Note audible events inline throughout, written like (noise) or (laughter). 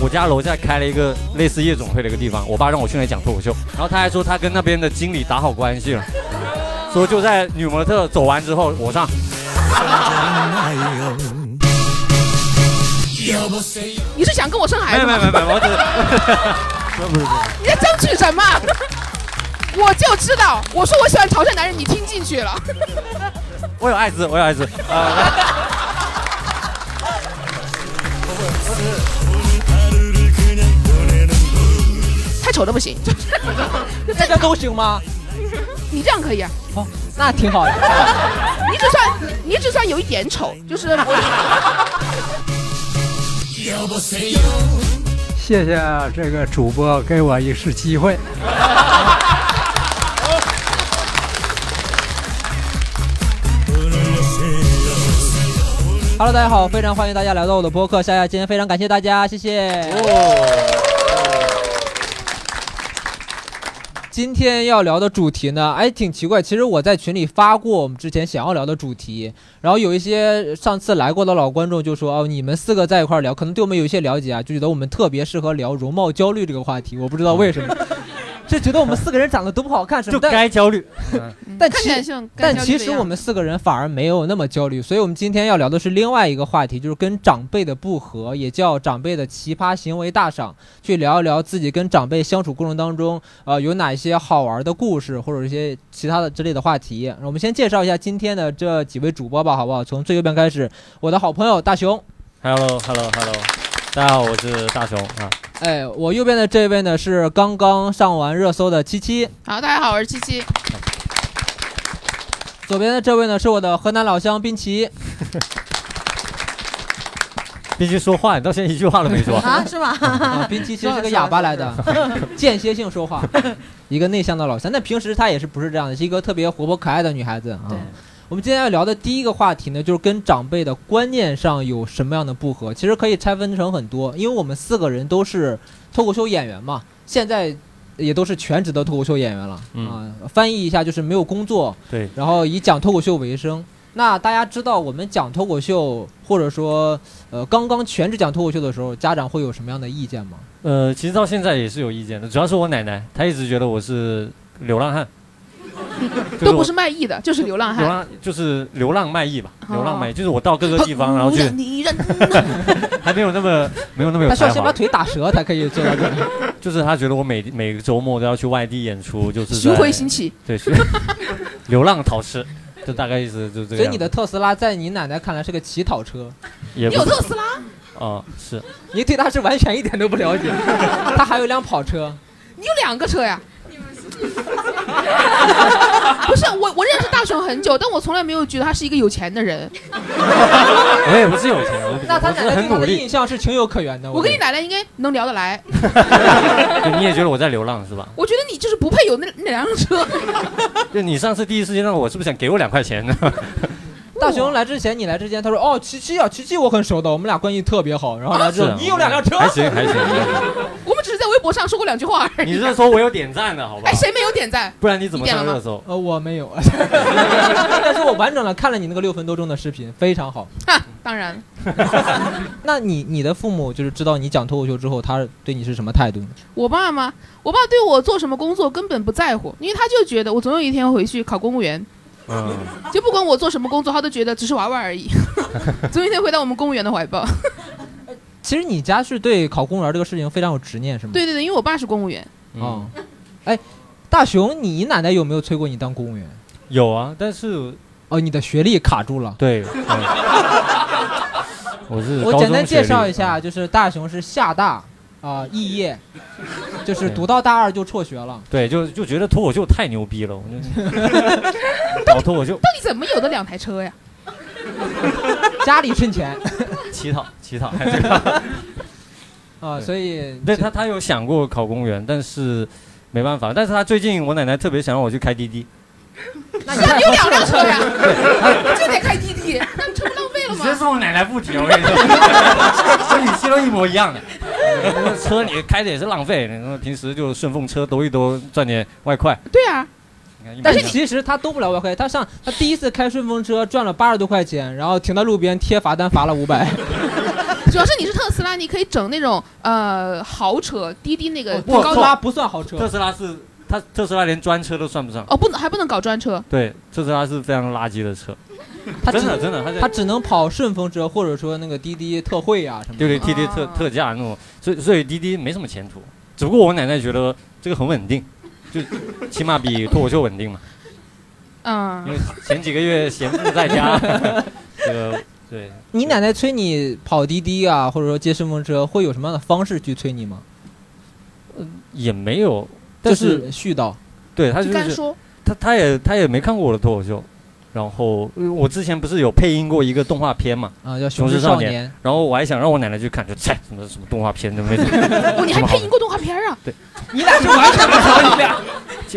我家楼下开了一个类似夜总会的一个地方，我爸让我去那里讲脱口秀，然后他还说他跟那边的经理打好关 (laughs) 系了，说就在女模特走完之后我上。你是想跟我生孩没子有没吗？有没有没有，我只是你在争取什么？ (laughs) 我就知道，我说我喜欢潮汕男人，你听进去了。我有艾滋，我有艾滋啊。太丑的不行，就是 (laughs) 大家都行吗？哦你这样可以啊。那挺好的。 (laughs) 你只算你只算有一点丑，就是我谢谢这个主播给我一次机会。 (laughs) Hello，大家好，非常欢迎大家来到我的播客夏夏今天非常感谢大家，谢谢。今天要聊的主题呢，哎，挺奇怪。其实我在群里发过我们之前想要聊的主题，然后有一些上次来过的老观众就说，哦，你们四个在一块儿聊，可能对我们有一些了解啊，就觉得我们特别适合聊容貌焦虑这个话题。我不知道为什 (laughs) 么，就觉得我们四个人长得都不好看，什么就的。该焦虑。 (laughs) (laughs) 嗯但看其起来实像。但其实我们四个人反而没有那么焦虑，所以我们今天要聊的是另外一个话题，就是跟长辈的不和，也叫长辈的奇葩行为大赏，去聊一聊自己跟长辈相处过程当中，呃，有哪些好玩的故事，或者一些其他的之类的话题。我们先介绍一下今天的这几位主播吧，好不好？从最右边开始，我的好朋友大熊， Hello Hello Hello，大家好，我是大熊啊。哎，我右边的这位呢是刚刚上完热搜的七七，好，大家好，我是七七。左边的这位呢是我的河南老乡滨崎，毕竟说话，你到现在一句话都没 (laughs)。说啊，是吗？ (laughs) 啊，冰淇其实是个啊哑巴来的， (laughs) 间歇性说话，一个内向的老三。但平时她也是不是这样的，是一个特别活泼可爱的女孩子啊对。我们今天要聊的第一个话题呢，就是跟长辈的观念上有什么样的不合。其实可以拆分成很多，因为我们四个人都是脱口秀演员嘛，现在也都是全职的脱口秀演员了、啊。翻译一下就是没有工作，对，然后以讲脱口秀为生。那大家知道，我们讲脱口秀，或者说，呃，刚刚全职讲脱口秀的时候，家长会有什么样的意见吗？呃，其实到现在也是有意见的，主要是我奶奶，她一直觉得我是流浪汉，(laughs) 就都不我是卖艺的，就是啊流浪流汉。浪，就是流浪卖艺吧，哦流浪卖艺，就是我到各个地方，然后去，你人 (laughs) 还没有那么没有那么有他需要才先把华，腿打折才可以做到这 (laughs) 里。就是她觉得我每每个周末都要去外地演出，就是巡在回行乞，对，巡 (laughs) 流浪讨吃，就大概意思就这所以样。你的特斯拉在你奶奶看来是个乞讨车，也你不有是特斯拉？啊，是你对他是完全一点都不了 (laughs) 解。他还有一辆跑车，你有两个车呀？不是我，我认识大熊很久，但我从来没有觉得他是一个有钱的人。我也不是有钱，我那他我只奶是奶很对他努的力。印象是情有可原的。我跟你觉得奶奶应该能聊得来，对你也觉得我在流浪是吧？我觉得你就是不配有那那辆车。就你上次第一次见到我，是不是想给我两块钱呢？大熊来之前，你来之前，他说哦，琪琪啊，琪琪我很熟的，我们俩关系特别好。然后来之是啊后，你有两辆车，还行还行。我们只是在微博上说过两句话而你已。是说我有点赞的好不哎，？好谁没有点赞？不然你怎么上热搜？呃，我没有， (laughs) 但是我完整的看了你那个六分多钟的视频，非常好。哈，当然， (laughs) 那你你的父母就是知道你讲脱口秀之后，他对你是什么态度呢？我爸妈，我爸对我做什么工作根本不在乎，因为他就觉得我总有一天回去考公务员，嗯，就不管我做什么工作，他都觉得只是玩玩而 (laughs) 已，总有一天回到我们公务员的怀抱。其实你家是对考公务员这个事情非常有执念，是吗？对对对，因为我爸是公务员，嗯啊、哎，大熊，你奶奶有没有催过你当公务员？有啊，但是哦，你的学历卡住了。对，嗯我是我高简中单学介历嗯绍一下，，就是大熊是厦大啊、肄业，就是读到大二就辍学了。对，就就觉得脱口秀太牛逼了，我 (laughs) 就搞脱口秀到底怎么有的两台车呀？ (laughs) 家里趁钱 (laughs) 乞讨乞讨，还这个 (laughs) 啊、对所以对他他有想过考公务员，但是没办法，但是他最近我奶奶特别想让我去开 (laughs) 滴滴，那是啊，你你有两辆车 (laughs) 呀，就得开滴滴，那这不浪费了你直接吗？说我奶奶不提，我跟你说，跟你心都一模一样的。那个车你开着也是浪费，你说平时就顺风车兜一兜赚点外快。对啊，你看一模但一是样其实他兜不了外快，他上他第一次开顺风车赚了八十多块钱，然后停在路边贴罚单罚了五百，主要是你是特斯拉，你可以整那种呃豪车，滴滴那个 (laughs) 不高错拉哦不算豪车，特斯拉是它特斯拉连专车都算不上，哦不能还不能搞专车，对，特斯拉是非常垃圾的车，它真的只真的，它是它只能跑顺风车，或者说那个滴滴特惠啊什么的。对对，滴滴特啊特价那种，所以所以滴滴没什么前途。只不过我奶奶觉得这个很稳定，就起码比脱口秀稳定嘛。因嗯，为前几个月闲赋在家， (laughs) 这个对你奶奶催你跑滴滴啊，或者说接顺风车，会有什么样的方式去催你吗？ (laughs) 也没有，就但是絮叨，对他就就干是说他他也他也没看过我的脱口秀。然后呃我之前不是有配音过一个动画片嘛，啊，叫熊熊之之少少年年。然后我还想让我奶奶去看，就切什么什么动画片，就 (laughs) 没。哦，你还这么好配音过动画片儿啊？你俩是完全不着你 (laughs) 俩。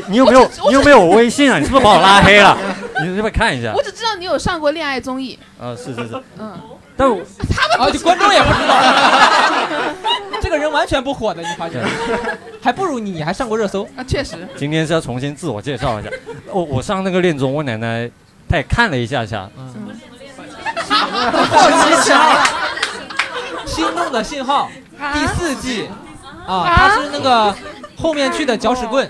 你有没有我只我只你有没有我微信啊？你是不是把我拉黑了？你这边看一下我。只知道你有上过恋爱综艺，啊，是是是，嗯，但我啊，就观众也不知道。这个人完全不火的，你发现？ (laughs) 还不如你，你还上过热搜。啊，确实，今天是要重新自我介绍一下。我我上那个恋综，我奶奶她也看了一下下，嗯，好奇心啊心动的信号第四季啊，啊他是那个后面去的搅屎棍。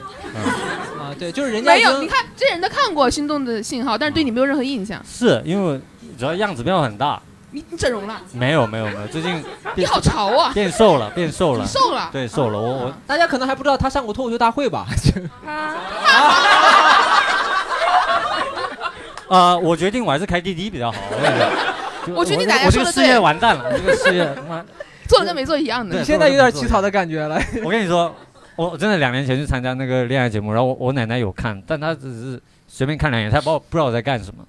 啊，对，就是人 (laughs) 家没已有，你经看这人都看过《心动的信号》，但是对你没有任何印象。是因为主要样子变化很大。你你整容了？没有没有没有，最近你变好潮啊！变瘦了，变瘦了你，瘦了？对，瘦了。我我大家可能还不知道他上过脱口秀大会吧？啊、我决定我还是开滴滴比较好。我也觉得就嗯我觉得你这奶奶我这说个得事业对完蛋了，我这个事业 (laughs) 他妈， (laughs) 做了跟没做一样的对。现在有点起草的感觉 (laughs) 了。 (laughs) 我跟你说，我真的两年前去参加那个恋爱节目，然后我我奶奶有看，但她只是随便看两眼，她不知道不知道我在干什么。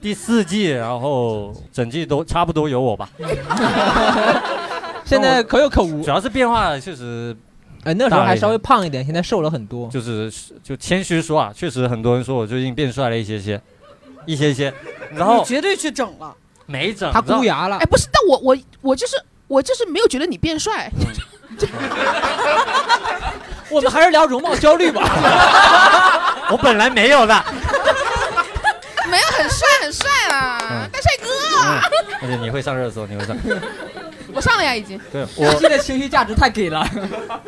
第四季，然后整季都差不多有我吧，现在可有可无主。要是变化确实哎，那时候还稍微胖一点，现在瘦了很多。就是就谦虚说啊，确实很多人说我最近变帅了一些些，一些些，然后你绝对去整了，没整，他你知道箍牙了哎，，不是，但我我我就是我就是没有觉得你变帅，嗯 (laughs) 我们还是聊容貌焦虑吧。我本来没有 (laughs) 的，啊没有很帅很帅啊嗯，大帅哥，嗯而且你会上热搜，你会上， (laughs) 我上了呀已经。对我现在情绪价值太给了。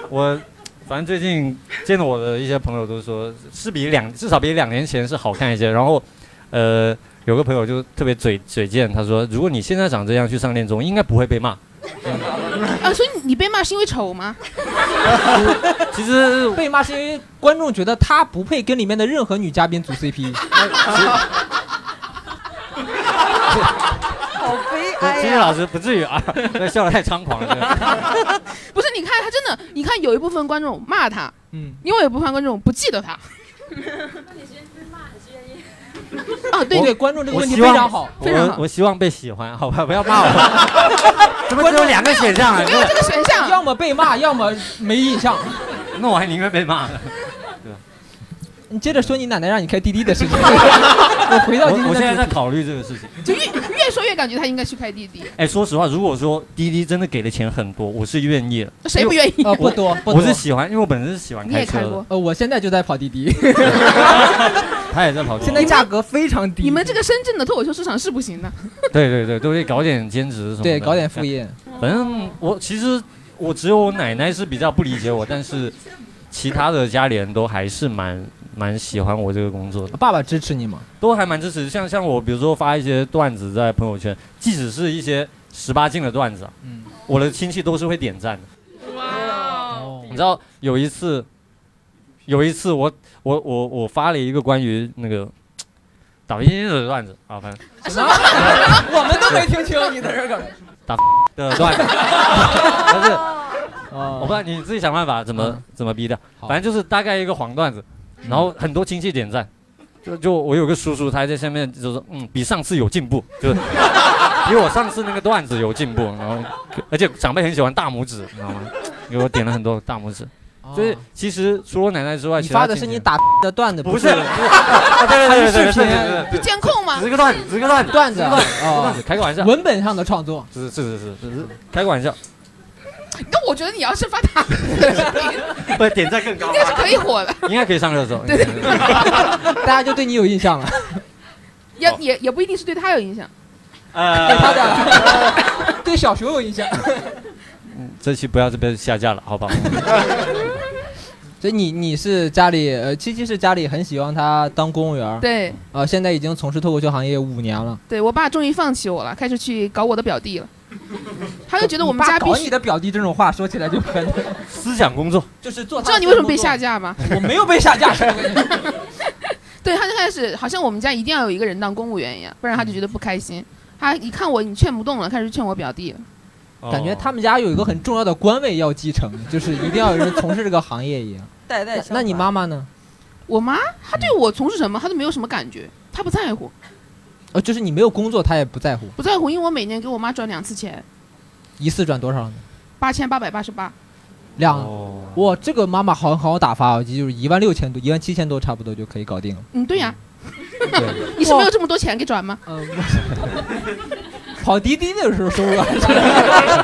我反正最近见到我的一些朋友都说是比两至少比两年前是好看一些。然后，呃，有个朋友就特别嘴嘴贱，他说如果你现在长这样去上恋综，应该不会被骂。啊，所以你被骂是因为丑 (laughs) 吗？其实被骂是因为观众觉得他不配跟里面的任何女嘉宾组 CP。好悲哎哀其实呀、老师不至于啊， (laughs) 那笑得太猖狂了。 (laughs) 不是，你看他真的，你看有一部分观众骂他，嗯，另外有一部分观众不记得他。 (laughs) 啊，对哦对对，对，观众这个我问题希非常望好。非常我好我希望被喜欢，好吧，不要骂我。 (laughs) 怎么只有两个选项啊？没有这个选项。要么被骂，要么没印象。那我还宁愿被骂。你接着说你奶奶让你开滴滴的事情。 (laughs) 我回到今我我现在天的在主考虑这个事情。就越越说越感觉他应该去开滴滴，哎，说实话，如果说滴滴真的给的钱很多，我是愿意的。 (laughs) 谁不愿意 (laughs) 题。？呃，不多，不我多是。喜欢，因为我本身是喜欢你也开开车的过。。呃，我现在就在跑滴 (laughs) 滴，他也在跑。现在价格非常低。你们这个深圳的脱口秀市场是不行的，对对对，都得搞点兼职什么的。对搞点副业， (laughs) 反正我其实我只有我奶奶是比较不理解我，但是其他的家里人都还是蛮蛮喜欢我这个工作的，爸爸支持你吗？都还蛮支持。像像我比如说发一些段子在朋友圈，即使是一些十八禁的段子啊，嗯我的亲戚都是会点赞的。哦你知道有一次，有一次我我我我发了一个关于那个打飞机的段子啊，反正。什么？ (laughs) 我们都没听清你的这个。的段子， (laughs) 不是，我我不知道你自己想办法怎么、嗯怎么逼的，好反正就是大概一个黄段子，然后很多亲戚点赞，就就我有个叔叔，他还在下面就说，嗯，比上次有进步，就是 (laughs) 比我上次那个段子有进步，然后而且长辈很喜欢大拇指，你知道吗？给我点了很多大拇指，就是其实除了我奶奶之 (laughs) 外，哦你其他发的是亲戚你打的段子，不是，是 (laughs) 不是啊 (laughs) 对对对对对对对对对对，监控吗只？是个段子，只是个段子，段子啊段哦子，开个玩笑，文本上的创作。是是是是是是，开个玩笑，那我觉得你要是发他的视频，不点赞更高啊应该是可以火 (laughs) 的， (laughs) 应该可以上热搜。对应该可以大家就对你有印象了。 (laughs) 哦也也也不一定是对他有影响。对他呃，的 (laughs) 对小熊有印象。嗯这期不要这边下架了，好 (laughs) 不好？所以你你是家里呃，七七是家里很希望他当公务员儿， (laughs) 对呃，现在已经从事脱口秀行业五年了。对，我爸终于放弃我了，开始去搞我的表弟了。他就觉得我们你爸家必搞须你，的表弟这种话说起来就很， (laughs) 思想工作，就是做。知道你为什么被下？架吗？我没有被下 (laughs) 架，对，他就开始好像我们家一定要有一个人当公务员一样，不然他就觉得不开心。他一看我你劝不动了，开始劝我表弟了。哦感觉他们家有一个很重要的官位要继 (laughs) 承，就是一定要有人从事这个行业一样。代代那相传那你妈妈呢？嗯我妈她对我从事什么，她都没有什么感觉，她不在乎，呃，就是你没有工作，她也不在乎。不在乎，因为我每年给我妈转两次钱，一次转多少呢？八千八百八十八。两。哦哇，这个妈妈好好打发啊，就是一万六千多、一万七千多，差不多就可以搞定了。嗯，对呀、 (laughs) 对，你是没有这么多钱给转吗？呃， (laughs) 我跑滴滴的时候收入啊还是。 (laughs)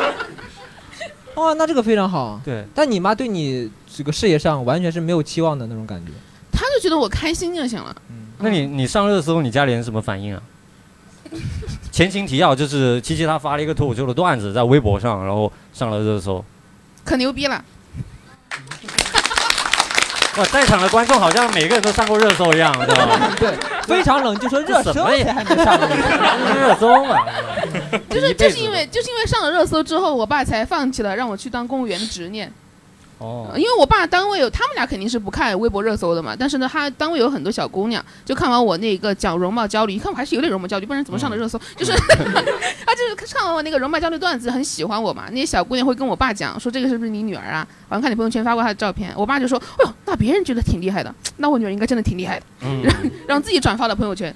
哇，那这个非常好。啊对，但你妈对你这个事业上完全是没有期望的那种感觉。 (laughs) 她就觉得我开心就行了。嗯，那你你上热搜，你家里人什么反应啊？前情提要就是七七他发了一个脱口秀的段子在微博上，然后上了热搜。可牛 (laughs) 逼了，哇，在场的观众好像每个人都上过热搜一样，知道吧？ (laughs) 对，非常冷，就说热搜这什么呀才还没上呢。 (laughs) 热 (laughs) 搜嘛，就是一辈就子是因为就是因为上了热搜之后，我爸才放弃了让我去当公务员的执念。哦因为我爸单位有他们俩肯定是不看微博热搜的嘛，但是呢，他单位有很多小姑娘，就看完我那个讲容貌焦虑，一看我还是有点容貌焦虑，不然怎么嗯上的热搜？就是 (laughs) 他就是看完我那个容貌焦虑段子，很喜欢我嘛。那些小姑娘会跟我爸讲说这个是不是你女儿啊？好像看你朋友圈发过她的照片，我爸就说，哎呦，那别人觉得挺厉害的，那我女儿应该真的挺厉害的， (laughs) 嗯，然后自己转发了朋友圈，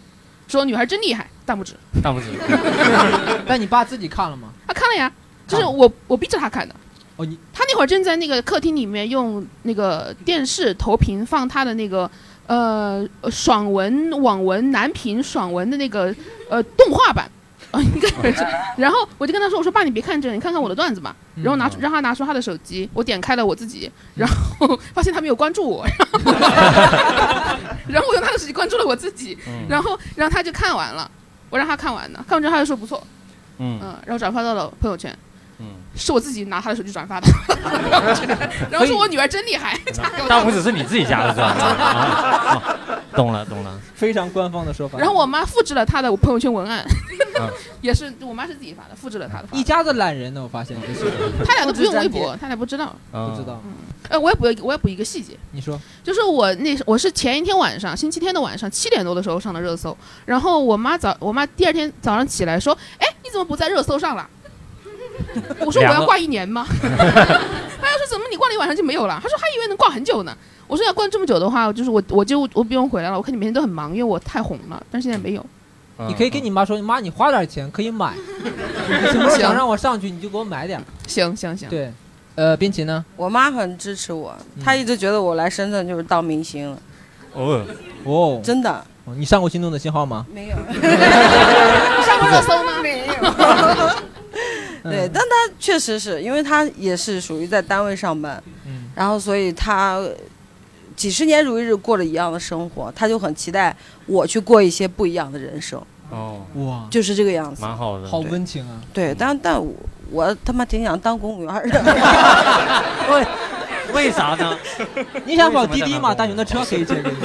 说女孩真厉害，大拇指。大拇指。 (laughs) 但你爸自己看了吗？他啊看了呀，就是看我我逼着他看的。哦你他那会儿正在那个客厅里面用那个电视投屏放他的那个呃爽文网文男频爽文的那个呃动画版。 (laughs) 啊，应该哦是。然后我就跟他说：“我说爸，你别看这个，你看看我的段子吧。”嗯然后拿出让他拿出他的手机，我点开了我自己，然后发现他没有关注我，然后然后我用他的手机关注了我自己，嗯然后然后他就看完了，我让他看完的，看完之后他就说不错，嗯嗯，然后转发到了朋友圈，嗯，是我自己拿他的手机转 (laughs) 发的， (laughs) 然后然后说我女儿真厉害，嗯 (laughs) 大拇指是你自己家的是吧？啊啊懂了懂了，非常官方的说法。然后我妈复制了他的朋友圈文案嗯， (laughs) 也是我妈是自己发的，复制了他的发一的，家子懒人呢，我发现就是他俩都不用微复制粘博，他俩不知道。不不知。道。呃，我也补一个我也补一个细节，你说就是我那我是前一天晚上，星期天的晚上七点多的时候上的热搜，然后我妈早我妈第二天早上起来说，哎，你怎么不在热搜上了？我说我凉要了挂一年吗？她要说怎么你挂了一晚上就没有了？她说还以为能挂很久呢。我说要挂这么久的话，就是我我就我不用回来了。我看你每天都很忙，因为我太红了，但是现在 (laughs) 没有。嗯你可以跟你妈说，妈，你花点钱可 (laughs) 以买，你什么时候想让我上去，你就给我买点儿。行行行，对，嗯呃，冰淇呢？我妈很支持我，她一直觉得我来深圳就是当明星 (laughs) 了，哦，哦，真的你上过《心动的信号》吗？没有。你上过热搜吗？没有。嗯对，但她确实是因为她也是属于在单位上班，嗯，然后所以她几十年如一日过着一样的生活，她就很期待我去过一些不一样的人生，哦，哇，就是这个样子。蛮好的。好温情啊！对，但但我我他妈挺想当公务员儿 (laughs) 的，为啥 (laughs) 呢？你想跑滴滴吗？为什么在那大熊的车可以 (laughs) 借给你。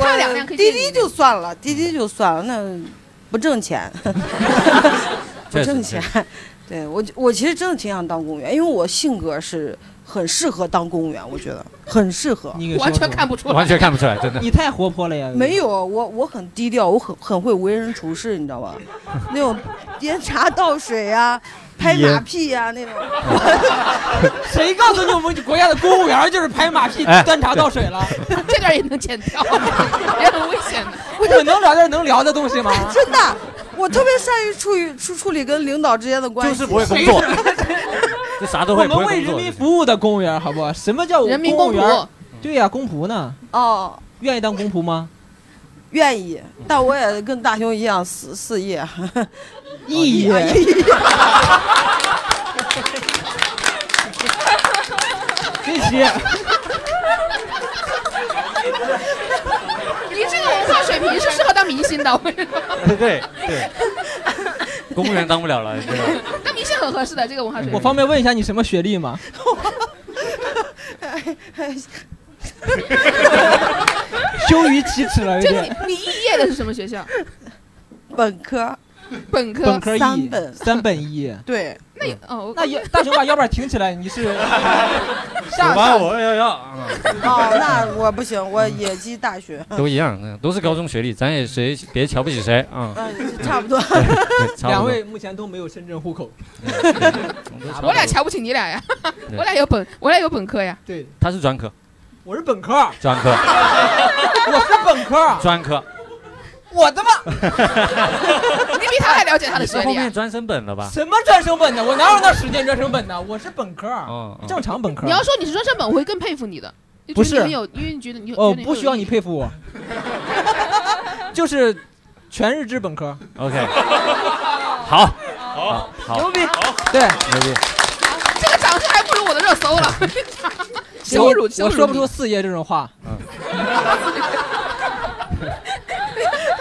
他有两辆可以借滴你滴就算了，滴滴就算了，那不挣钱， (laughs) 不确实挣钱。对我我其实真的挺想当公务员，因为我性格是很适合当公务员，我觉得很适合。你给完全看不，不出完来。全看不出来，真的。你太活泼了呀！没有，我我很低调，我很很会为人处事，你知道吧？那种颠茶倒水啊，拍马也屁呀、那种。 (laughs) 谁告诉你我们国家的公务员就是拍马 (laughs) 屁、哎端茶倒水了？这段也能剪掉， (laughs) 也很危险的。我们能聊点能聊的东西 (laughs) 吗？ (laughs) 真的，我特别善于处于处处理跟领导之间的关就系。是不会工作， (laughs) 就啥都我会，不们为会人工民作。服务的公务员，好不好？什么叫人民公务公员仆？，对呀，公仆呢？哦，愿意当公仆吗？愿意，但我也跟大雄一样四四 (laughs) 业，意义。这 (laughs) 期你这个文化水平是适合当明星的。我跟你说 (laughs) 对对对，公务员当不了了，这个但明显很合适的这个文化水我平。方便问一下你什么学历吗？ (laughs) 羞于启 (laughs) 齿了，有就点。你你肄业的是什么学校？本科本科。本科三一，本，三本一。嗯对，那也哦， (laughs) 那腰大熊把腰板挺起 (laughs) 来，你是九下八下五二 (laughs) 幺幺啊哦，那我不行，我野鸡大学，都一样，嗯都是高中学历，咱也谁别瞧不起谁啊。嗯，差不多。 (laughs) 对 (laughs) 差不多两位目前都没有深圳户 (laughs) 口。我俩瞧不起你俩呀， (laughs) 我俩有本，我俩有本科呀。对，他是专科，我是本科，专 (laughs) 科，我是本科，专科，我 (laughs) 他妈你比他还了解他的你是学后历面啊！专升本了吧？什么专升本的？我哪有那时间专升本的？我是本科，啊嗯，嗯正常本科 (laughs) 你。要说你是专升本，我会更佩服你的。就不觉得是你有，因为你觉得你有哦，觉得不需要 (laughs) 你有佩 (laughs) 服我，就是全日制本科。 OK，好，好，好，逼！对，牛逼，这个掌声还不如我的热搜了， (laughs) 羞我辱羞我辱说不你出四爷这种话。 (laughs) 他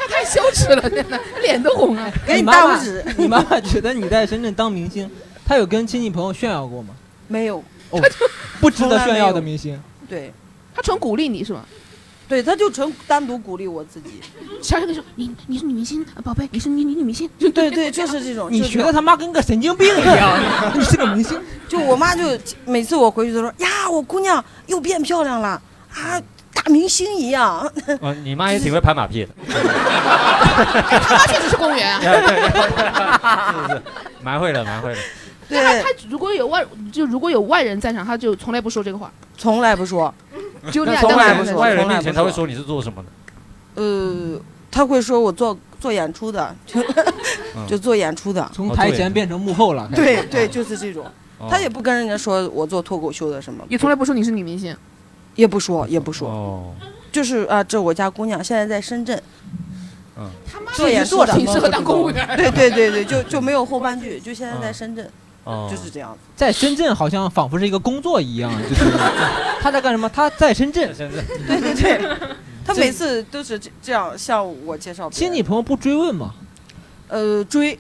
太羞耻了，真的脸都红了。哎给你妈大妈拇指， (laughs) 你妈妈觉得你在深圳当明星，她有跟亲戚朋友炫耀过吗？没有，哦，不值得炫耀的明星。对，他纯鼓励你是吧？对，他就纯单独鼓励我自己。小小跟你说，你你是女明星，呃宝贝，你是女女女明星，就对对，就是这种。你哦就是学的他妈跟个神经病一 (laughs) 样，你是个明星。就我妈就每次我回去都说呀，我姑娘又变漂亮了啊，大明星一 (laughs) 啊样。啊嗯，你妈也挺会拍马屁的，哎他妈确实是公务员啊。蛮会的，蛮会的。对，他如果有外，就如果有外人在场，他就从来不说这个话，从来不说。只有你俩从单来独不在场说外人面前他会说你是做什么的，呃，她会说我做做演出的，就 (laughs) 就哦做演出的。嗯从台前变成幕后了。开始对对，就是这种。哦她也不跟人家说我做脱口秀的什么，也从来不说你是女明星。也不说，也不 (laughs) 说，哦，就是啊，这我家姑娘现在在深圳。嗯他妈做也演是出的挺适合当公务员的。对对对对，就就没有后半句，就现在在深圳，嗯哦，就是这样子。在深圳好像仿佛是一个工作一样，就是 (laughs) 他在干什么？他在深圳。对对 (laughs) 对，她每次都是这这样向我介绍别人。亲戚朋友不追问吗？呃追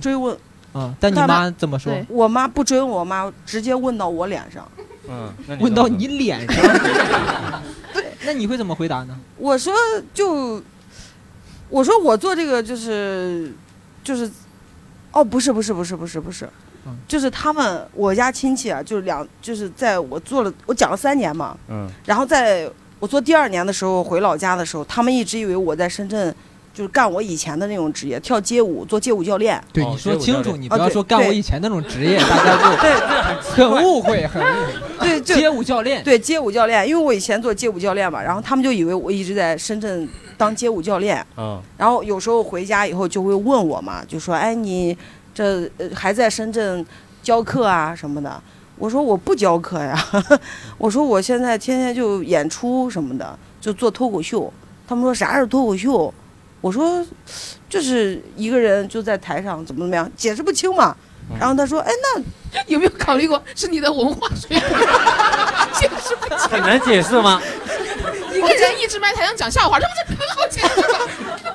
追问，啊，但你干妈嘛怎么说？对我妈不追问，我妈直接问到我脸上。嗯，那问怎么到说你脸上。 (laughs) 那你会怎么回答呢？我说就，我说我做这个就是就是，哦不是不是不是不是不是嗯，就是他们我家亲戚啊，就是两就是在我做了我讲了三年嘛，嗯，然后在我做第二年的时候回老家的时候，他们一直以为我在深圳。就是干我以前的那种职业，跳街舞，做街舞教练。对，哦你所说以我清教楚，练你啊不要对说干我对以前那种职业，大家就对很误会，很误会。对，就街舞教练，对街舞教练，因为我以前做街舞教练嘛，然后他们就以为我一直在深圳当街舞教练，嗯，然后有时候回家以后就会问我嘛，就说哎你这呃还在深圳教课啊什么的，我说我不教课呀， (laughs) 我说我现在天天就演出什么的，就做脱口秀，他们说啥是脱口秀？我说，就是一个人就在台上怎么怎么样，解释不清嘛。嗯然后他说：“哎，有没有考虑过是你的文化水 (laughs) 平？解释不清。很难解释吗？一个人一直埋台上讲笑话，这不是很好解释吗？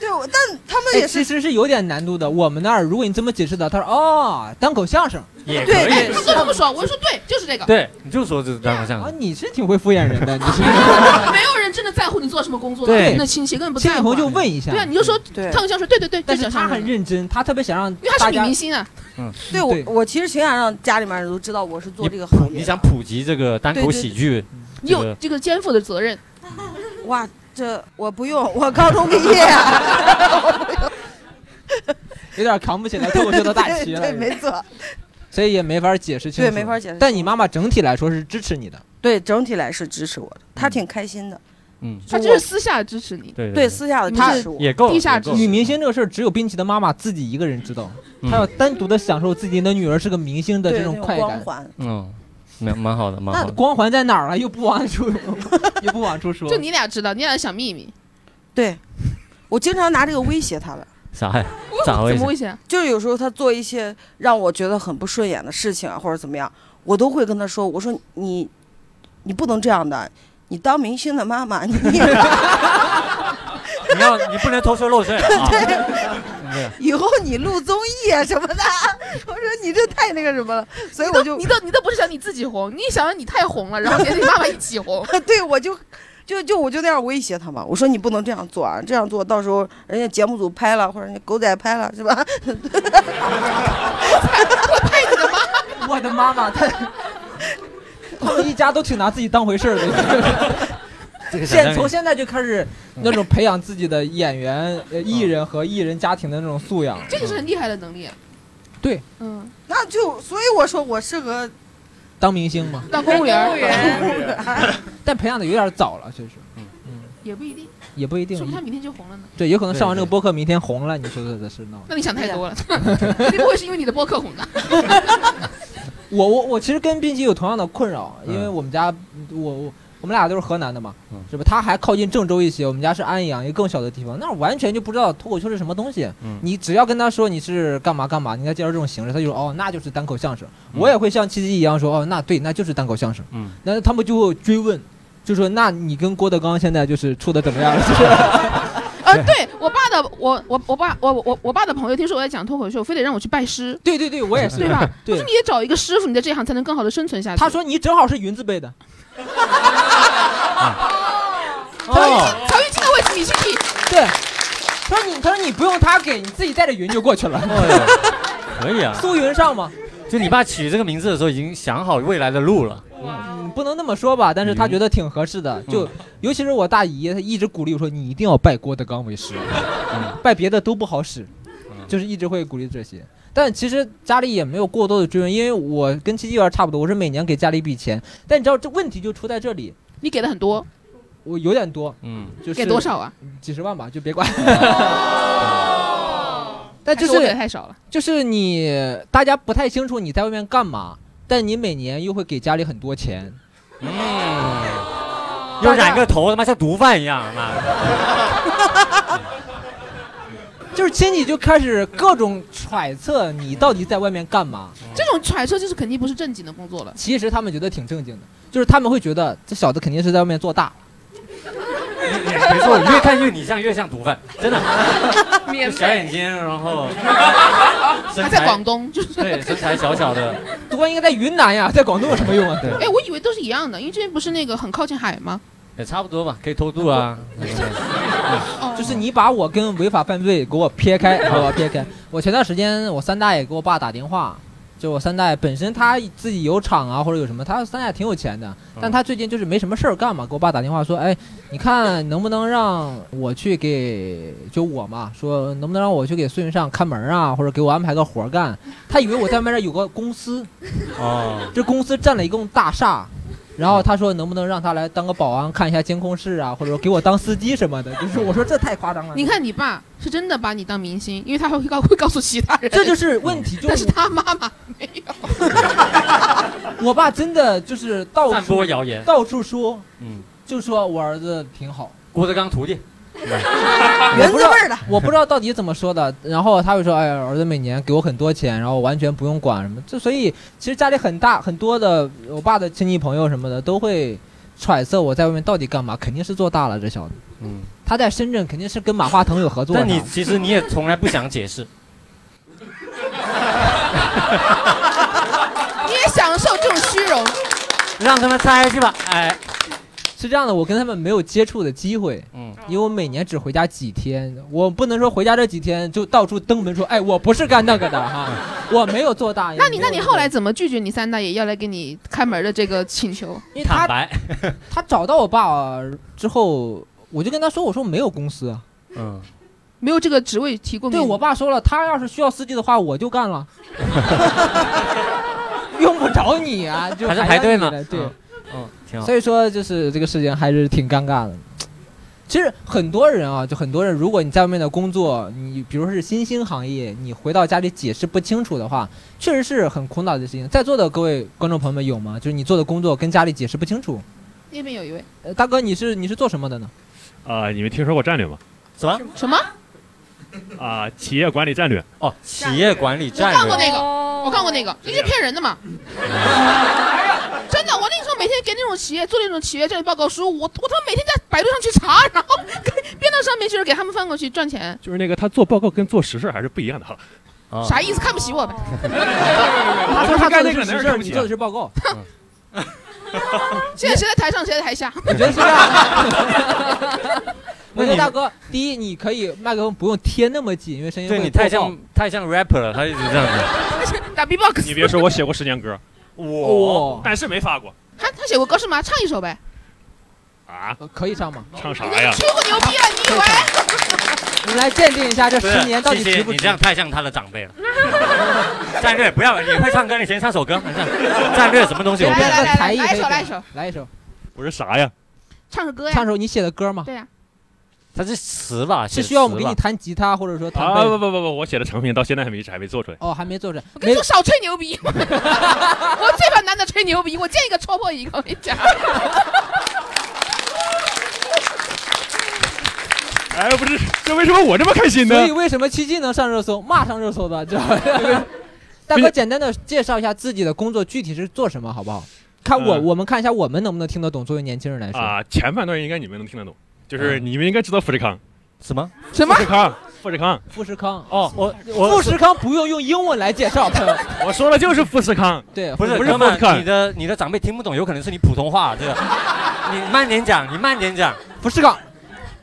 对，我但他们哎，也其是实是有点难度的。我们那儿，如果你这么解释的，他说哦，单口相声也对可以，对是这么说，我就说对，就是这个。对，你就说这是单口相啊，声，你是挺会敷衍人的。你是 (laughs) 没有人真的在乎你做什么工作，对那亲戚根本不亲戚在朋乎友啊。就问一下，对啊，你就说对烫香水，对对对，但就是讲他相声很，认真，他特别想让因为他大是女家明星啊。嗯对我，我其实挺想让家里面人都知道我是做这个行业的。你想普及这个单口喜剧，你这有个这个肩负的责任。 (laughs) 哇，这我不用，我高中毕业，啊 (laughs) 有点扛不起来脱口秀的大旗了对，，没错，所以也没法解释清对楚，没法解释但你妈妈整体来说是支持你的，对，整体来是支持我的，他挺开心的，嗯，他就就是我私下支持你，对对私下的你支们持我，也够了地下也够知了 (laughs) 女明星这个事儿只有冰淇的妈妈自己一个人知道，嗯她要单独的享受自己的女儿是个明星的对这那种种快光感。环。嗯，蛮蛮好的，蛮那好的。光环在哪儿啊？又不往 (laughs) 出，又不往出说。就你俩知道，你俩的小秘密。对，我经常拿这个威胁他的，啥呀？咋回 (laughs) 怎事 (laughs) 么？危险？就是有时候他做一些让我觉得很不顺眼的事情啊，或者怎么样，我都会跟他说，我说你，你不能这样的。你当明星的妈妈，你你要你不能偷税漏税啊！对以后你录 (laughs) 综艺啊什么的，我说你这太那个什么了，所以我就你都你都不是想你自己红，你想让你太红了， (laughs) 然后连你妈妈一起红。 (laughs) 对我就就就我就那样威胁他嘛，我说你不能这样做啊，这样做到时候人家节目组拍了，或者人家狗仔拍了，是吧？ (laughs) 我的妈妈，他他们一家都挺拿自己当回事儿的。这个想象现力从现在就开始那种培养自己的演员、呃艺人和艺人家庭的那种素养。嗯这个是很厉害的能力。啊对，嗯，那就所以我说我适合当明星嘛，当公务员儿 (laughs) 但培养的有点早了，确实也不一定，也不一定嗯说。不定他明天就红了呢。对，有可能上完这个对对播客，明天红了，你说的这是闹。那你想太多了， (laughs) 你不会是因为你的播客红的？我我我其实跟冰淇有同样的困扰，嗯因为我们家我我我们俩都是河南的嘛嗯，是吧？他还靠近郑州一些，我们家是安阳一个更小的地方，那儿完全就不知道脱口秀是什么东西。嗯你只要跟他说你是干嘛干嘛，你给他介绍这种形式，他就说哦，那就是单口相声。嗯我也会像七七一样说哦，那对，那就是单口相声。嗯，那他们就会追问，就说那你跟郭德纲现在就是处的怎么样了？ (laughs) 就是，呃，对我爸的，我我我爸我我我爸的朋友听说我在讲脱口秀，非得让我去拜师对对对，我也是，对吧？他对说你也找一个师傅，你在这一行才能更好的生存下去。他说你正好是云字辈的。曹云金，哦曹云金的位哎置你去替。对，他说你，他说你不用他给，你自己带着云就过去了。哎呦 (laughs) 可以啊， (laughs) 苏云上嘛，就你爸起这个名字的时候已经想好未来的路了。嗯不能那么说吧，但是他觉得挺合适的。就尤其是我大姨，她一直鼓励我说，你一定要拜郭德纲为师，拜别的都不好使，就是一直会鼓励这些。但其实家里也没有过多的追问，因为我跟七七有点差不多，我是每年给家里一笔钱，但你知道这问题就出在这里，你给的很多，我有点多，嗯，就是给多少啊？几十万吧，就别管。但就还我给是的太少了。就是你大家不太清楚你在外面干嘛，但你每年又会给家里很多钱，嗯嗯又染个头，他妈像毒贩一样，妈的。就是亲戚就开始各种揣测你到底在外面干嘛。嗯这种揣测就是肯定不是正经的工作了。其实他们觉得挺正经的，就是他们会觉得这小子肯定是在外面做大。没错，你越看越你像，越像毒贩，真的。棉小被眼睛，然后身他在材广，东，就是对，身材小小的， (laughs) 多哎应该在云南呀，在广东有什么用啊？对，哎，我以为都是一样的，因为这边不是那个很靠近海吗？也差不多吧，可以偷渡啊。哦就是你把我跟违法犯罪给我撇 (laughs) 开，好吧，撇开。我前段时间我三大爷给我爸打电话，就我三大爷本身他自己有厂啊或者有什么，他三大爷挺有钱的，但他最近就是没什么事儿干嘛，给我爸打电话说，哎，你看能不能让我去给就我嘛，说能不能让我去给孙云上看门啊，或者给我安排个活儿干？他以为我在外面有个公司，哦，这公司占了一栋大厦。然后他说能不能让他来当个保安，看一下监控室啊，或者给我当司机什么的。就是我说这太夸张了。你看你爸是真的把你当明星，因为他会告会告诉其他人。这就是问题，就但是是他妈妈没有。我爸真的就是到散播处谣言，到处说，嗯，就说我儿子挺好，郭德纲徒弟，原字辈儿的，我不知道到底怎么说的。然后他会说，哎呀，儿子每年给我很多钱，然后完全不用管什么。这所以其实家里很大很多的我爸的亲戚朋友什么的都会揣测我在外面到底干嘛，肯定是做大了这小子。嗯，他在深圳肯定是跟马化腾有合作的。但你其实你也从来不想解释，你也享受这种虚荣，让他们猜去吧，哎，是这样的，我跟他们没有接触的机会，嗯，因为我每年只回家几天，我不能说回家这几天就到处登门说，哎，我不是干那个的哈，我没有做大。那你那你后来因怎么拒绝你三大爷要来给你开门的这个请求？为坦他白， (laughs) 他找到我爸之后，我就跟他说，我说没有公司啊，嗯，没有这个职位提供给对你我爸说了，他要是需要司机的话，我就干 (laughs) 了，用不着你啊，就还是让排队你呢来对。嗯嗯，挺好，所以说，就是这个事情还是挺尴尬的。其实很多人啊，就很多人，如果你在外面的工作，你比如说是新兴行业，你回到家里解释不清楚的话，确实是很苦恼的事情。在座的各位观众朋友们有吗？就是你做的工作跟家里解释不清楚。那边有一位呃、大哥，你是你是做什么的呢？啊，你们听说过战略吗？什么？什么？啊，企业管理战略，哦，企业管理我战干过略，那个，哦 (laughs) 我干过那个，那是骗人的嘛？真的，我那时候没每天给那种企业做那种企业教育报告书，我我他妈每天在百度上去查， (laughs) 然后给编到上面去，给他们翻过去赚钱，就是那个他做报告跟做实事还是不一样的哈。啊啥意思？看不起我呗？哦他哦说他干的是实事儿，你做的是报告。 (laughs) 现在谁在台上，谁在台下？我觉得是这样的。我觉得大哥，第一，你可以麦克风不用贴那么紧，因为声音对会你太过像太像 rapper 了，他一直这样子。 (laughs) 打 B-box。你别说，我写过十年歌，哦但是没发过他他写过歌是吗？唱一首 (laughs) 呗。啊，爆，可以唱吗？唱啥你呀 (laughs) 这？吹过牛逼啊！你以为？我们来鉴定一下这不十是年到底谢谢值不你值这。样太像他的长辈了。 (laughs) 战略不要，你会唱歌，你先唱首歌。战略什么东西？对我来不来来这个知道来才艺来一可以首来给一首，来一首，我说啥呀？唱首歌唱呀。首你写的歌吗？对呀，他是词吧？是写需要我们词给你吧弹吉他，或者说弹啊贝不斯？不不不，我写的成品到现在还没还没做出来。哦，还没做成，我跟没你说，少吹牛逼。 (laughs) 我最烦男的吹牛逼，我见一个戳破一个。我跟你讲，哎，不是，这为什么我这么开心呢？所以为什么七七能上热搜，骂上热搜 (laughs) 的，知道 (laughs) 吧？大哥，简单的介绍一下自己的工作具体是做什么，好不好？看我，嗯我们看一下我们能不能听得懂，作为年轻人哎来说，啊，前半段应该你们能听得懂，就是你们应该知道富士康，嗯什么？什富么？士康，富士康，富士康。哦，我富我士康不用用英文来介绍，朋友。 (laughs) 我说的就是富士康。对，不是不是哥们 vodka 儿，你的你的长辈听不懂，有可能是你普通话这个。你慢点讲，你慢点讲，富士康，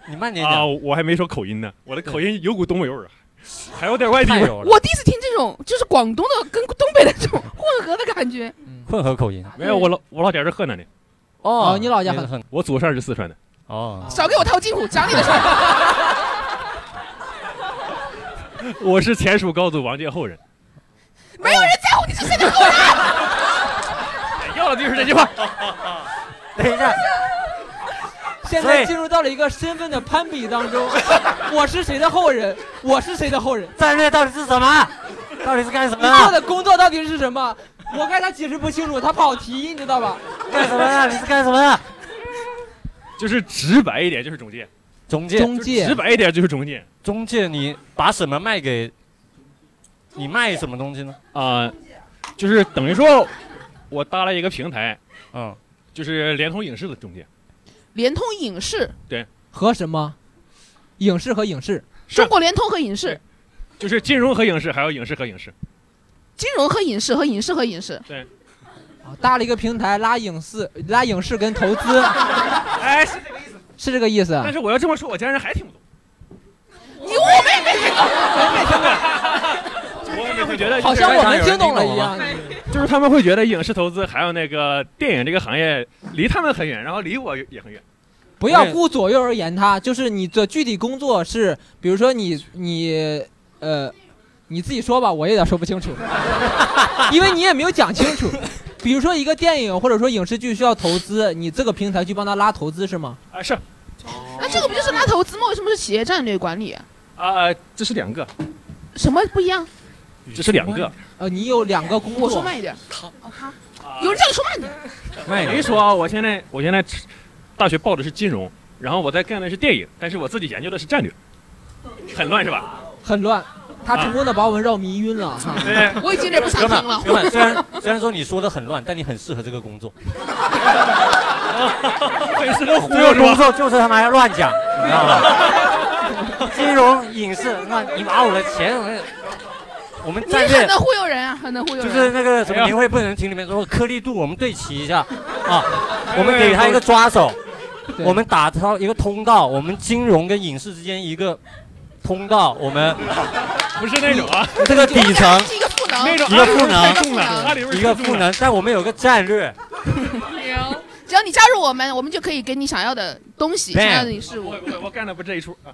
你慢点啊，讲。我还没说口音呢，我的口音有股东北味儿，啊还有点外地太味儿。有了，我第一次听这种，就是广东的跟东北的这种混合的感觉。混合口音。啊没有，我老我老家是河南的，哦你老家很很我祖上是四川的。哦，少给我套近乎，讲你的事儿。我是前蜀高祖王建后人。没有人在乎你是谁的后人。 (laughs) 要的就是这 (laughs) 句话。等一下，现在进入到了一个身份的攀比当 (laughs) 中。我是谁的后人？我是谁的后人？战略到底是什么？到底是干什你么做的？的工作到底是什么？我看他解释不清楚，他跑题，你知道吧？干什么的？你是干什么的？就是直白一点，就是中介。中介，中就是直介，白一点就是中介中介，你把什么卖给？你卖什么东西呢？啊、就是等于说，我搭了一个平台，嗯，就是联通影视的中介。联通影视，和什么？影视和影视，中国联通和影视，就是金融和影视，还有影视和 (laughs) 影视，金融和影视和影视和影视。啊搭了一个平台拉影视、拉影视跟投资， (laughs) 哎，是这个是这个意意思。思啊但？是我要这么说，我家人还听不懂，你我没没哦听懂，我也会觉得好就是像我们听懂了一样。就是他们会觉得影视投资还有那个电影这个行业离他们很远，然后离我也很远。不要顾左右而言他，就是你的具体工作是，比如说你你呃，你自己说吧，我有点说不清楚， (laughs) 因为你也没有讲清楚。比如说一个电影或者说影视剧需要投资，你这个平台去帮他拉投资是吗？啊，是啊、那这个不就是拉投资吗？为什么是企业战略管理啊？这是两个，什么不一样？这是两个。呃，你有两个工我说作，慢一点。哦他，有人叫你说慢点。卖等于给说啊，我现在我现在大学报的是金融，然后我在干的是电影，但是我自己研究的是战略，很乱是吧？很乱，他成功的把我们绕迷晕了哈。啊 (laughs) 对， (laughs) 我已经有点不想哥们听儿，了。哥们儿，虽然虽然说你说的很乱，但你很适合这个工 (laughs) 作。粉丝都忽这个悠工作说，就是他妈要乱讲，你知道吗？金融、影视，那你把我的钱，我们我们你战很略能忽悠人啊，很能忽悠就人。是那个什哎么呀年会不能停里面说颗粒度，我们对齐一下 (laughs) 啊，我们给他一个抓手，对我们打造一个通道，我们金融跟影视之间一个通道，我们 (laughs) 嗯不是那种啊，这个底层是一个赋能，那 (laughs) 种一个阿里赋味儿能嗯太重了，阿里味儿一个太赋重了，能，但我们有个战略，哎只要你加入我们，我们就可以给你想要的东西，对想要的事物我。我我干的不这一出，啊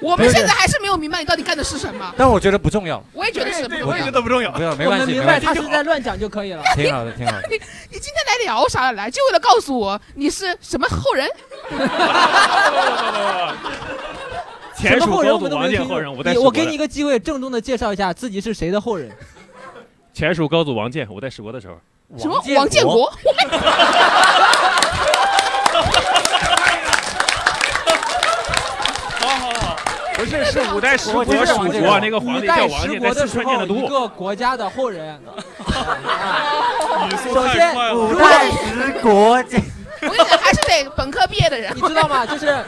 我们现在还是没有明白你到底干的是什么。但我觉得不重要，我也觉得是不对，重我也要觉。得不重要不。要没我关们系，明没白关系他，是在乱讲就可以了。挺好的，挺好的。 (laughs) 你今天来聊啥来？就为了告诉我你是什么后 (laughs) 人？前什蜀么后人高我们祖都王没建听后过人，我在你蜀我国给你一的。个机会，郑重的介绍一下自己是谁的后人。前蜀高祖王建，我在蜀国的时候，什么王建？国？不是是五代十国不是蜀王建国国啊那个皇五帝代叫王十 (laughs) 建，国在的四时川建 (laughs) 候，的一都。个国家的后人，语速首太先快了。古代十国这我跟你讲，还是得本科毕业的人你。知道吗？ (laughs) 就是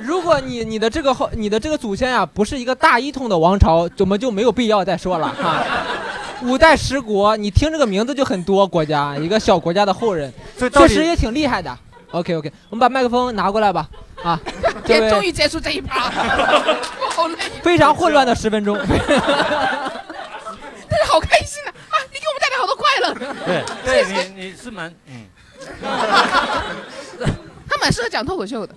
如果你你的这个后你的这个祖先啊，不是一个大一统的王朝，我们就没有必要再说了啊。五代十国，你听这个名字就很多国家，一个小国家的后人，所以到确实底也挺厉害的。OK OK，我们把麦克风拿过来吧。啊，这 (laughs) 哎也终位于结束这一趴， (laughs) 我好累，非常混乱的十分钟。 (laughs) (laughs) 但是好开心啊！啊，你给我们带来好多快乐。对对，你你是蛮嗯，他蛮适合讲脱口秀的。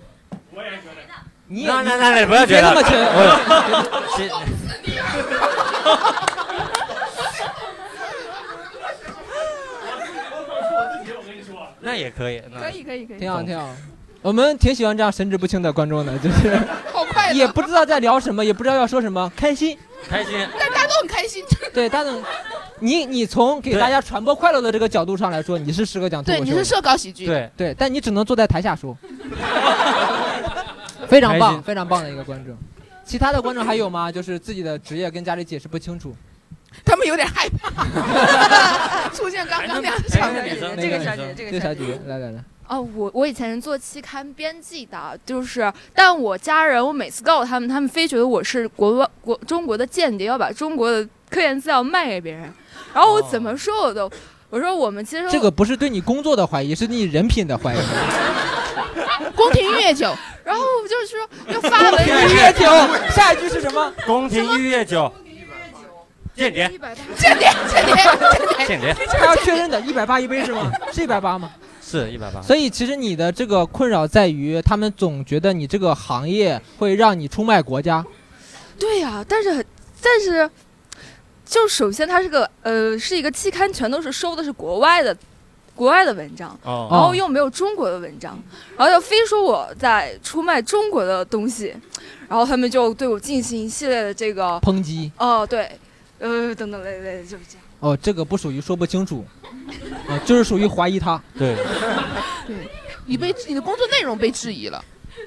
你那那那你不要觉别得那么轻，我其那也可以，那可以可以可以，挺好挺好。我们挺喜欢这样神志不清的观众的，就是 (laughs) 好快乐。也不知道在聊什么，也不知道要说什么，开心。开心。但大家都很开心。就是 (laughs) 对，大总，你你从给对大家传播快乐的这个角度上来说，你是适合讲脱对，口你秀的是。社搞喜剧。对，对，但你只能坐在台下说。 (laughs) 非常开棒，心非常棒的一个观众。其他的观众还有吗？就是自己的职业跟家里解释不清楚。他 (laughs) 们有点 (laughs) 害怕，出现刚刚那样的哎场那面。个女生，这那个女小生姐，这这个小小姐姐。，来来来，哦，我我以前做期刊编辑的，就是，但我家人，我每次告诉他们，他们非觉得我是国外国中国的间谍，要把中国的科研资料卖给别人。然后我怎哦么说我都，我说我们接受这个不是对你工作的怀疑，是对你人品的怀疑。宫廷玉液酒，然后我就是说，又发文 (laughs) 音乐 (laughs) 停，下一句是什么？宫廷玉液酒，间谍，一百八，这点这点这点，间谍还要确认的，一百八一杯是吗？是一百八吗？是一百八。所以其实你的这个困扰在于，他们总觉得你这个行业会让你出卖国家。对呀、但是但是，就首先它是个呃是一个期刊，全都是收的是国外的国外的文章，哦，然后又没有中国的文章，然后又非说我在出卖中国的东西，然后他们就对我进行一系列的这个抨击哦、对，呃等等类类的就是这样。哦，这个不属于说不清楚，啊，就是属于怀疑他。对，你被你的工作内容被质疑了，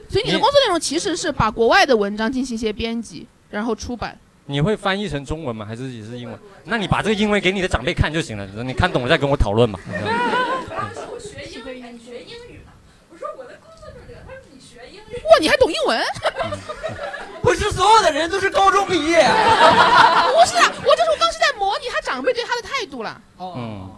所以你的你工作内容其实是把国外的文章进行一些编辑，然后出版。 (laughs) 你会翻译成中文吗？还是也是英文？那你把这个英文给你的长辈看就行了，你看懂了再跟我 (laughs) 讨论嘛。嗯哇，你还懂英 (laughs) 文？不是所有的人都是高中毕 (laughs) 业。不是啊，我就是我刚是在模拟他长辈对他的态度啦。哦嗯，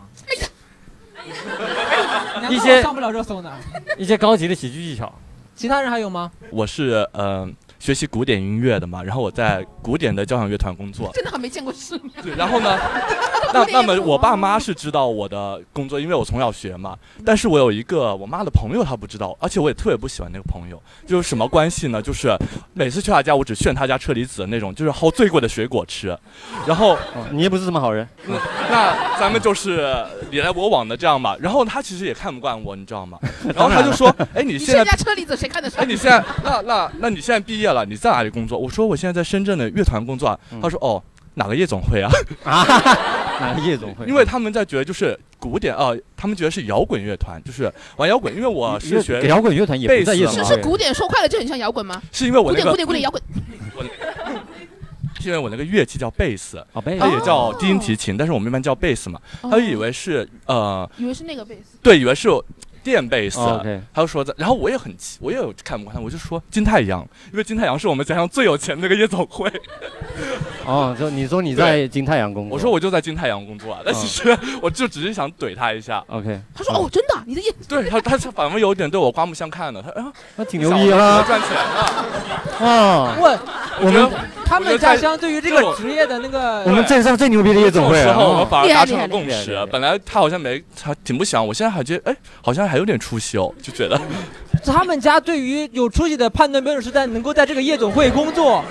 哎呀，一些上不了热搜呢。一些高级的喜剧技巧。其他人还有吗？我是呃学习古典音乐的嘛，然后我在古典的交响乐团工 (laughs) 作。真的还没见过世面。对，然后呢， (laughs) 那那么我爸妈是知道我的工作，因为我从小学嘛。但是我有一个我妈的朋友，她不知道，而且我也特别不喜欢那个朋友。就是什么关系呢？就是每次去她家，我只炫她家车厘子的那种，就是薅最贵的水果吃。然后哦嗯你也不是什么好人。那咱们就是你来我往的这样嘛。然后她其实也看不惯我，你知道 (laughs) 吗？然后她就说：“哎，你你现在这家车厘子谁看得哎，上？你现在那那 (laughs) 那你现在毕业了，你在哪里工作？我说我现在在深圳的乐团工作啊。嗯他说哦，哪个夜总会啊？啊， (laughs) 哪个夜总会？ (laughs) 因为他们在觉得就是古典啊、呃他们觉得是摇滚乐团，就是玩摇滚。因为我是学，摇滚乐团也不在夜总是贝会是，古典说快了就很像摇滚吗？是因为我古那典古个典古典摇滚，是因为我那个乐器叫贝斯，宝哦贝，它也哦叫低音提琴，但是我们一般叫贝斯嘛。他就以为是呃，以为是那个贝斯。对，以为是电贝斯。哦 OK，他就说在，然后我也很气，我也有看不惯他，我就说金太阳，因为金太阳是我们家乡最有钱的那个夜总会。哦，就你说你在金太阳工作，嗯我说我就在金太阳工作啊，但其实我就只是想怼他一下。 OK，嗯他说哦，真的，你的眼对他，他是反而有点对我刮目相看的。他啊，那挺你牛逼啊，啊！赚钱啊！啊，我我们他们家乡对于这个职业的那个，我们镇上最牛逼的夜这总种会时啊，候我们哦反而厉害达厉成害了共厉害厉识啊害。本来他好像没，他挺不喜欢我，现在还觉得哎，好像还有点出息哦，就觉得他们家对于有出息的判断标准是在能够在这个夜总会工作，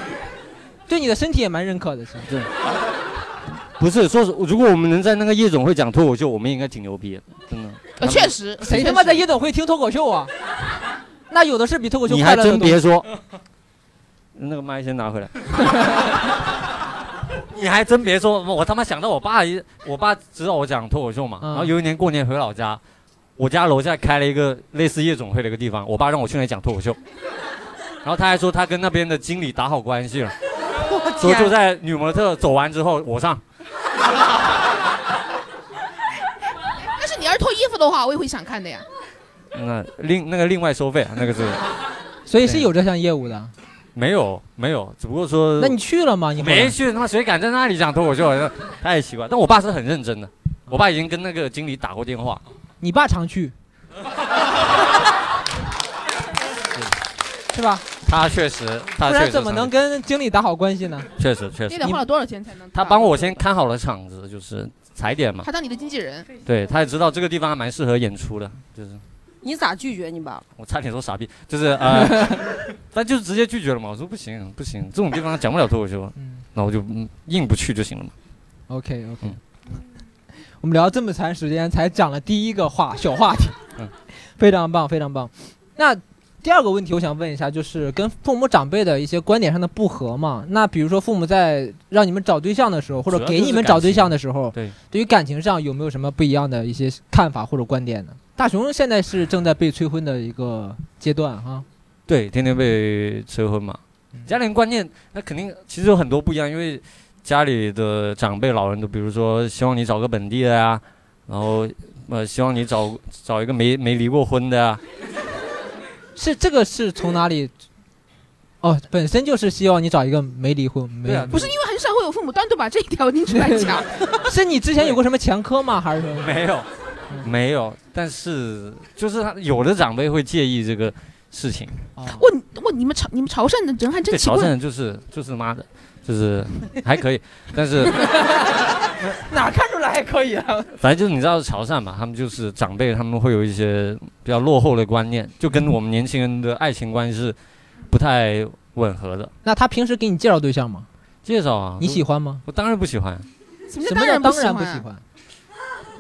对你的身体也蛮认可的。其实不是说是，如果我们能在那个夜总会讲脱口秀，我们应该挺牛逼的，真的。呃确实，谁他妈在夜总会听脱口秀啊？那有的是比脱口秀你快还乐的真东西。别说，那个麦先拿回来。你还真别说，我他妈想到我爸一，我爸知道我讲脱口秀嘛，嗯然后有一年过年回老家，我家楼下开了一个类似夜总会的一个地方，我爸让我去那里讲脱口秀，然后他还说他跟那边的经理打好关系了，说就在女模特走完之后我上，但是人脱衣服的话，我也会想看的呀。那另那个另外收费啊，那个是 (laughs) 所以是有这项业务的。没有没有，只不过说那你去了吗？你后来呃没去，他妈谁敢在那里讲脱口秀？那太奇怪。但我爸是很认真的，我爸已经跟那个经理打过电话。你爸常 (laughs) 去，是吧？他确实，他不确然实怎么能跟经理打好关系呢？确实确你实得，花了多少钱才能？他帮我先看好了场子，就是踩点嘛他。当你的经纪人，对，他也知道这个地方还蛮适合演出的，就是你咋拒绝你爸？我差点说傻逼，就是呃， (laughs) 但就是直接拒绝了嘛。我说不行不行，这种地方讲不了脱口秀，那我就嗯硬不去就行了嘛。 OK OK，、我们聊这么长时间才讲了第一个话小话题，嗯 (laughs) 非常棒非常棒。那第二个问题我想问一下，就是跟父母长辈的一些观点上的不合嘛？那比如说父母在让你们找对象的时候，或者主要给就是你们感找对情象的时候，对对于感情上有没有什么不一样的一些看法或者观点呢？大熊现在是正在被催婚的一个阶段哈，对，天天被催婚嘛，嗯家里人观念那肯定其实有很多不一样，因为家里的长辈老人都比如说希望你找个本地的呀、然后呃希望你找找一个没没离过婚的呀、是这个是从哪里？哦，本身就是希望你找一个没离婚，没对啊不是因为很少会有父母单独把这一条拎出来讲。 (laughs) 是你之前有过什么前科吗？还是什么？没有，没有，但是就是他有的长辈会介意这个事情。哇你哇，你们潮你们潮汕的人还真对，奇潮汕怪人，就是就是妈的，就是还可以， (laughs) 但是哪看出来还可以啊？反正就是你知道潮汕嘛，他们就是长辈，他们会有一些比较落后的观念，就跟我们年轻人的爱情观是不太吻合的。那他平时给你介绍对象吗？介绍啊，你喜欢？欢吗？我当然不喜欢，什么叫什么当叫然当喜然不欢喜啊？欢？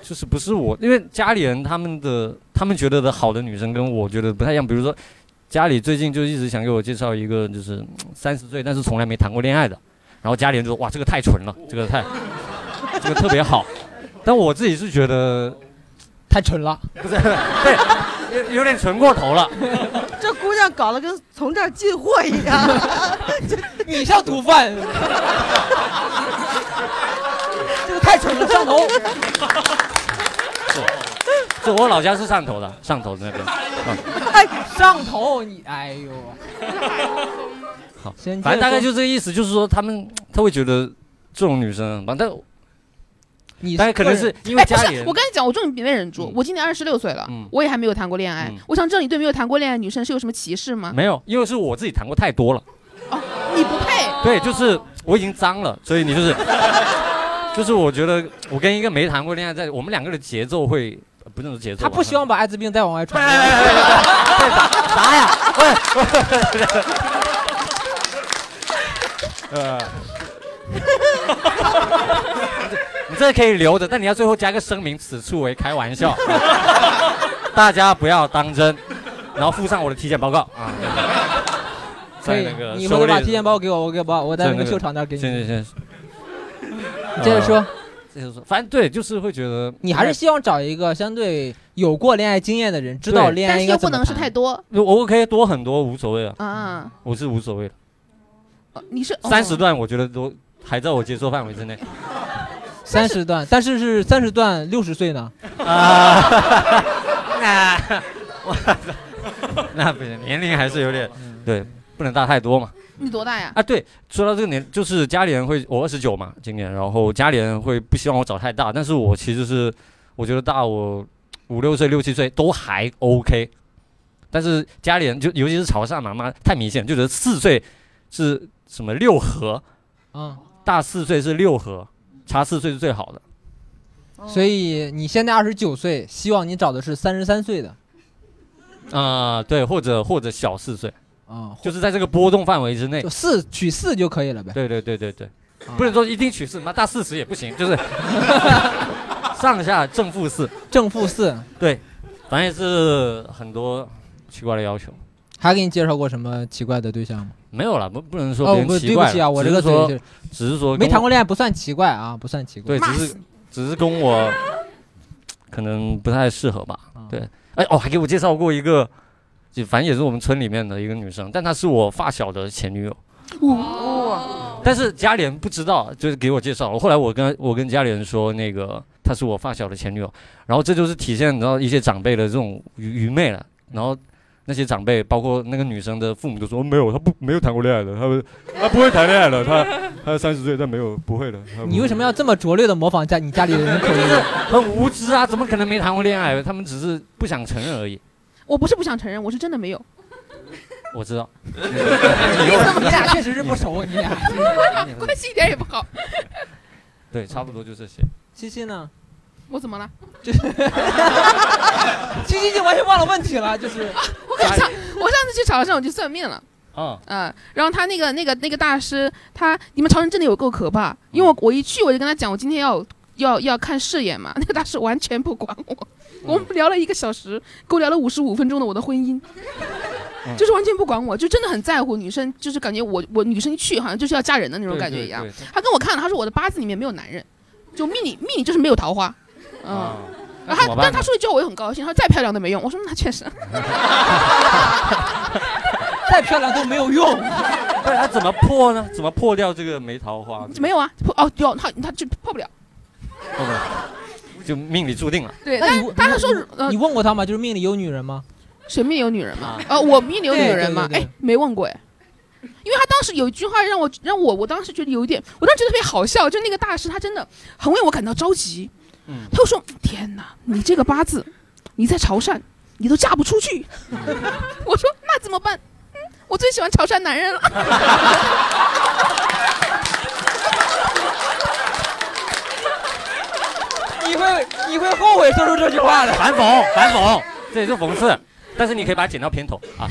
就是不是我，因为家里人他们的他们觉得的好的女生跟我觉得不太一样。比如说，家里最近就一直想给我介绍一个就是嗯三十岁但是从来没谈过恋爱的，然后家里人就说哇这个太纯了， (laughs) 这个太这个特别好。但我自己是觉得太蠢了，不是对，有有点纯过头了。这姑娘搞得跟从这儿进货一 (laughs) 样，你像毒 (laughs) 贩，这个太蠢了，上头。就我老家是汕头的，汕头那边。嗯哎，上头你，哎呦，好先接着说， (laughs) 反正大概就这个意思，就是说他们他会觉得这种女生，反正你大概可能个人是因为哎不家里是，人我跟你讲，我终于别忍住嗯。我今年二十六岁了嗯，我也还没有谈过恋爱嗯。我想知道你对没有谈过恋爱的女生是有什么歧视吗？没有，因为是我自己谈过太多了。哦你不配。对，就是我已经脏了，所以你就是， (laughs) 就是我觉得我跟一个没谈过恋爱在，我们两个的节奏会呃不是说节奏吧，他不希望把艾滋病再往外哎。传。哎哎哎哎哎哎啥呀？喂，呃， (laughs) 你这可以留着，但你要最后加个声明，此处为开玩笑， (laughs) 大家不要当真，然后附上我的体检报告啊。可对以在那，个你狩回头猎把的体检报给我，我给把我在那在那个个秀场那儿给你。行行行，你接着说，这就是呃反正对，就是会觉得你还是希望找一个相对有过恋爱经验的人，知道对恋但爱是应该又不怎么能是谈太多我我 OK 多很多无所谓啊，啊。我是无所谓的。哦你是三十哦段我觉得都还在我接受范围之内三十段，但是是三十段六十岁呢。啊。 (laughs) (laughs) 那我操，那不行，年龄还是有点对，不能大太多嘛。你多大呀？啊，对，说到这个年，就是家里人会，我二十九嘛，今年，然后家里人会不希望我找太大，但是我其实是，我觉得大我五六岁、六七岁都还 OK，但是家里人就尤其是潮汕嘛，妈太明显，就觉得四岁是什么六合，嗯，大四岁是六合，差四岁是最好的。所以你现在二十九岁，希望你找的是三十三岁的啊、对，或者或者小四岁，啊，就是在这个波动范围之内就。四取四就可以了呗。对对对对对，啊不能说一定取四，妈大四十也不行，就是 (laughs) 上下正负四，正负四，反正也是很多奇怪的要求。还给你介绍过什么奇怪的对象吗？没有啊了，不不能说哦别，人不奇对不怪起了、啊，我只这个是嘴说就是只是说没跟谈我过恋爱不算奇怪啊，不算奇怪。对，骂只是只是跟我可能不太适合吧。啊对，哎哦，还给我介绍过一个，就反正也是我们村里面的一个女生，但她是我发小的前女友。 (laughs) 但是家里人不知道，就是给我介绍了。后来我跟我跟家里人说，那个她是我发小的前女友。然后这就是体现你知道一些长辈的这种愚愚昧了。然后那些长辈，包括那个女生的父母，都说没有，她不没有谈过恋爱的，她不她不会谈恋爱的，她她三十岁，但没有不会的。她不你为什么要这么拙劣的模仿家你家里人的口音？很无知啊？怎么可能没谈过恋爱？他们只是不想承认而已。我不是不想承认，我是真的没有。我知道，你 (laughs) 你俩确实是不熟，你俩。 (laughs) 关系一点也不好。 (laughs) 对，差不多就这些。七七呢？我怎么了？ (laughs) 七七已经完全忘了问题了，就是啊我跟上我上次去潮汕，我去算命了。啊，嗯，然后他那个那个那个大师，他你们潮汕真的有够可怕，因为我嗯我一去我就跟他讲，我今天要要要看视野嘛，那 (laughs) 个大师完全不管我，嗯我们聊了一个小时，给我聊了五十五分钟的我的婚姻，嗯就是完全不管我，就真的很在乎女生，就是感觉我我女生去好像就是要嫁人的那种对感觉对一样对对。他跟我看了，他说我的八字里面没有男人，就命里命里就是没有桃花，嗯。啊，那然怎后他，么但办呢他？说一句话我也很高兴，他说再漂亮都没用。我说那确实， (laughs) 再漂亮都没有 (laughs) 用。对他怎么破呢？怎么破掉这个没桃花？没有啊，破哦有他他就破不了。破不了，就命里注定了。对，那但你是但他说呃你问过他吗？就是命里有女人吗？谁命里有女人嘛啊？呃，我命里有女对人嘛？对对哎，没问过哎，因为他当时有一句话让我让我我当时觉得有一点，我当时觉得特别好笑，就那个大师他真的很为我感到着急，嗯他就说：“天哪，你这个八字，你在潮汕你都嫁不出去。” (laughs) 我说：“那怎么办？”嗯，我最喜欢潮汕男人了。 (laughs) 你会你会后悔说出这句话的。反讽，反讽，这也是讽刺，但是你可以把它剪到片头啊。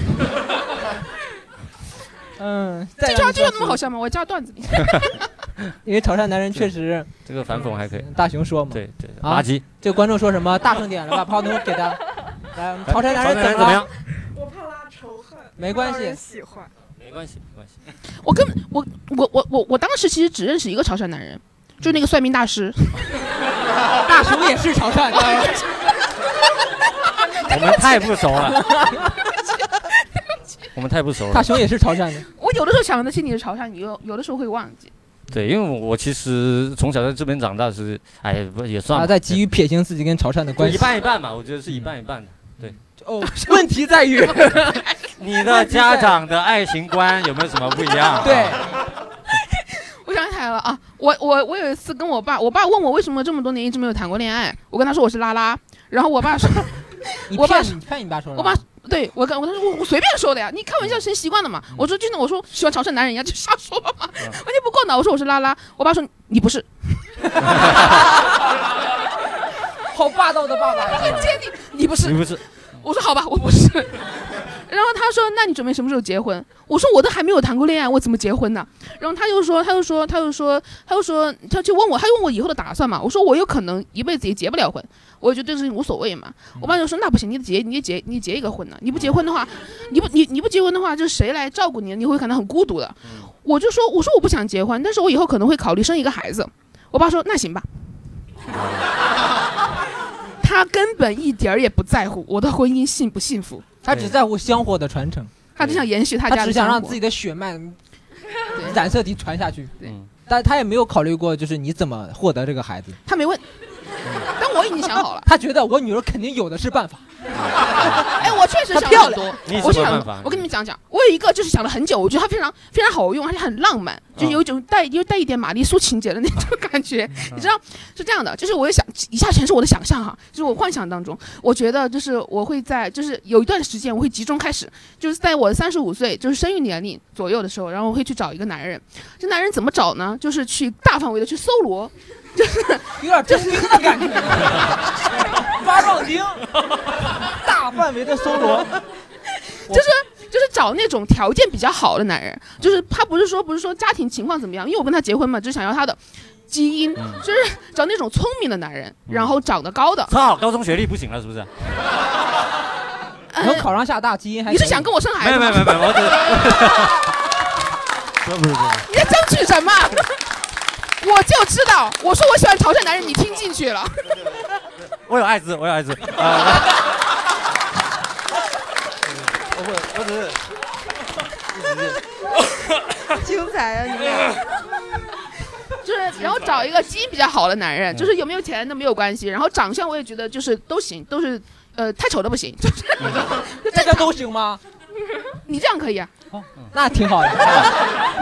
嗯，这再句话让这句话你那么好笑吗？我加段子里。 (laughs) 因为潮汕男人确实，这个反讽还可以。大熊说嘛，对对，啊垃圾。这观众说什么大声点了，把炮筒给他。 (laughs) 来，我们潮汕男朝人南人怎怎么么了？样？我怕拉仇恨，没关系不让人喜欢。没关系，没关系。我根本我我我我我当时其实只认识一个潮汕男人，就那个算命大 (laughs) 师。大熊也是 (laughs) 潮汕的，我们太不熟了。我们太不熟大了。熊也是潮汕的。 (laughs) 我有的时候想得起你是潮汕，你有有的时候会忘记。对，因为我其实从小在这边长大是，哎，不也算吧他啊在急于撇清自己跟潮汕的关一系。半一半嘛，我觉得是一半一半的。 (laughs) (laughs) 哦，问题在于，你的家长的爱情观有没有什么不一样？啊对， (laughs) 我想起来了啊，我我我有一次跟我爸，我爸问我为什么这么多年一直没有谈过恋爱，我跟他说我是拉拉，然后我爸说， (laughs) 你我爸骗你骗你爸说了我吧爸。对我跟我他说我我随便说的呀，你开玩嗯笑成习惯了嘛？我说真的，我说喜欢潮汕男人呀，就瞎说嘛，完嗯全不过 (laughs) 脑。我说我是拉拉，我爸说你不是，好霸道的爸爸呀。 (laughs) 我接你，你不是你，不是我说好吧，我不是。然后他说：“那你准备什么时候结婚？”我说：“我都还没有谈过恋爱，我怎么结婚呢？”然后他又说：“他又说，他又说，他又说，他就问我，他就问我以后的打算嘛。”我说：“我有可能一辈子也结不了婚，我觉得这个事情无所谓嘛。”我爸就说：“那不行，你得结，你得结，你得结一个婚呢。你不结婚的话，你不你你不结婚的话，就是谁来照顾你？你会感到很孤独的。”我就说：“我说我不想结婚，但是我以后可能会考虑生一个孩子。”我爸说：“那行吧。” (laughs) 他根本一点儿也不在乎我的婚姻幸不幸福。他只在乎香火的传承，他只想延续他他家的只想生让活自己的血脉对染色体传下去。对嗯但他也没有考虑过，就是你怎么获得这个孩子。他没问，嗯但我已经想好了。他觉得我女儿肯定有的是办 (laughs) 法。哎，我确实想了漂很多你，我什么想了办法我跟你们讲讲，我有一个就是想了很久，我觉得它非常非常好用，而且很浪漫，嗯就有一种带有带一点玛丽苏情节的那种感觉。嗯你知道是这样的，就是我也想以下全是我的想象哈，就是我幻想当中，我觉得就是我会在就是有一段时间我会集中开始，就是在我三十五岁就是生育年龄左右的时候，然后我会去找一个男人。这男人怎么找呢？就是去大范围的去搜罗，有点征兵的感觉，抓壮丁，大范围的搜罗，就是找那种条件比较好的男人，就是他不是说不是说家庭情况怎么样，因为我跟他结婚嘛，只是想要他的基因，嗯就是找那种聪明的男人，然后长得高的。操，高中学历不行了是不是？哎能考上厦大，基因还哎你是想跟我我生孩没子有吗？没有没有，没有 (laughs) 我只你 (laughs) 在争取 (laughs) 什么？我就知道，我说我喜欢潮汕男人，你听进去了。我有艾滋，我有艾滋。啊，我不，我只是哎精彩啊！你们俩就是，然后找一个基因比较好的男人，就是有没有钱都没有关系。然后长相我也觉得就是都行，都是呃太丑的不行，就是嗯 (laughs) 大家都行吗？哦你这样可以啊。那挺好的。 (laughs)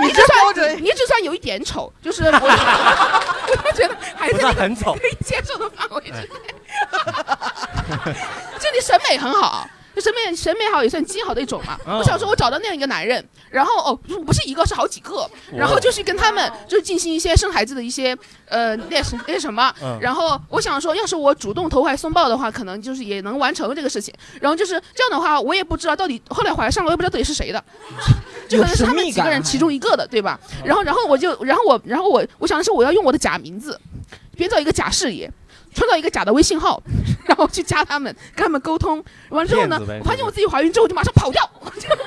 你只算你只算有一点丑，就是我我觉得还不在算很丑可以接受的范围之内。 (laughs) 就你审美很好，就审美审美好也算基因好的一种嘛。嗯我小时候我找到那样一个男人，然后哦不是一个是好几个，然后就是跟他们就是进行一些生孩子的一些呃那什那什么嗯，然后我想说，要是我主动投怀送抱的话，可能就是也能完成这个事情。然后就是这样的话，我也不知道到底后来怀上了，我也不知道到底是谁的。就可能是他们几个人其中一个的，对吧？然后，然后我就，然后我，然后我，我想的是我要用我的假名字，编造一个假事业，创造一个假的微信号， (laughs) 然后去加他们，跟他们沟通。完之后呢骗子呗，我发现我自己怀孕之后，我就马上跑掉， (laughs) 我就我把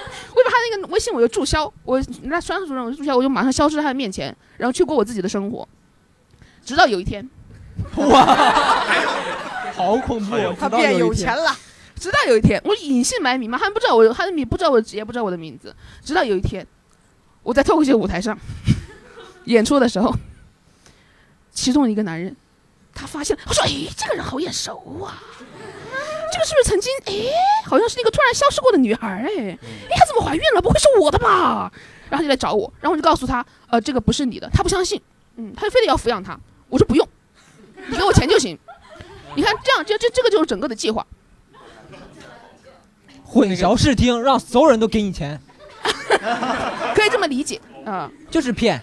他那个微信我就注销，我那删除了，我就注销，我就马上消失在他的面前，然后去过我自己的生活，直到有一天，好恐哎怖！哎他变有钱了。直到有一天，我隐姓埋名嘛，他们不知道我，他们也不知道我的职业，不知道我的名字。直到有一天，我在脱口秀舞台上 (laughs) 演出的时候，其中一个男人，他发现了，他说：“诶，这个人好眼熟啊，这个是不是曾经？诶，好像是那个突然消失过的女孩？诶，嗯诶，她怎么怀孕了？不会是我的吧？”然后他就来找我，然后我就告诉他：“呃，这个不是你的。”他不相信，嗯，他就非得要抚养他。我说不用，你给我钱就行。 (laughs) 你看这样，这这这个就是整个的计划。混淆视听，让所有人都给你钱，可以这么理解嗯啊、就是骗。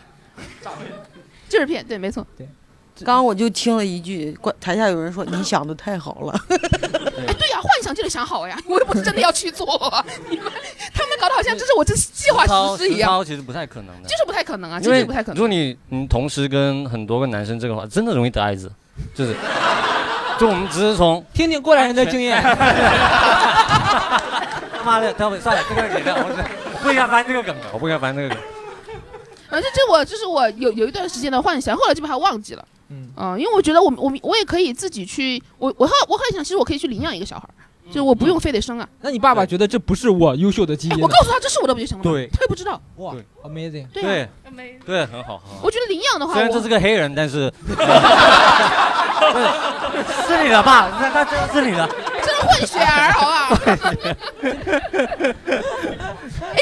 就是骗，对，没错。对， (laughs) 刚刚我就听了一句，观台下有人说你想的太好了，嗯哎，对呀、幻想就得想好呀，我又不是真的要去 (laughs) 做，你们他们搞得好像这是我这计划实实施一样，操其实不太可能的，就是不太可能啊，因就为是不太可如果能。你你同时跟很多个男生这个话，真的容易得艾滋，就是，就我们只是从听听过来人的经 (laughs) 验。他妈的，他们算了，这个剪掉，我是不应该翻这个梗的，我不应该翻这个梗。反正这我就是我有有一段时间的幻想，后来就把它忘记了。嗯、因为我觉得我我我也可以自己去，我我后我幻想其实我可以去领养一个小孩儿，就是我不用非得生啊。嗯那你爸爸觉得这不是我优秀的基因呢？我告诉他这是我的不就行了吗？对他又不知道。哇，amazing！对啊对，很好，很好。我觉得领养的话，虽然这我是个黑人，但是是你的爸，那他真的是你的。这是混血儿，好不好？ (laughs) 哎，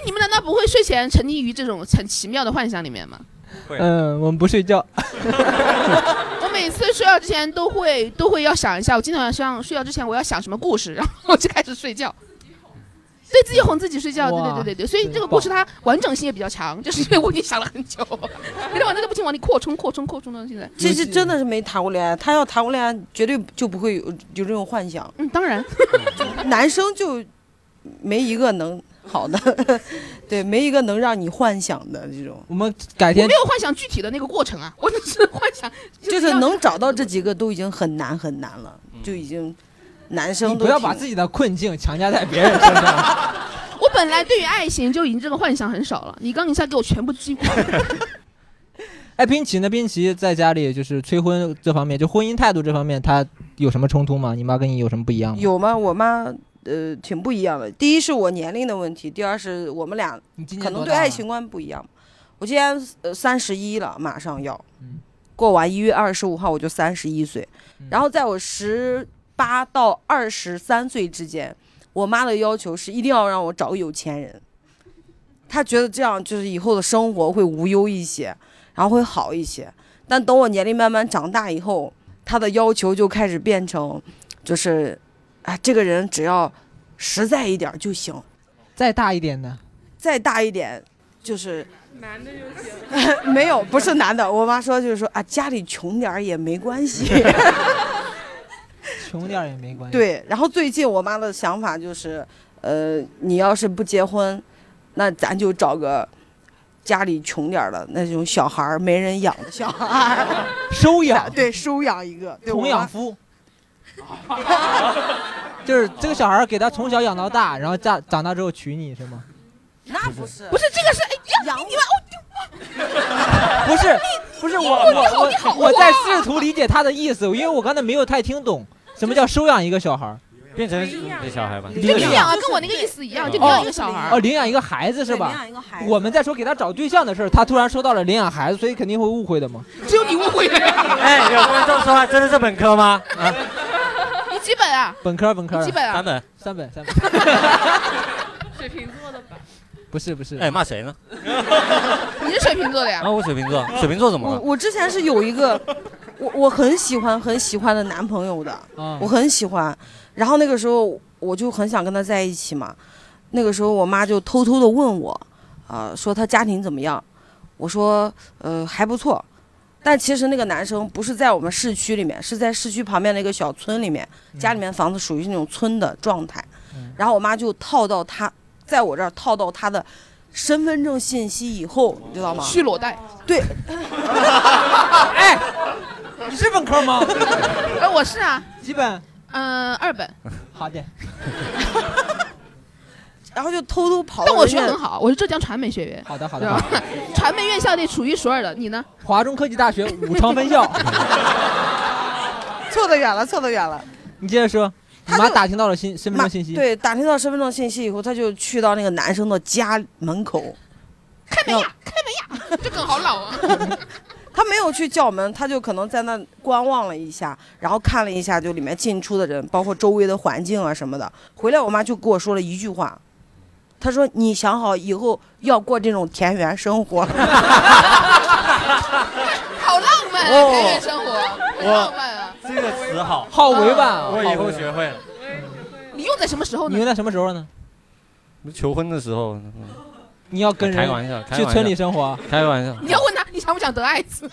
你们难道不会睡前沉溺于这种很奇妙的幻想里面吗？嗯，我们不睡觉。我每次睡觉之前都会都会要想一下，我今天晚上睡觉之前我要想什么故事，然后就开始睡觉。对自己哄自己睡觉，对对哇对对对，所以这个故事它完整性也比较强，就是因为我已经想了很久，每天晚上都不停往里扩充、扩充、扩充到现在。这是真的是没谈过恋爱。他要谈过恋爱，绝对就不会有有这种幻想。嗯，当然，男生就没一个能好的， (laughs) 对，没一个能让你幻想的这种。我们改我没有幻想具体的那个过程啊，我只是幻想 (laughs) 就是能找到这几个都已经很难很难了，就已经男生嗯你都不要挺把自己的困境强加在别人身上。我本来对于爱情就已经这个幻想很少了，你刚一下给我全部击垮。哎，冰淇呢？冰淇在家里就是催婚这方面，就婚姻态度这方面，他有什么冲突吗？你妈跟你有什么不一样吗？ (laughs) 有吗？我妈呃挺不一样的。第一是我年龄的问题，第二是我们俩可能多对大爱了情观不一样。我今年呃三十一了，马上要，嗯过完一月二十五号我就三十一岁。然后在我十八到二十三岁之间，我妈的要求是一定要让我找个有钱人。她觉得这样就是以后的生活会无忧一些，然后会好一些。但等我年龄慢慢长大以后，她的要求就开始变成，就是，啊，这个人只要实在一点儿就行，再大一点呢？再大一点 (laughs) 就是男的就行。没有，不是男的。我妈说就是说啊，家里穷点儿也没关 (laughs) 系。穷点儿也没关系。，对，然后最近我妈的想法就是，呃，你要是不结婚，那咱就找个家里穷点儿的那种小孩儿没人养的小孩儿， (laughs) 收养。 (laughs) 对，收养一个，对童养夫。就是这个小孩儿给他从小养到大，然后长长大之后娶你是吗？那不是，不是这个是哎呀，你们不是，不是我你好我你好我我在试图理解他的意思，因为我刚才没有太听懂什么叫收养一个小孩儿。变成那小孩吧。对，领养啊，跟我那个意思一样，就领养一个小孩儿。哦，领养一个孩子是吧？对领养一个孩子我们在说给他找对象的事儿，他突然说到了领养孩子，所以肯定会误会的嘛。只有你误会了。 (laughs) 哎，有观众说真的是本科吗？啊，你几本啊？本科本科你几本啊三本三本三本， (laughs) 水瓶座的吧？不是不是。哎，骂谁呢？哦你是水瓶座的呀？啊，我水瓶座，水瓶座怎么我了？我之前是有一个，我我很喜欢很喜欢的男朋友的，嗯我很喜欢。然后那个时候我就很想跟他在一起嘛。那个时候我妈就偷偷的问我，啊、说他家庭怎么样？我说，呃，还不错。但其实那个男生不是在我们市区里面，是在市区旁边的一个小村里面，嗯家里面房子属于那种村的状态。然后我妈就套到他，在我这儿套到他的身份证信息以后，你知道吗？蓄裸贷。对， (laughs) 哎，你 (laughs) 是本科吗？哎，我是啊。几本？嗯，二本。好的。然后就偷偷跑但到我人学家。得很好，我是浙江传媒学院。好的好的。传媒院校内数一数二的，你呢？华中科技大学武昌分校。凑得远了，凑得远了。你接着说，你妈打听到了信身份证信息，对，打听到身份证信息以后，他就去到那个男生的家门口，开门呀，开门呀，这 (laughs) 梗好老啊。 (laughs) 他没有去叫门，他就可能在那观望了一下，然后看了一下就里面进出的人，包括周围的环境啊什么的。回来，我妈就跟我说了一句话，她说：“你想好以后要过这种田园生活了。”哦 (laughs) 好浪漫啊，田园生活，很浪漫啊。这个词好，好委婉啊我以后学会了。你用在什么时候你呢们？在什么时候呢？求婚的时候，你要跟开玩笑人，开玩笑去村里生活，开玩笑，你要问他，你想不想得艾 (laughs) 滋？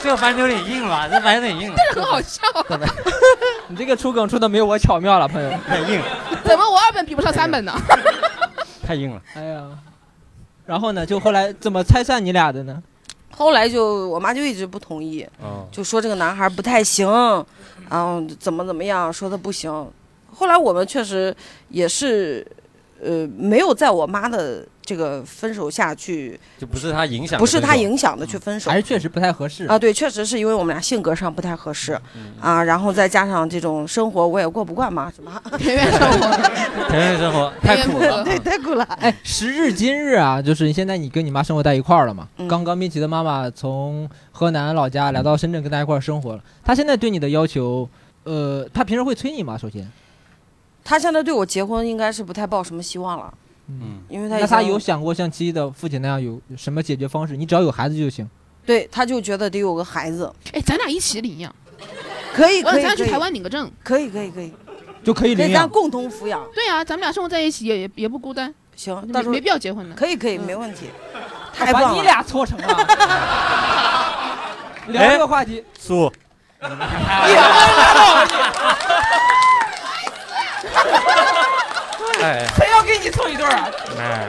这个翻有点硬了，这翻有点硬了，但是很好笑。你这个出梗出的没有我巧妙了，朋友。太硬，怎么我二本比不上三本呢？太硬了。哎呀，然后呢，就后来怎么拆散你俩的呢？后来就我妈就一直不同意，哦，就说这个男孩不太行，然后怎么怎么样，说他不行。后来我们确实也是，呃，没有在我妈的这个分手下去，就不是他影响的分手，嗯不是他影响的去分手还是确实不太合适啊，？对，确实是因为我们俩性格上不太合适嗯啊，然后再加上这种生活我也过不惯嘛，什 (laughs) 么田园生活， (laughs) 田园生活哎 (laughs) 太苦了。对，太苦了，哎，时至今日啊，就是你现在你跟你妈生活在一块儿了嘛？嗯刚刚冰淇的妈妈从河南老家来到深圳跟她一块儿生活了，她现在对你的要求，呃，她平时会催你吗？首先，他现在对我结婚应该是不太抱什么希望了，嗯，因为他已那她经有想过像七的父亲那样有什么解决方式？你只要有孩子就行。对，他就觉得得有个孩子，哎，咱俩一起领养，可以我想可以咱俩可去以台湾领个证。可以可以可以，(laughs) 就可以可领以啊咱养。共同抚养，对啊，咱们俩生活在一起也也也不孤单，行，到没时候没必要结婚的。嗯可以可以，没问题，太把棒你了。俩搓成了。 (laughs) 聊这个话题，哎叔，哎非要给你凑一对儿啊？哎，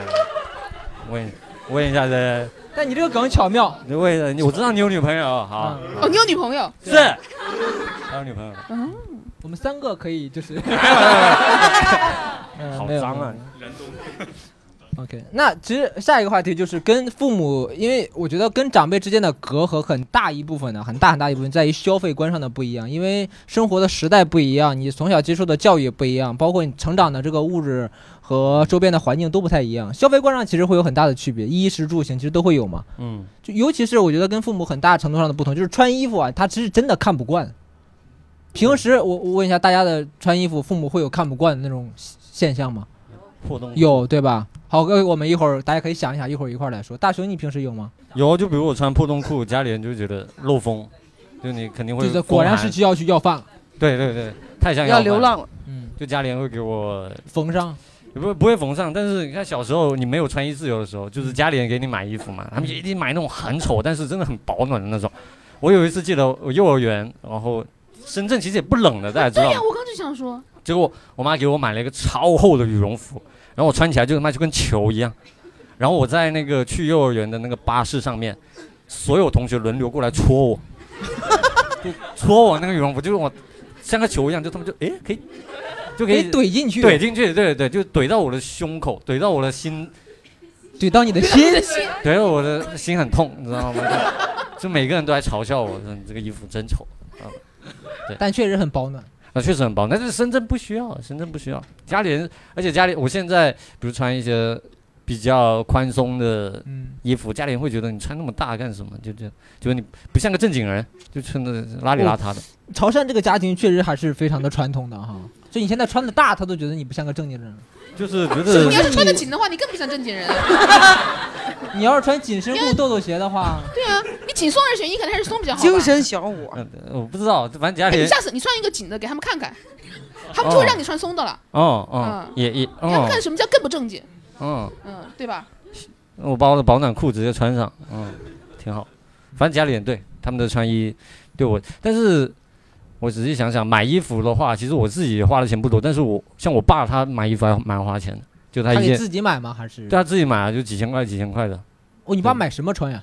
问问一下这，但你这个梗巧妙，你问一下你，我知道你有女朋友，好，嗯好哦，你有女朋友？是，还有女朋友，我们三个可以就是，嗯 (laughs) 好没有脏啊！ OK，那其实下一个话题就是跟父母，因为我觉得跟长辈之间的隔阂很大一部分呢，很大很大一部分在于消费观上的不一样，因为生活的时代不一样，你从小接受的教育也不一样，包括你成长的这个物质和周边的环境都不太一样，消费观上其实会有很大的区别，衣食住行其实都会有嘛。嗯，就尤其是我觉得跟父母很大程度上的不同，就是穿衣服啊，他其实真的看不惯。平时我我问一下大家的穿衣服，父母会有看不惯的那种现象吗？破洞有对吧？好，各位，我们一会儿大家可以想一想，一会儿一块儿来说。大熊，你平时有吗？有，就比如我穿破洞裤，家里人就觉得漏风，就你肯定会就风是寒，果然是需要去要饭了，对对对，太像要饭流，浪了，嗯，就家里人会给我缝上。也不不会缝上，但是你看小时候你没有穿衣自由的时候，就是家里人给你买衣服嘛，他们一定买那种很丑，但是真的很保暖的那种。我有一次记得我幼儿园，然后深圳其实也不冷的，大家知对道呀，吗？我刚就想说，结果我妈给我买了一个超厚的羽绒服，然后我穿起来就他妈就跟球一样。然后我在那个去幼儿园的那个巴士上面，所有同学轮流过来戳我，就戳我那个羽绒服，就是我像个球一样，就他们就诶可以，就可给以怼进去，怼进去，对对对，就怼到我的胸口，怼到我的心，怼到你的心。怼到我的心很痛，你知道吗？就就每个人都在嘲笑我，说你这个衣服真丑啊！对，但确实很保暖。啊，确实很棒，但是深圳不需要，深圳不需要。家里人，而且家里，我现在比如穿一些比较宽松的嗯衣服，家里人会觉得你穿那么大干什么？就这样，觉得你不像个正经人，就穿的邋里邋遢的。哦潮汕这个家庭确实还是非常的传统的哈，就你现在穿的大，他都觉得你不像个正经人。就是觉是你要是你穿得紧的话，你更不像正经人。你要是穿紧身裤、豆豆鞋的话，对啊，你紧松二选一，肯定还是松比较好吧。小我。嗯，我不知道，反正家哎里你人。下次你穿一个紧的给他们看看，他们就会让你穿松的了。哦哦，也也让他们哦看什么叫更不正经，哦，嗯，对吧？我把我的保暖裤直接穿上，嗯，挺好。反正家里人对他们的穿衣对我，但是我仔细想想，买衣服的话，其实我自己花的钱不多，但是我像我爸他买衣服还蛮花钱的，就他一给件自己买吗？还是对他自己买啊，就几千块几千块的。哦，你爸买什么穿呀？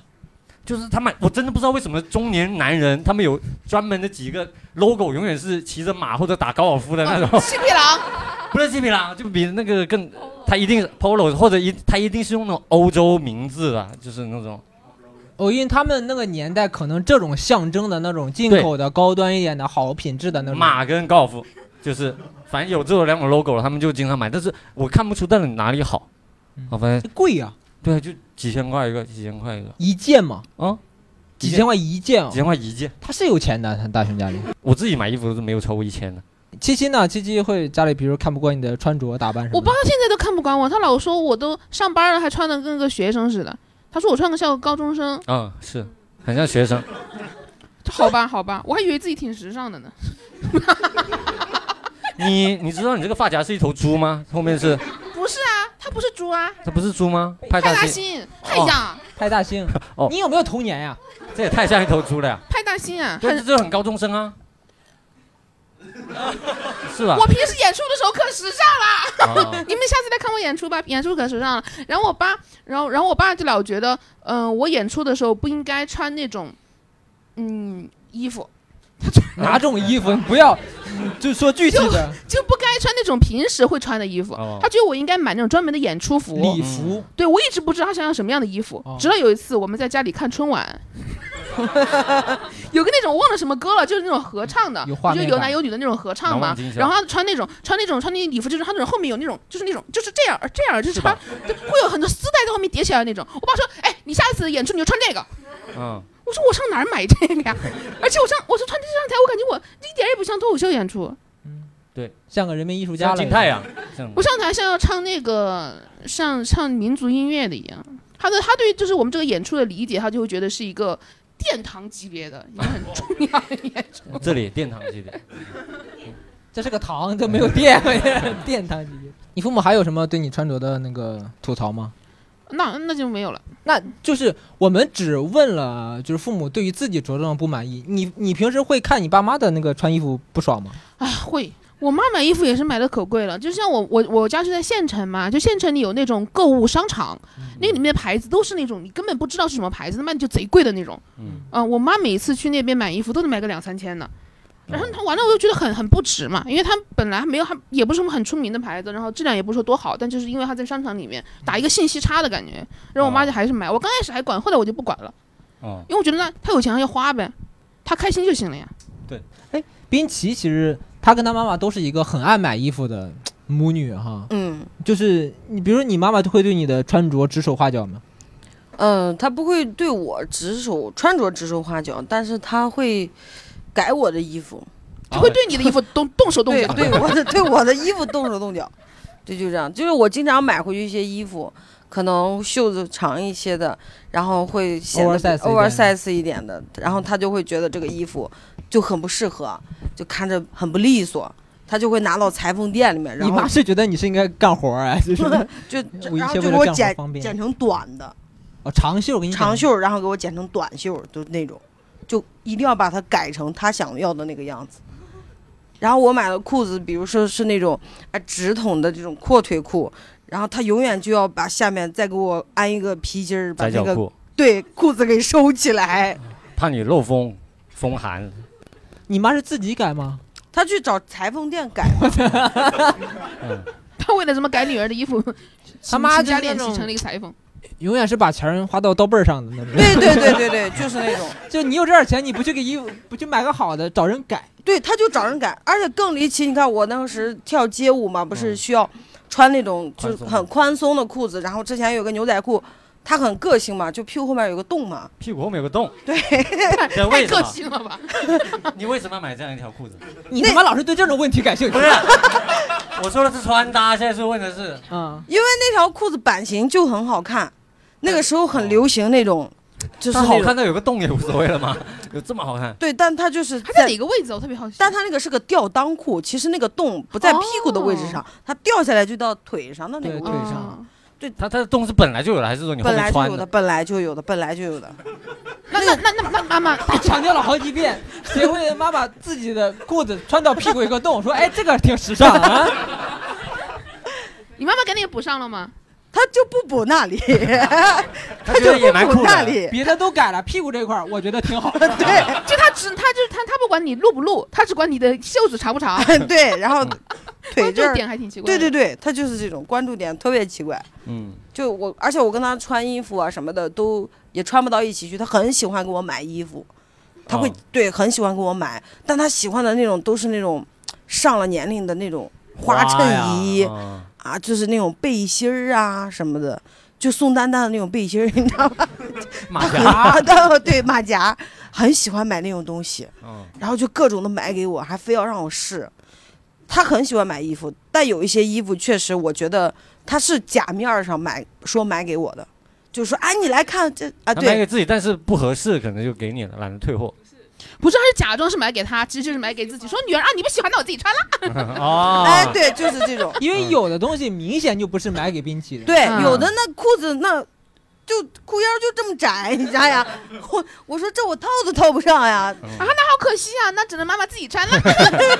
就是他买，我真的不知道为什么中年男人他们有专门的几个 logo，永远是骑着马或者打高尔夫的那种。哦七匹狼， (laughs) 不是七匹狼，就比那个更，他一定是 polo 或者一他一定是用那种欧洲名字的，就是那种。哦，因为他们那个年代可能这种象征的那种进口的高端一点的好品质的那种马跟高尔夫，就是反正有这种两种 logo 了，他们就经常买，但是我看不出到底哪里好，我发现嗯贵啊呀、对，就几千块一个，几千块一个，一件嘛，啊，几千块一件、哦，几千块一件。他是有钱的，他大熊家里。我自己买衣服都没有超过一千的。七七呢？七七会家里，比如看不惯你的穿着打扮什我么的。爸现在都看不惯我，他老说我都上班了还穿的跟个学生似的。他说我穿个像个高中生，嗯，是，很像学生。好吧好吧，我还以为自己挺时尚的呢。你你知道你这个发夹是一头猪吗？后面是，不是啊，他不是猪啊，它不是猪吗？派派大大星星，，哎哦呀，派大星，哦，你有没有童年呀、这也太像一头 (laughs) 猪了呀！派大星啊，对，很这就很高中生啊， (laughs) 是吧我？平时演出的时候可时尚了，(laughs) 哦你们下次来看我演出吧，演出可时尚了。然后我爸，然后然后我爸就老觉得，嗯、我演出的时候不应该穿那种，嗯，衣服，嗯哪种衣服？你不要，就说具体的就 (laughs) 不该穿那种平时会穿的衣服。哦他觉得我应该买那种专门的演出服。礼服。哦对，我一直不知道他想要什么样的衣服，直到有一次我们在家里看春晚， (laughs) 有个那种忘了什么歌了，就是那种合唱的，有画就面有感男有女的那种合唱难嘛忘今。宵然后他穿那种穿那种穿那礼服，就是他那种后面有那种就是那种就是这样这样就是穿，对会有很多丝带在后面叠起来的那种。我爸说：“哎，你下次演出你就穿这个。”嗯，我说我上哪儿买这个呀？ (laughs) 而且我上我说穿这上台，我感觉我一点也不像脱口秀演出。对，像个人民艺术家像了。金太阳，像我上台像要唱那个像唱民族音乐的一样，他的他对于就是我们这个演出的理解，他就会觉得是一个殿堂级别的，也哦很重要的演出。这里殿堂级别。这是个堂，这没有殿， (laughs) 殿堂级别。你父母还有什么对你穿着的那个吐槽吗？ (laughs) 那那就没有了。那就是我们只问了，就是父母对于自己着装不满意。你你平时会看你爸妈的那个穿衣服不爽吗？啊，会。我妈买衣服也是买的可贵了，就像我我我家是在县城嘛，就县城里有那种购物商场，嗯那里面的牌子都是那种你根本不知道是什么牌子，那么就贼贵的那种。嗯，啊，我妈每次去那边买衣服都能买个两三千的，然后她完了我就觉得很很不值嘛，因为她本来没有，她也不是什么很出名的牌子，然后质量也不是说多好，但就是因为她在商场里面打一个信息差的感觉，然后我妈就还是买。我刚开始还管，后来我就不管了，哦，因为我觉得那她有钱她就花呗，她开心就行了呀。对，哎，冰淇其实她跟她妈妈都是一个很爱买衣服的母女哈。嗯，就是你，比如说你妈妈就会对你的穿着指手画脚吗？嗯，他不会对我指手穿着指手画脚，但是他会改我的衣服，他啊会对你的衣服动动手动脚对对我的对我的衣服动手动脚，对，就这样。就是我经常买回去一些衣服，可能袖子长一些的，然后会显得 oversize 一点的 oversize 一点的，然后他就会觉得这个衣服就很不适合，就看着很不利索，他就会拿到裁缝店里面，然你后妈是觉得你是应该干活儿啊，就是 (laughs) 就我一然后切就给为了我干活剪方便剪成短的，哦长袖，给你长袖，然后给我剪成短袖，就那种，就一定要把它改成他想要的那个样子。然后我买的裤子，比如说是那种啊直筒的这种阔腿裤，然后他永远就要把下面再给我安一个皮筋儿，把窄那脚个裤对裤子给收起来。怕你漏风，风寒。你妈是自己改吗？他去找裁缝店改， (laughs) 他为了什么改女儿的衣服，他妈倾 (laughs) 就家是那练习种成了一个裁缝。永远是把钱花到刀背儿上的那种。对对对对对，就是那种。 (laughs) 就你有这点钱，你不去给衣服，不去买个好的，找人改。对，他就找人改，而且更离奇。你看我当时跳街舞嘛，不是需要穿那种就是宽松的很嗯宽松的裤子，然后之前有个牛仔裤，它很个性嘛，就屁股后面有个洞嘛。屁股后面有个洞，对，对为什么个性了吧？你为什么要买这样一条裤子？你他妈老是对这种问题感兴趣。不是， (laughs) 我说的是穿搭，现在是问的是，嗯，因为那条裤子版型就很好看，那个时候很流行那种，哦就是它那好种看到有个洞也无所谓了嘛，有这么好看？对，但它就是它在哪个位置？我特别好奇。但它那个是个吊裆裤，其实那个洞不在屁股的位置上，它掉下来就到哦腿上的那个位置上。对，它它的洞是本来就有的，还是说你后本来面就穿有的，？本来就有的，本来就有的。那那那那那妈妈， (laughs) 强调了好几遍，谁会妈把自己的裤子穿到屁股一个洞？说哎，这个挺时尚 (laughs) 啊。你妈妈给你补上了吗？他就不补那 (laughs) 里，他觉得也蛮酷的别的都改了，屁股这块儿我觉得挺好。 (laughs) 对， (laughs) 就他只他就是他他不管你露不露，他只管你的袖子长不 (laughs) 长。对，然后腿 (laughs) 关注这儿点还挺奇怪。对对，对，他就是这种关注点特别奇怪。嗯，就我，而且我跟他穿衣服啊什么的都也穿不到一起去。他很喜欢给我买衣服，他会、哦对很喜欢给我买，但他喜欢的那种都是那种上了年龄的那种花衬衣花呀嗯啊，就是那种背心儿啊什么的，就宋丹丹的那种背心儿，你知道吗？马啊，他 (laughs) 对马甲很喜欢买那种东西，嗯然后就各种的买给我，还非要让我试。他很喜欢买衣服，但有一些衣服确实，我觉得他是假面儿上买，说买给我的，就说哎，你来看这啊，他买对，给自己，但是不合适，可能就给你了，懒得退货。 (laughs) 不是，他是假装是买给他，其实就是买给自己。说女儿啊，你不喜欢，那我自己穿了。 (laughs) 嗯哦哎，对，就是这种，因为有的东西明显就不是买给冰淇淋。对，嗯有的那裤子那就裤腰就这么窄，你想想， (laughs) 我我说这我套都套不上呀，嗯啊，那好可惜啊，那只能妈妈自己穿了。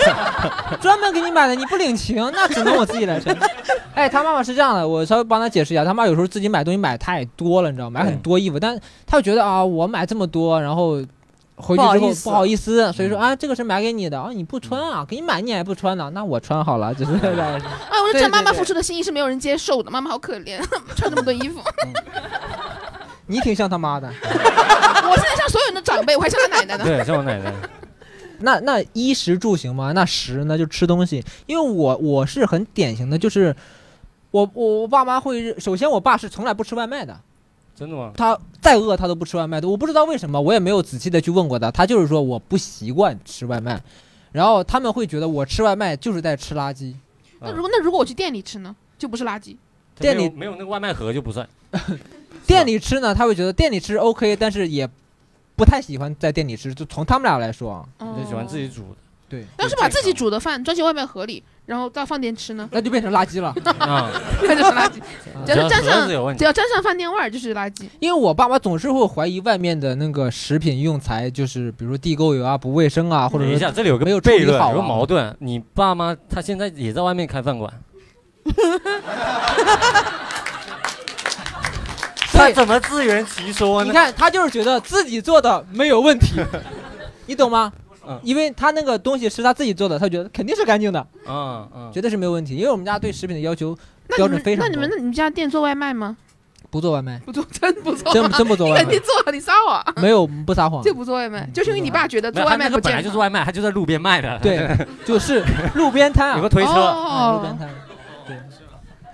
(laughs) 专门给你买的，你不领情，那只能我自己来穿。 (laughs) 哎，他妈妈是这样的，我稍微帮他解释一下，他妈有时候自己买东西买太多了，你知道吗，买很多衣服，但他就觉得啊，我买这么多，然后。回去不好之后意思不好意思，所以说啊，这个是买给你的啊，你不穿啊，给你买你也不穿呢，那我穿好 (laughs) 了，就是这样。哎，我说对这妈妈对对付出的心意是没有人接受的，妈妈好可怜， (laughs) 穿这么多衣服。你挺像他妈的。我现在像所有人的长辈，我还像他奶奶呢。对，像我 (laughs) 奶奶。那那衣食住行嘛，那食呢就吃东西，因为我我是很典型的，就是我我我爸妈会，首先我爸是从来不吃外卖的，真的吗？他再饿他都不吃外卖的，我不知道为什么，我也没有仔细的去问过他，他就是说我不习惯吃外卖，然后他们会觉得我吃外卖就是在吃垃圾，那如果那如果我去店里吃呢，就不是垃圾。店没有里没有那个外卖盒就不算。啊店里吃呢，他会觉得店里吃 OK，但是也不太喜欢在店里吃，就从他们俩来说啊，哦就喜欢自己煮的。对，要是把自己煮的饭装进外卖盒里，然后到饭店吃呢，那就变成垃圾了。啊， (laughs) 那就是垃 (laughs) 圾。只要沾盒子有上问题只要沾上饭店味儿就是垃圾。因为我爸妈总是会怀疑外面的那个食品用材，就是比如说地沟油啊、不卫生啊，或者等说嗯一下，这里有个没有处悖理论，好、啊、有个矛盾。你爸妈他现在也在外面开 (laughs) 饭馆，他怎么自圆其说呢？你看，他就是觉得自己做的没有问 (laughs) 题，你懂吗？因为他那个东西是他自己做的，他觉得肯定是干净的，嗯嗯，绝对是没有问题。因为我们家对食品的要求那标你准们非嗯常那高，你们那啊你们家店做外卖吗？不做外卖，不做，真不做，真真不做你外卖肯定做了，啊你撒谎。没有不撒嗯谎，就不做外卖，就是因为你爸觉得没做有他外卖那个不本健来康。就是外卖，他就在路边卖的。 (laughs) 对，就是路边摊、啊，有个推车，哦路边摊，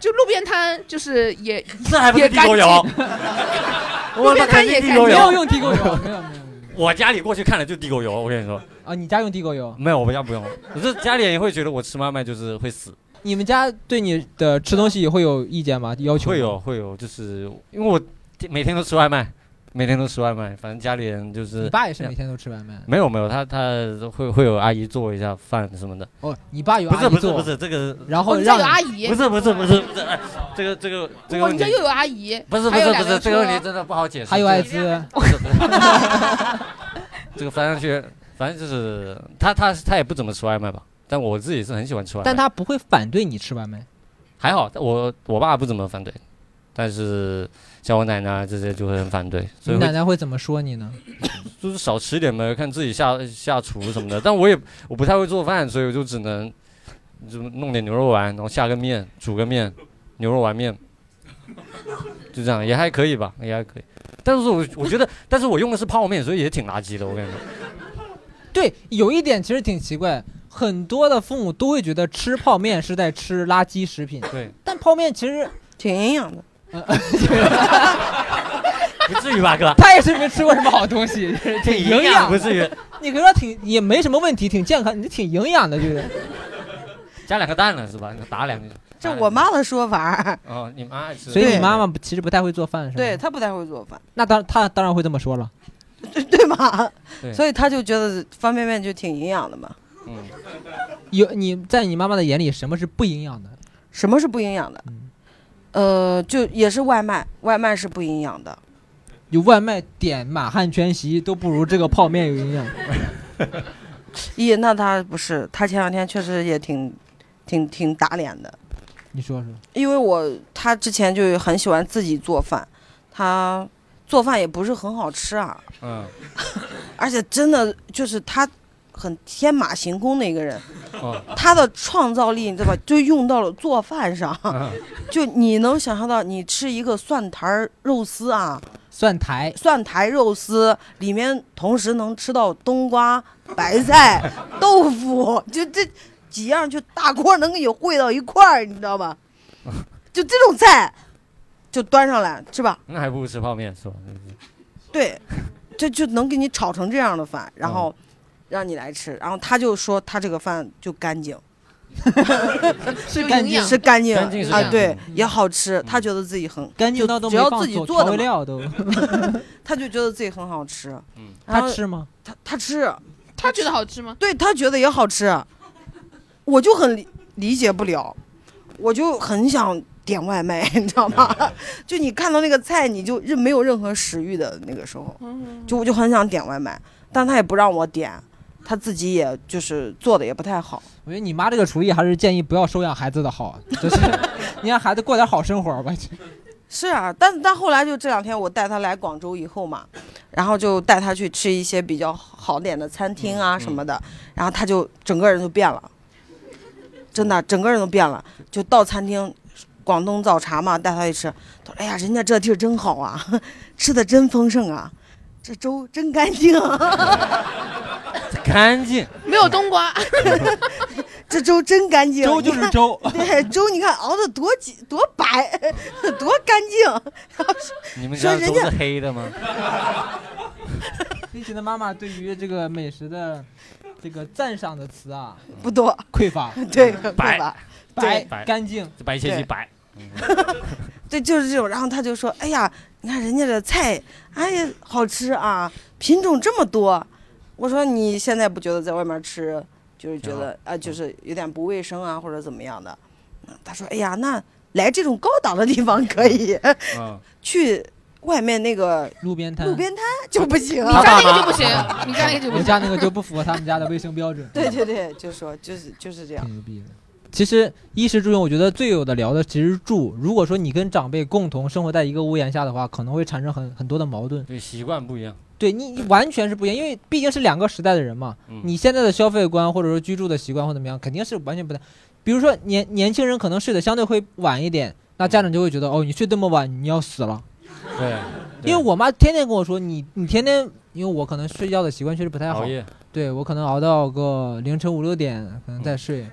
就路边摊，就是也 (laughs) 这还不也是地干沟净。？油路边摊也地干沟净，油，地沟油，没有没有。我家里过去看了就地沟油，我跟你说，啊，你家用地沟油？没有，我们家不用。我这家里人会觉得我吃外卖就是会死，你们家对你的吃东西会有意见吗？要求吗会有会有，就是因为我天每天都吃外卖，每天都吃外卖，反正家里人就是。你爸也是每天都吃外卖。啊没有没有，他他会会有阿姨做一下饭什么的。哦，你爸有不阿是姨不是做，不是这个，然后哦你家让有阿姨不是不是不是不是，哎这个这个这个哇，哦问你题 (laughs) 这又有阿姨，不是不还有是两不是辆这个问车题真的不好解释。还有这个艾滋，不是不是 (laughs) 这个翻上去，反正就是他他他也不怎么吃外卖吧，但我自己是很喜欢吃外 (laughs) 卖。但他不会反对你吃外卖。还好，我我爸不怎么反对，但是像我奶奶这些就会很反对，你所以奶会奶会怎么说你呢？就是少吃点呗，看自己下下厨什么的。但我也我不太会做饭，所以我就只能就弄点牛肉丸，然后下个面，煮个面，牛肉丸面。就这样也还可以吧，也还可以。但是我我觉得，但是我用的是泡面，所以也挺垃圾的。我跟你说，对，有一点其实挺奇怪，很多的父母都会觉得吃泡面是在吃垃圾食品。对，但泡面其实挺营养的。不至于吧，哥？他也是没吃过什么好东 (laughs) 西，挺营养营养的，不至于。你可以说挺也没什么问题，挺健康，你挺营养的，就是。加两个蛋了是吧？打两个。这我妈的说法 (laughs) 儿。哦，你妈爱吃。所以你妈妈不其实不太会做饭，是吧？对她不太会做饭，那当她当然会这么说了。对 (laughs) 吧？对所以她就觉得方便面就挺营养的嘛。有你在你妈妈的眼里，什么是不营养的？什么是不营养的？嗯呃，就也是外卖，外卖是不营养的。有外卖点满汉全席都不如这个泡面有营养。 (laughs) 咦，那她不是，她前两天确实也挺，挺挺打脸的。你说说，因为我她之前就很喜欢自己做饭，她做饭也不是很好吃啊，嗯，而且真的就是她很天马行空的一个人，哦，她的创造力你知道吧，就用到了做饭上。嗯 (laughs) 就你能想象到，你吃一个蒜苔儿肉丝啊，蒜苔蒜苔肉丝里面同时能吃到冬瓜、白菜、豆腐，就这几样就大锅能给你烩到一块儿，你知道 (laughs) 吧？就这种菜，就端上来是吧？那还不如吃泡面是吧？ (laughs) 对，就就能给你炒成这样的饭，然嗯后让你来吃，然后他就说他这个饭就干净。是干净是干净干净是啊干，净嗯对，也好吃。他觉得自己很干净就到都只没要放自己佐做调的味嘛料都。他就觉得自己很好吃。嗯，他吃吗？他他吃，他觉得好吃吗？对他觉得也好吃，我就很理理解不了，我就很想点外卖， (laughs) 你知道吗？就你看到那个菜，你就任没有任何食欲的那个时候，就我就很想点外卖，但他也不让我点，他自己也就是做的也不太好。我觉得你妈这个厨艺还是建议不要收养孩子的好，啊就是 (laughs) 你让孩子过点好生活吧。是啊，但但后来就这两天我带他来广州以后嘛，然后就带他去吃一些比较好点的餐厅嗯啊什么的，然后他就整个人就变了，真的整个人都变了。就到餐厅，广东早茶嘛，带他去吃，他说：“哎呀，人家这地儿真好啊， (laughs) 吃的真丰盛啊，这粥真干净、 (laughs) 啊，干净。没有冬 (laughs) 瓜， (laughs) 这粥真干净。粥就是粥你看对，粥你看熬的多紧多白， (laughs) 多干净。”然后说你们说家人都家是黑的吗？飞奇的妈妈对于这个美食的这个赞赏的词啊，不多，，匮乏 (laughs) 对，匮白乏，白对干净，白切鸡对白。对，就是这种。然后他就说：“哎呀，你看人家的菜，哎呀，好吃啊，品种这么多。”我说：“你现在不觉得在外面吃，就是觉得嗯啊，就是有点不卫生啊，或者怎么样的？”嗯他说：“哎呀，那来这种高档的地方可以，嗯， (laughs) 去外面那个路边摊，路边摊就不呃行。你家那个就不 (laughs) (laughs) 行，你家那个就不我行。家那个就不符合他们家的卫生标准。对对对，就说就是就是这样。牛逼的。其实衣食住用，我觉得最有的聊的其实是住。如果说你跟长辈共同生活在一个屋檐下的话，可能会产生很很多的矛盾。对，习惯不一样。对你你完全是不一样，因为毕竟是两个时代的人嘛。嗯你现在的消费观或者说居住的习惯或怎么样，肯定是完全不太。比如说年年轻人可能睡得相对会晚一点，那家长就会觉得哦，你睡这么晚，你要死了。对，对因为我妈天天跟我说，你你天天，因为我可能睡觉的习惯确实不太好熬，夜。对我可能熬到个凌晨五六点，可能再睡。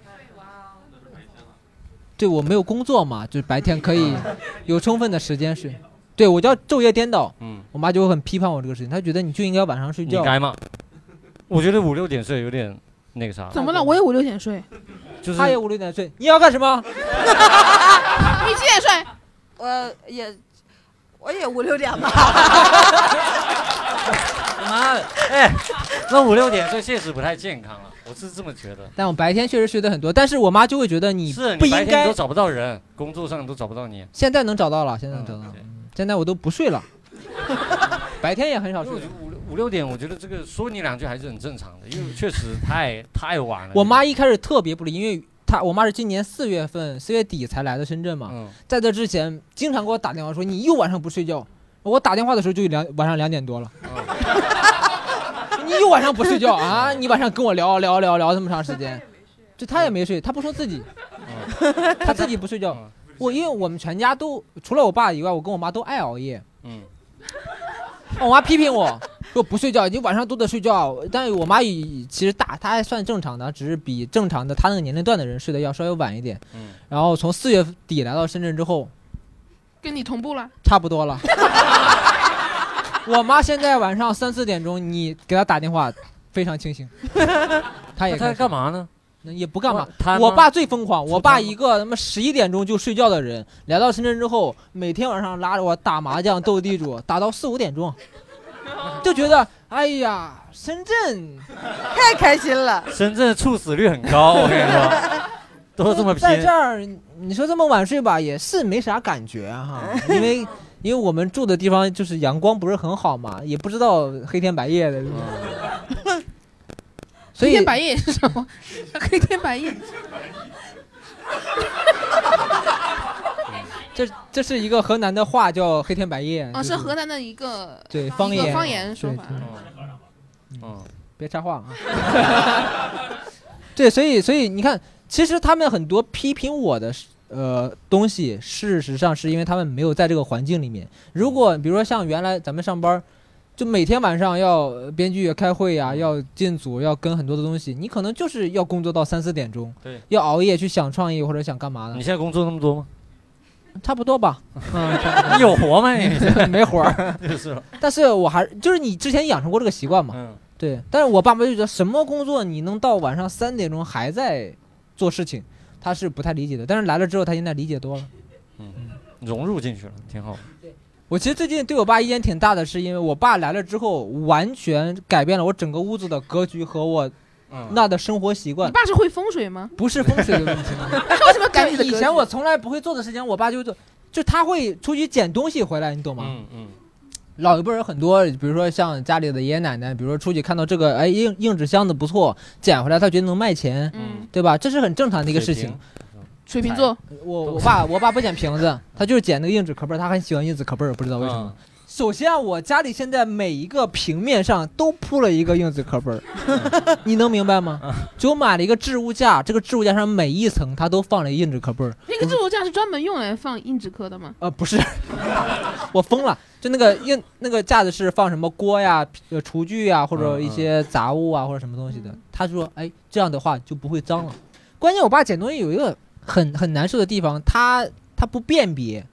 对我没有工作嘛，就是白天可以嗯 (laughs) 有充分的时间睡。对我叫昼夜颠倒，嗯，我妈就会很批判我这个事情，她觉得你就应该晚上睡你觉。该吗？我觉得五六点睡有点那个 (laughs) 啥，怎么了？我也五六点 (laughs) 睡，就是她也五六点睡，你要干什么？你几点睡？我也我也五六点吧， (laughs) 妈的，哎，那五六点睡确实不太健康了，我是这么觉得。但我白天确实睡得很多，但是我妈就会觉得你是不你白应天你该都。找不到人，工作上都找不到你。现在能找到了，现在能找到了，对嗯现在我都不睡了，白天也很少因为我睡觉。得五六五六点，我觉得这个说你两句还是很正常的，因为确实太太晚了。我妈一开始特别不理，因为她我妈是今年四月份四月底才来的深圳嘛，嗯，在这之前，经常给我打电话说你又晚上不睡觉。我打电话的时候就两晚上两点多了。嗯 (laughs) 你又晚上不睡觉啊？你晚上跟我聊聊 (laughs) 聊聊这么长时间，就他也没睡，他不说自己，他自己不睡觉嗯，我因为我们全家都除了我爸以外，我跟我妈都爱熬夜。嗯，哦我妈批评我说不睡觉，你晚上都得睡觉。但是我妈也其实大，她还算正常的，只是比正常的她那个年龄段的人睡得要稍微晚一点。嗯，然后从四月底来到深圳之后，跟你同步 (laughs) 了。差不多了。我妈现在晚上三四点钟，你给她打电话，非常清醒。她也那她干嘛呢？也不干嘛她。呢我爸最疯狂，我爸一个他妈十一点钟就睡觉的人，来到深圳之后，每天晚上拉着我打麻将、斗地主，打到四五 (laughs) 点钟，就觉得哎呀，深圳 (laughs) 太开心了。深圳猝死率很 (laughs) 高，我跟你说，都这么在拼这。儿，你说这么晚睡吧，也是没啥感觉啊哈， (laughs) 因为因为我们住的地方就是阳光不是很好嘛，也不知道黑天白夜的，嗯 (laughs) 所以黑天白夜是什么？黑天白夜。这这是一个河南的话叫黑天白夜，哦，嗯就是河南的一个对方一言个方言说法。嗯，别插话啊。对，所以所以你看，其实他们很多批评我的是呃东西，事实上是因为他们没有在这个环境里面。如果比如说像原来咱们上班儿，就每天晚上要呃编剧开会嗯呀、要进组，要跟很多的东西，你可能就是要工作到三四点钟，对，要熬夜去想创意或者想干嘛的。你现在工作那么多吗？差不多 (laughs) 吧，嗯，差不多你有活吗？你 (laughs) 没活儿 (laughs) 就是了。但是我还就是你之前养成过这个习惯嘛，嗯，对。但是我爸妈就觉得什么工作你能到晚上三点钟还在做事情，他是不太理解的。但是来了之后，他现在理解多了。嗯融入进去了，挺好。我其实最近对我爸意见挺大的，是因为我爸来了之后，完全改变了我整个屋子的格局和我嗯那的生活习惯你。爸是会风水 (laughs) 吗？ (laughs) 不是风水的问题，他为什么改你的就格嗯局以前我从来不会做的事情，我爸就会做，就他会出去捡东西回来，你懂吗？嗯嗯。老一辈人很多，比如说像家里的爷爷奶奶，比如说出去看到这个，哎，硬硬纸箱子不错，捡回来他觉得能卖钱，嗯对吧？这是很正常的一个事情。嗯水瓶座，我我爸我爸不捡瓶子，他就是捡那个硬纸壳儿，他很喜欢硬纸壳儿，不知道为什么。 (laughs) 首先啊，我家里现在每一个平面上都铺了一个硬纸壳儿，你能明白吗？就我买了一个置物架，这个置物架上每一层它都放了一个硬纸壳儿。 (laughs) 那个置物架是专门用来放硬纸壳的吗？呃，不是， (laughs) 我疯了，就那个硬那个架子是放什么锅呀、呃厨具呀，或嗯者一些杂物啊，或者什么东西的。他说，哎，这样的话就不会脏了。关键我爸捡东西有一个很很难受的地方，他他不辨别。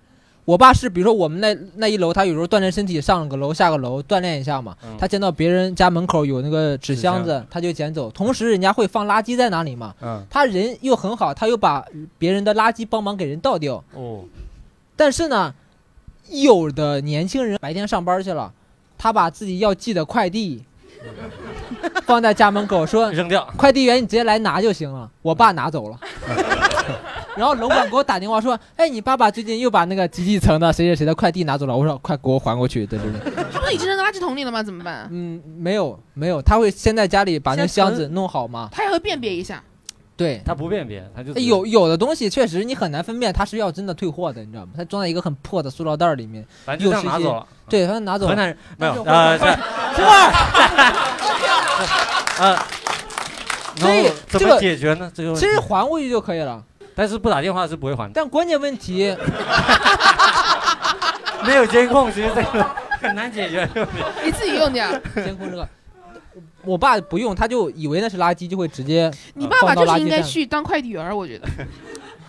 我爸是，比如说我们那那一楼，他有时候锻炼身体，上个楼下个楼锻炼一下嘛。嗯他见到别人家门口有那个纸纸箱箱子，他就捡走。同时，人家会放垃圾在哪里嘛？嗯 (laughs) 他人又很好，他又把别人的垃圾帮忙给人倒掉。哦，但是呢，有的年轻人白天上班去了，他把自己要寄的快 (laughs) 递放在家门口，说扔掉，快递员你直接来拿就行了。我爸拿走 (laughs) 了。然后楼管给我打电话说：“哎，你爸爸最近又把那个几几层的谁谁谁的快递拿走了。”我说：“快给我还过去！”对对对，他不是已经扔到垃圾桶里了吗？怎么办？嗯，没有没有，他会先在家里把那先箱存子弄好嘛。他也会辨别一下。对，他不辨别，他就哎有，有的东西确实你很难分辨它是要真的退货的，你知道吗？它装在一个很破的塑料袋儿里面，反正就有这样拿时间走了。对，反正拿走了。河南人没有，但呃，是是我呃，啊所以然后怎这么个解决呢？这个问其题实还回去就可以了。但是不打电话是不会还的，但关键问题，没有监控，其实 (laughs) 这个 (laughs) 很难解决。你自己用的，监控这个，我爸不用，他就以为那是垃圾，就会直接。你爸爸放到就垃圾是应该站去当快递员儿，我觉得 (laughs)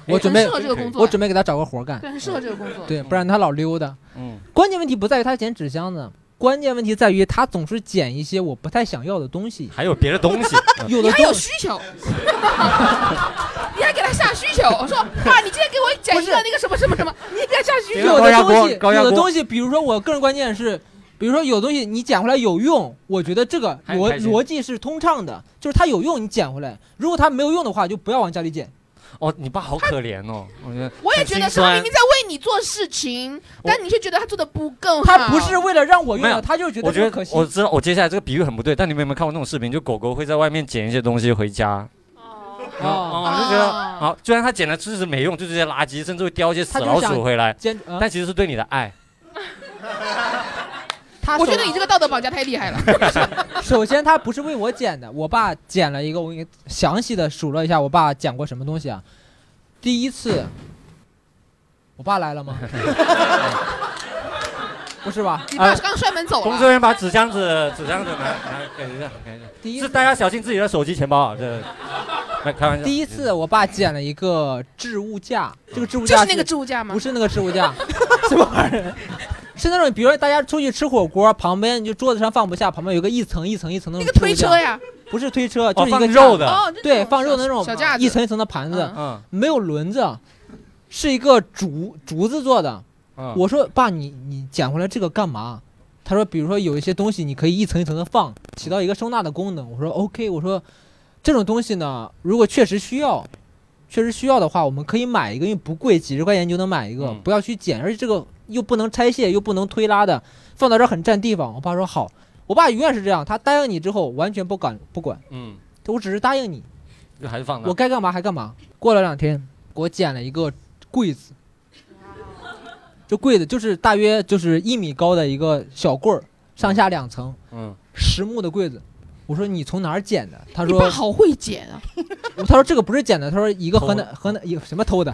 哎我准备很适合这个工作我准备给他找个活干对，，很适合这个工作。对，不然他老溜达。嗯，关键问题不在于他捡纸箱子，关键问题在于他总是捡一些我不太想要的东西。还有别的 (laughs) 东西，嗯有你的还有东需求， (laughs) 你还给他下需求。我说爸，你今天给 (laughs) 我讲一个那个什么什么什么，你给他下需有求。的东西，高压锅有的东西，比如说我个人观念是，比如说有东西你捡回来有用，我觉得这个还很逻开心逻辑是通畅的，就是它有用你捡回来，如果它没有用的话就不要往家里捡。哦，你爸好可怜哦，我觉得我也很觉心得是他酸明明在为你做事情，但你却觉得他做的不够好。他不是为了让我用没的，有他就是觉我得觉这个得可惜。我知道，我接下来这个比喻很不对，但你们有没有看过那种视频？就狗狗会在外面捡一些东西回家，哦，哦，就觉得啊好，虽然它捡的知识没用，就这些垃圾，甚至会叼一些死它就老想鼠回来，坚，嗯但其实是对你的 (laughs) 爱。他我首觉得你这个道德绑架太厉害了。首先他不是为我捡的，我爸捡了一个，我给你详细的数了一下，我爸捡过什么东西啊？第一次，我爸来了吗？ (laughs) 不是吧？哎你爸刚摔门走了。工作人员把纸箱子、纸箱子拿拿给一下，给第一下。是大家小心自己的手机、钱包啊， (laughs) 这。来开玩笑。第一次我爸捡了一个置物架，这个置物嗯就架是那个置物架吗？不是那个置物 (laughs) 架，什么玩意儿？ (laughs) 是那种，比如说大家出去吃火锅，旁边你就桌子上放不下，旁边有个一层一层一层的那个推车呀，不是推车，就是一放个肉的架哦对，放肉的那种小架子一层一层的盘子，嗯，没有轮子，是一个竹竹子做的。啊嗯我说爸，你你捡回来这个干嘛？他说，比如说有一些东西你可以一层一层的放，起到一个收纳的功能。我说 OK，我说这种东西呢，如果确实需要，确实需要的话，我们可以买一个，因为不贵，几十块钱就能买一个，不要去捡，而且这个又不能拆卸，又不能推拉的，放到这儿很占地方。我爸说好，我爸永远是这样，他答应你之后完全不管不管，嗯，我只是答应你，就还是放那。我该干嘛还干嘛。过了两天，给我捡了一个柜子，就柜子就是大约就是一米高的一个小柜儿，上下两层，嗯，实木的柜子。我说你从哪儿捡的？他你说爸好会捡 (laughs) 啊！他说这个不是捡的，他说一个河南河南有什么偷的，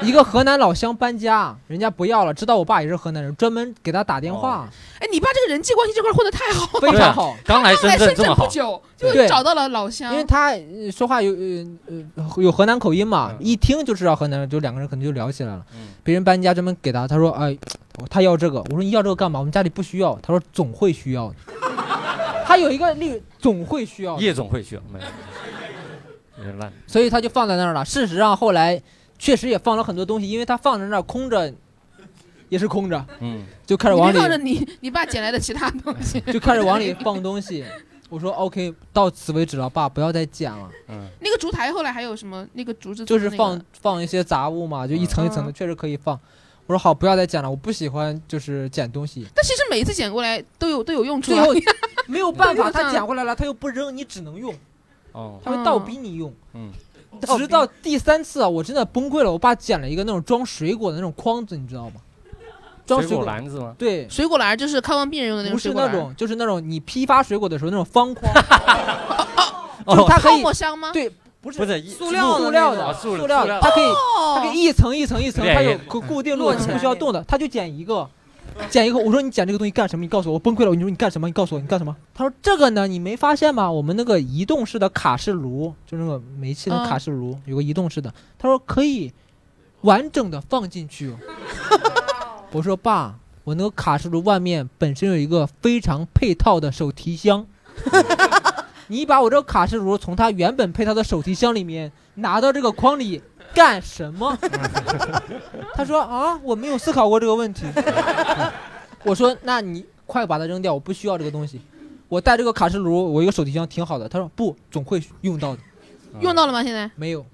一个河南老乡搬家，人家不要了，知道我爸也是河南人，专门给他打电哦话，哎，你爸这个人际关系这块混得太好了，非常好。刚来刚来深圳不久就对找到了老乡，因为他呃说话有呃呃有河南口音嘛，嗯一听就知道河南人，就两个人可能就聊起来了。别人搬家专门给他，他说哎，他要这个，我说你要这个干嘛？我们家里不需要。他说总会需要的。 (laughs) 他有一个例，总会需要的。夜总会去了没有？有点烂。所以他就放在那儿了。事实上，后来确实也放了很多东西，因为他放在那儿空着，也是空着，嗯，就开始你往别里告诉你你爸捡来的其他东西， (laughs) 就开始往 (laughs) 里放东西。我说 OK，到此为止了，爸，不要再捡了。嗯，那个烛台后来还有什么？那个竹子做就是嗯的那个放放一些杂物嘛，就嗯一层一层的，确实可以放。我说好，不要再捡了，我不喜欢就是捡东西。但其实每一次捡过来都有都有用处啊，最后 (laughs) 没有办法，对他捡回来了，他又不扔，你只能用，哦他会倒逼你用。嗯，直到第三次啊，我真的崩溃了。我爸捡了一个那种装水果的那种筐子，你知道吗？装水水果果篮子吗？对，水果篮儿就是看望病人用的那不种是水果嗯那篮儿，种，就是那种你批发水果的时候那种方框，就哦是它可泡以沫箱吗？对，不是不是塑料的料的，塑料的，它可以它可以一层一层一层，对它有固固定落摞起地，来不需要动的，它就捡一个， (laughs) 捡一个。我说你捡这个东西干什么？你告诉我，我崩溃了。你说你干什么？你告诉我，你干什么？他说这个呢，你没发现吗？我们那个移动式的卡式炉，就那个煤气的嗯卡式炉，有个移动式的。他说可以完整的放进去。哦我说爸，我那个卡式炉外面本身有一个非常配套的手提箱。你把我这个卡式炉从它原本配套的手提箱里面拿到这个筐里干什么？他说啊，我没有思考过这个问题。 (laughs) 我说那你快把它扔掉，我不需要这个东西。我带这个卡式炉，我一个手提箱挺好的。他说不，总会用到的。哦用到了吗？现 (laughs) 在没有。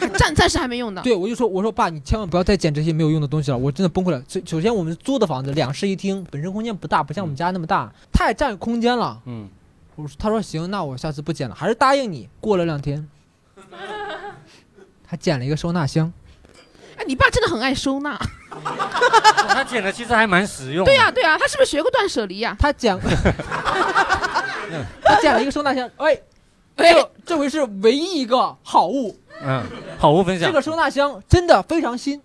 还暂暂时还没用到。对，我就说，我说爸，你千万不要再捡这些没有用的东西了，我真的崩溃了。首首先，我们租的房子两室一厅，本身空间不大，不像我们家那么大，太占空间了。嗯，我说，他说行，那我下次不捡了，还是答应你。过了两天，他捡了一个收纳箱，哎，你爸真的很爱收纳。他捡的其实还蛮啊实用。对呀、对呀、他是不是学过断舍离呀、 (laughs) 他捡，他捡了一个收纳箱，哎，这这回是唯一一个好物，嗯，好物分享。这个收纳箱真的非常新。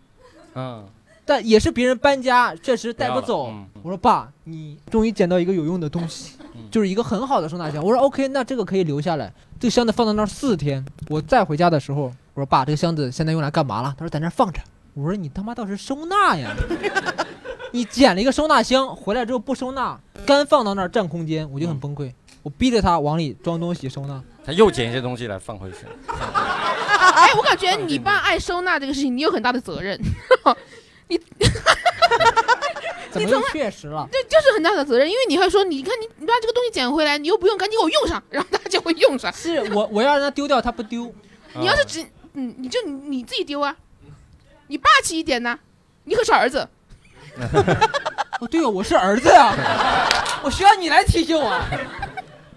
嗯，但也是别人搬家，确实带不不走要了。嗯我说爸，你终于捡到一个有用的东西，就是一个很好的收纳箱。我说 OK，那这个可以留下来。这个箱子放在那儿四天，我再回家的时候，我说爸，这个箱子现在用来干嘛了？他说在那儿放着。我说你他妈倒是收纳 (laughs) 呀！你捡了一个收纳箱回来之后不收纳，干放到那儿占空间，我就很崩溃。我逼着他往里装东西收纳，他又捡一些东西来放回去。 (laughs) 哎，我感觉你爸爱收纳这个事情，你有很大的责任。你怎你从么又来确 (laughs) 实了？这就是很大的责任，因为你会说，你看你你把这个东西捡回来，你又不用，赶紧给我用上，然后他就会用上。是我我要让他丢掉，他不丢。 (laughs) 你要是啊只，嗯，你就你你自己丢啊，你霸气一点呐、你可是儿子，哦，对哦，我是儿子呀、我需要你来提醒我。 (laughs) 啊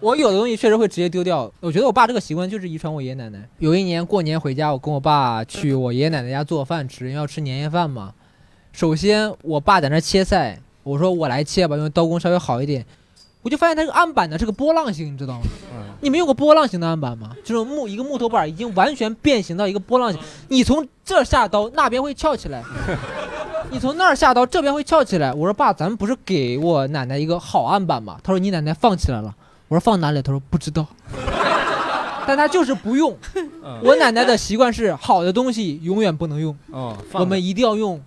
我有的东西确实会直接丢掉，我觉得我爸这个习惯就是遗传我爷爷奶奶。有一年过年回家，我跟我爸去我爷爷奶奶家做饭吃，因为要吃年夜饭嘛。首先我爸在那切菜，嗯我说我来切吧，因为刀工稍微好一点。我就发现它是个案板的，是个波浪形，你知道吗？你们用过波浪形的案板吗？就是木一个木头板已经完全变形到一个波浪形，你从这儿下刀，那边会翘 (laughs) 起来。你从那儿下刀，这边会翘起来。我说爸，咱们不是给我奶奶一个好案板吗？他说你奶奶放起来了。我说放哪里？他说不知道。 (laughs) 但他就是不用。嗯我奶奶的习惯是好的东西永远不能用，哦，放我着们一定要用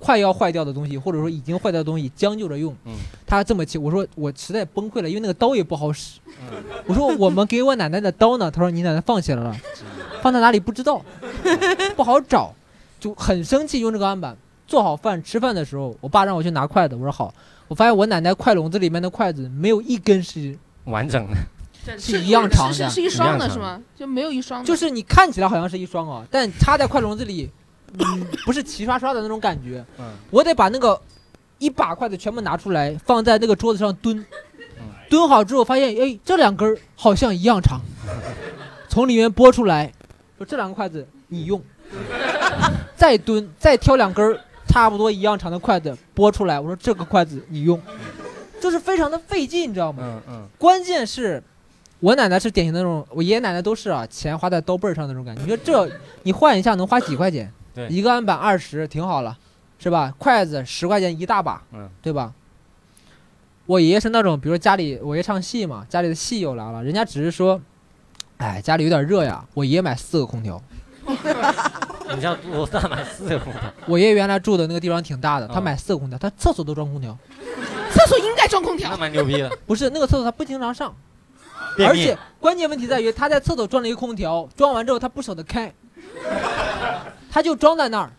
快要坏掉的东西，或者说已经坏掉的东西将就着用。嗯他这么切，我说我实在崩溃了，因为那个刀也不好使。我说我们给我奶奶的刀呢？他说你奶奶放起来了，放在哪里不知道，不好找，就很生气，用这个案板。做好饭吃饭的时候，我爸让我去拿筷子，我说好。我发现我奶奶筷笼子里面的筷子没有一根是完整的。 (laughs) 是一样长的是是是一双的是吗？就没有一双的，就是你看起来好像是一双啊，但插在筷笼子里，嗯，不是齐刷刷的那种感觉。嗯我得把那个一把筷子全部拿出来，放在那个桌子上蹲，蹲好之后发现，哎，这两根儿好像一样长，从里面拨出来，说这两个筷子你用， (laughs) 再蹲，再挑两根儿差不多一样长的筷子拨出来，我说这个筷子你用，就是非常的费劲，你知道吗？嗯嗯，关键是，我奶奶是典型的那种，我爷爷奶奶都是啊，钱花在刀背儿上那种感觉。你说这，你换一下能花几块钱？对一个案板二十，挺好了，是吧？筷子十块钱一大把，嗯对吧？我爷爷是那种，比如说家里我爷唱戏嘛，家里的戏又来了，人家只是说，哎，家里有点热呀，我爷爷买四个空调。你像我大买四个空调，我爷爷原来住的那个地方挺大的，他嗯买四个空调，他厕所都装空调，厕所应该装空调那。蛮牛逼的。不是那个厕所他不经常上，便而秘且关键问题在于他在厕所装了一个空调，装完之后他不舍得开，他就装在那儿，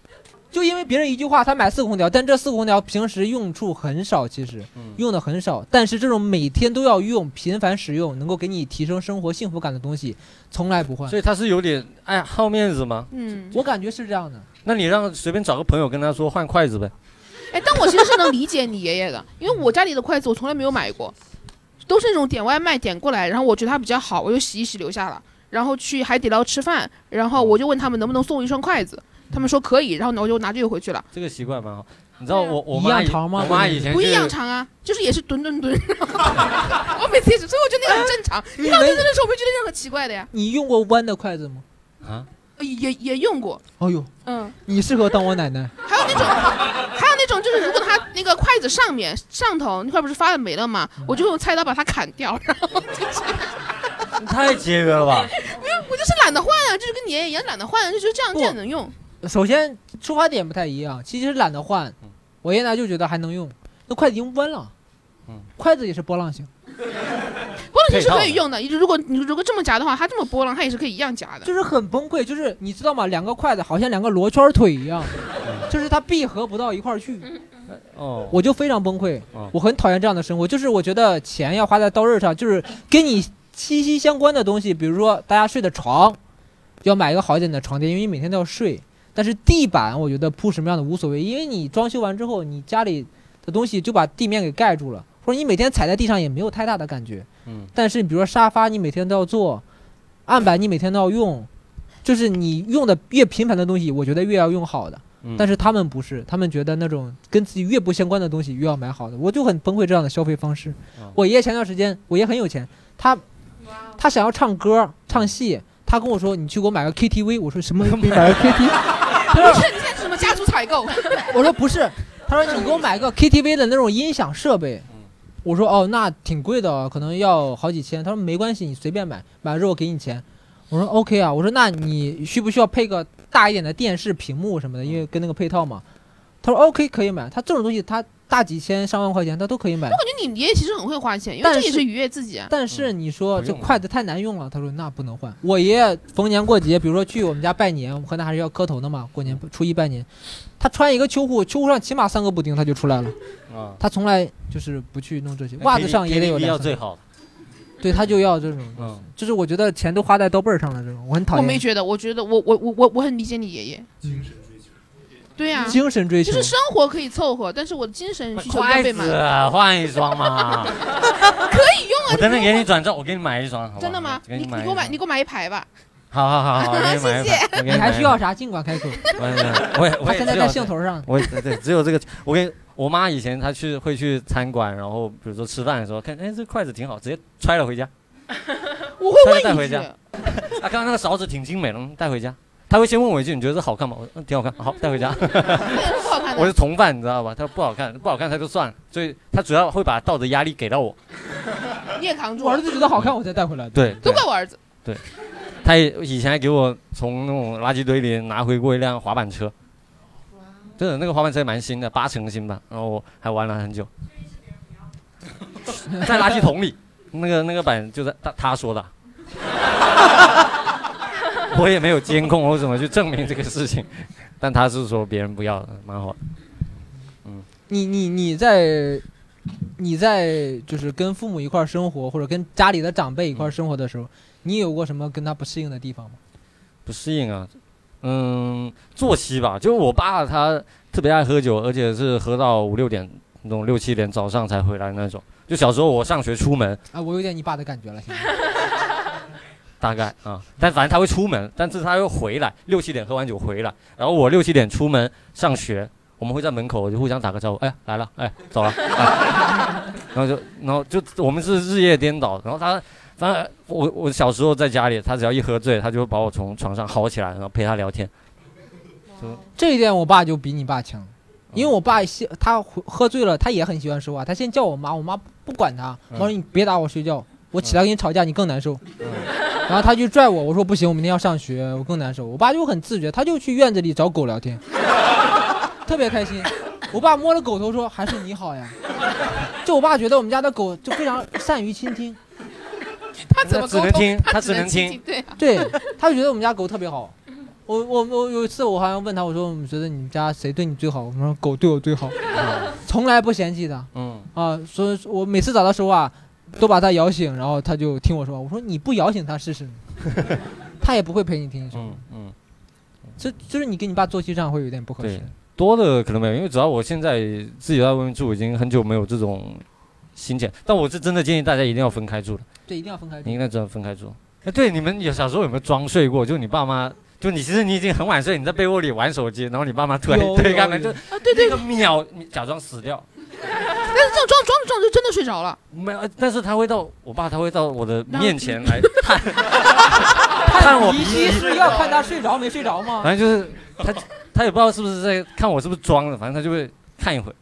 就因为别人一句话，他买四个空调，但这四个空调平时用处很少，其实嗯用的很少，但是这种每天都要用、频繁使用，能够给你提升生活幸福感的东西，从来不换所。以他是有点爱好面子吗？嗯，我感觉是这样的，那你让随便找个朋友跟他说换筷子呗。 (laughs) 哎，但我其实是能理解你爷爷的，因为我家里的筷子我从来没有买过，都是那种点外卖点过来，然后我觉得它比较好，我就洗一洗留下了，然后去海底捞吃饭，然后我就问他们能不能送我一双筷子，他们说可以，然后呢我就拿这个回去了。这个习惯蛮好。你知道我我一样妈以长吗我妈以前不去一样长啊，就是也是蹲蹲 (laughs) 蹲。我每次也是，所以我觉得那个很正常。你看我没蹲蹲的时候，我没觉得任何奇怪的呀，呃你用过弯的筷子吗？啊，也也用过，哎呦，嗯。你适合当我奶奶。还有那种，还有那种就是，如果它那个筷子上面上头那块不是发了霉了吗？我就用菜刀把它砍掉，然后就是你太节约了吧？没有， (laughs) 我就是懒得换啊，就是跟你爷爷一样懒得换啊，就觉得这样这样能用。首先出发点不太一样，其实懒得换，我爷爷奶就觉得还能用，那筷子已经弯了，嗯筷子也是波浪形，波浪形是可以 (laughs) 用的，如果你如果这么夹的话，它这么波浪，它也是可以一样夹的。就是很崩溃，就是你知道吗？两个筷子好像两个罗圈腿一样，就是它闭合不到一块儿去，嗯嗯哦，我就非常崩溃哦，我很讨厌这样的生活，就是我觉得钱要花在刀刃上，就是跟你息息相关的东西，比如说大家睡的床，要买一个好一点的床垫，因为你每天都要睡。但是地板，我觉得铺什么样的无所谓，因为你装修完之后，你家里的东西就把地面给盖住了，或者你每天踩在地上也没有太大的感觉。嗯，但是你比如说沙发，你每天都要坐，案板你每天都要用，就是你用的越频繁的东西，我觉得越要用好的。嗯但是他们不是，他们觉得那种跟自己越不相关的东西越要买好的，我就很崩溃这样的消费方式。哦我爷爷前段时间，我爷很有钱，他他想要唱歌唱戏，他跟我说你去给我买个 KTV，我说什 (laughs) 么你买个 KTV？不是你现在是什么家族采购？我说不是，他说你给我买个 KTV 的那种音响设备。嗯我说哦，那挺贵的哦，可能要好几千。他说没关系，你随便买，买了之后我给你钱。我说 OK 啊，我说那你需不需要配个大一点的电视屏幕什么的，因为跟那个配套嘛。他说 OK 可以买，他这种东西他大几千上万块钱他都可以买我。感觉你爷爷其实很会花钱，因为但这是也是愉悦自己啊。但是你说嗯不这用筷子太难用了，他说那不能换。我爷爷逢年过节，比如说去我们家拜年，我们河南还是要磕头的嘛，过年初一拜年，他穿一个秋裤，秋裤上起码三个补丁他就出来了。啊，他从来就是不去弄这些，袜子上也得有 KTV 两要层最好的。对他就要这种，嗯，就是我觉得钱都花在刀背儿上了，这种我很讨我厌。没觉得，我觉得我我我我我很理解你爷爷。对呀、精神追就求，是生活可以凑合，但是我的精神需求要筷被子满足。换一双 (laughs) 嘛，可以用啊，我等等给你转账，我给你买一双，好不好真的吗？给你买你一给我买，双，你给我买一排吧。好好好好，我给 (laughs) 你买一双，我给你你买还一需双要啥尽管开口。我也我也嗯我他也现在只有在兴头上，我也对对，只有这个。我跟我妈以前她 (laughs) 去会去餐馆，然后比如说吃饭的时候，看哎这筷子挺好，直接揣了回家。我他就会带问回你一句家。啊，刚刚那个勺子挺精美的，嗯带回家。他会先问我一句：“你觉得这好看吗？”我说：“嗯，挺好看。”好，带回家。不 (laughs) 好看的我是从犯，你知道吧？他说不好看，不好看他就算了，所以他主要会把道德压力给到我。你也扛住。我儿子觉得好看，我才带回来的。对，都怪我儿子。对，他也以前还给我从那种垃圾堆里拿回过一辆滑板车，哦真的那个滑板车蛮新的，八成新吧，然后我还玩了很久，在垃圾桶里，那个那个板就在他他说的， (laughs) 我也没有监控，我怎么去证明这个事情？ (laughs) 但他是说别人不要的，蛮好的，嗯。你你你在你在就是跟父母一块儿生活，或者跟家里的长辈一块儿生活的时候，你有过什么跟他不适应的地方吗？不适应啊，嗯，作息吧，就是我爸他特别爱喝酒，而且是喝到五六点那种六七点早上才回来那种。就小时候我上学出门，啊，我有点你爸的感觉了，现在。大概啊，但反正他会出门，但是他又回来，六七点喝完酒回来，然后我六七点出门上学，我们会在门口就互相打个招呼，哎来了，哎走了， (laughs) 哎然后就然后就我们是日夜颠倒，然后他反正我我小时候在家里，他只要一喝醉，他就会把我从床上薅起来，然后陪他聊天，就这一点我爸就比你爸强，因为我爸喜他喝喝醉了，他也很喜欢说话，他先叫我妈，我妈不管他，我嗯说你别打我睡觉，我起来跟你吵架你更难受。嗯然后他就拽我，我说不行，我明天要上学，我更难受。我爸就很自觉，他就去院子里找狗聊天，特别开心。 (laughs) 我爸摸着狗头说：“还是你好呀。”就我爸觉得我们家的狗就非常善于倾听，他怎么沟通 (laughs) 他只能听他只能听啊对 (laughs) 对，他就觉得我们家狗特别好。我我我有一次我好像问他，我说你觉得你们家谁对你最好？我说狗对我最好，从来不嫌弃的嗯啊。所以我每次找他说话，都把他摇醒，然后他就听我说话。我说你不摇醒他试 (laughs) 试，他也不会陪你听。嗯嗯，这就是你跟你爸作息上会有点不合对适。，多的可能没有，因为主要我现在自己在外面住，已经很久没有这种心情。但我是真的建议大家一定要分开住的，对，一定要分开住你应该知道分开住。哎，对，你们有小时候有没有装睡过？就你爸妈，就你其实你已经很晚睡，你在被窝里玩手机，然后你爸妈突然有推有开门有啊就对对，那个秒你假装死掉。但是这种装装着装着就真的睡着了。没有，但是他会到我爸，他会到我的然后面你前来探啊看我你鼻其息，实要看他睡着没睡着吗？反正就是他，他也不知道是不是在看我是不是装的，反正他就会看一会儿。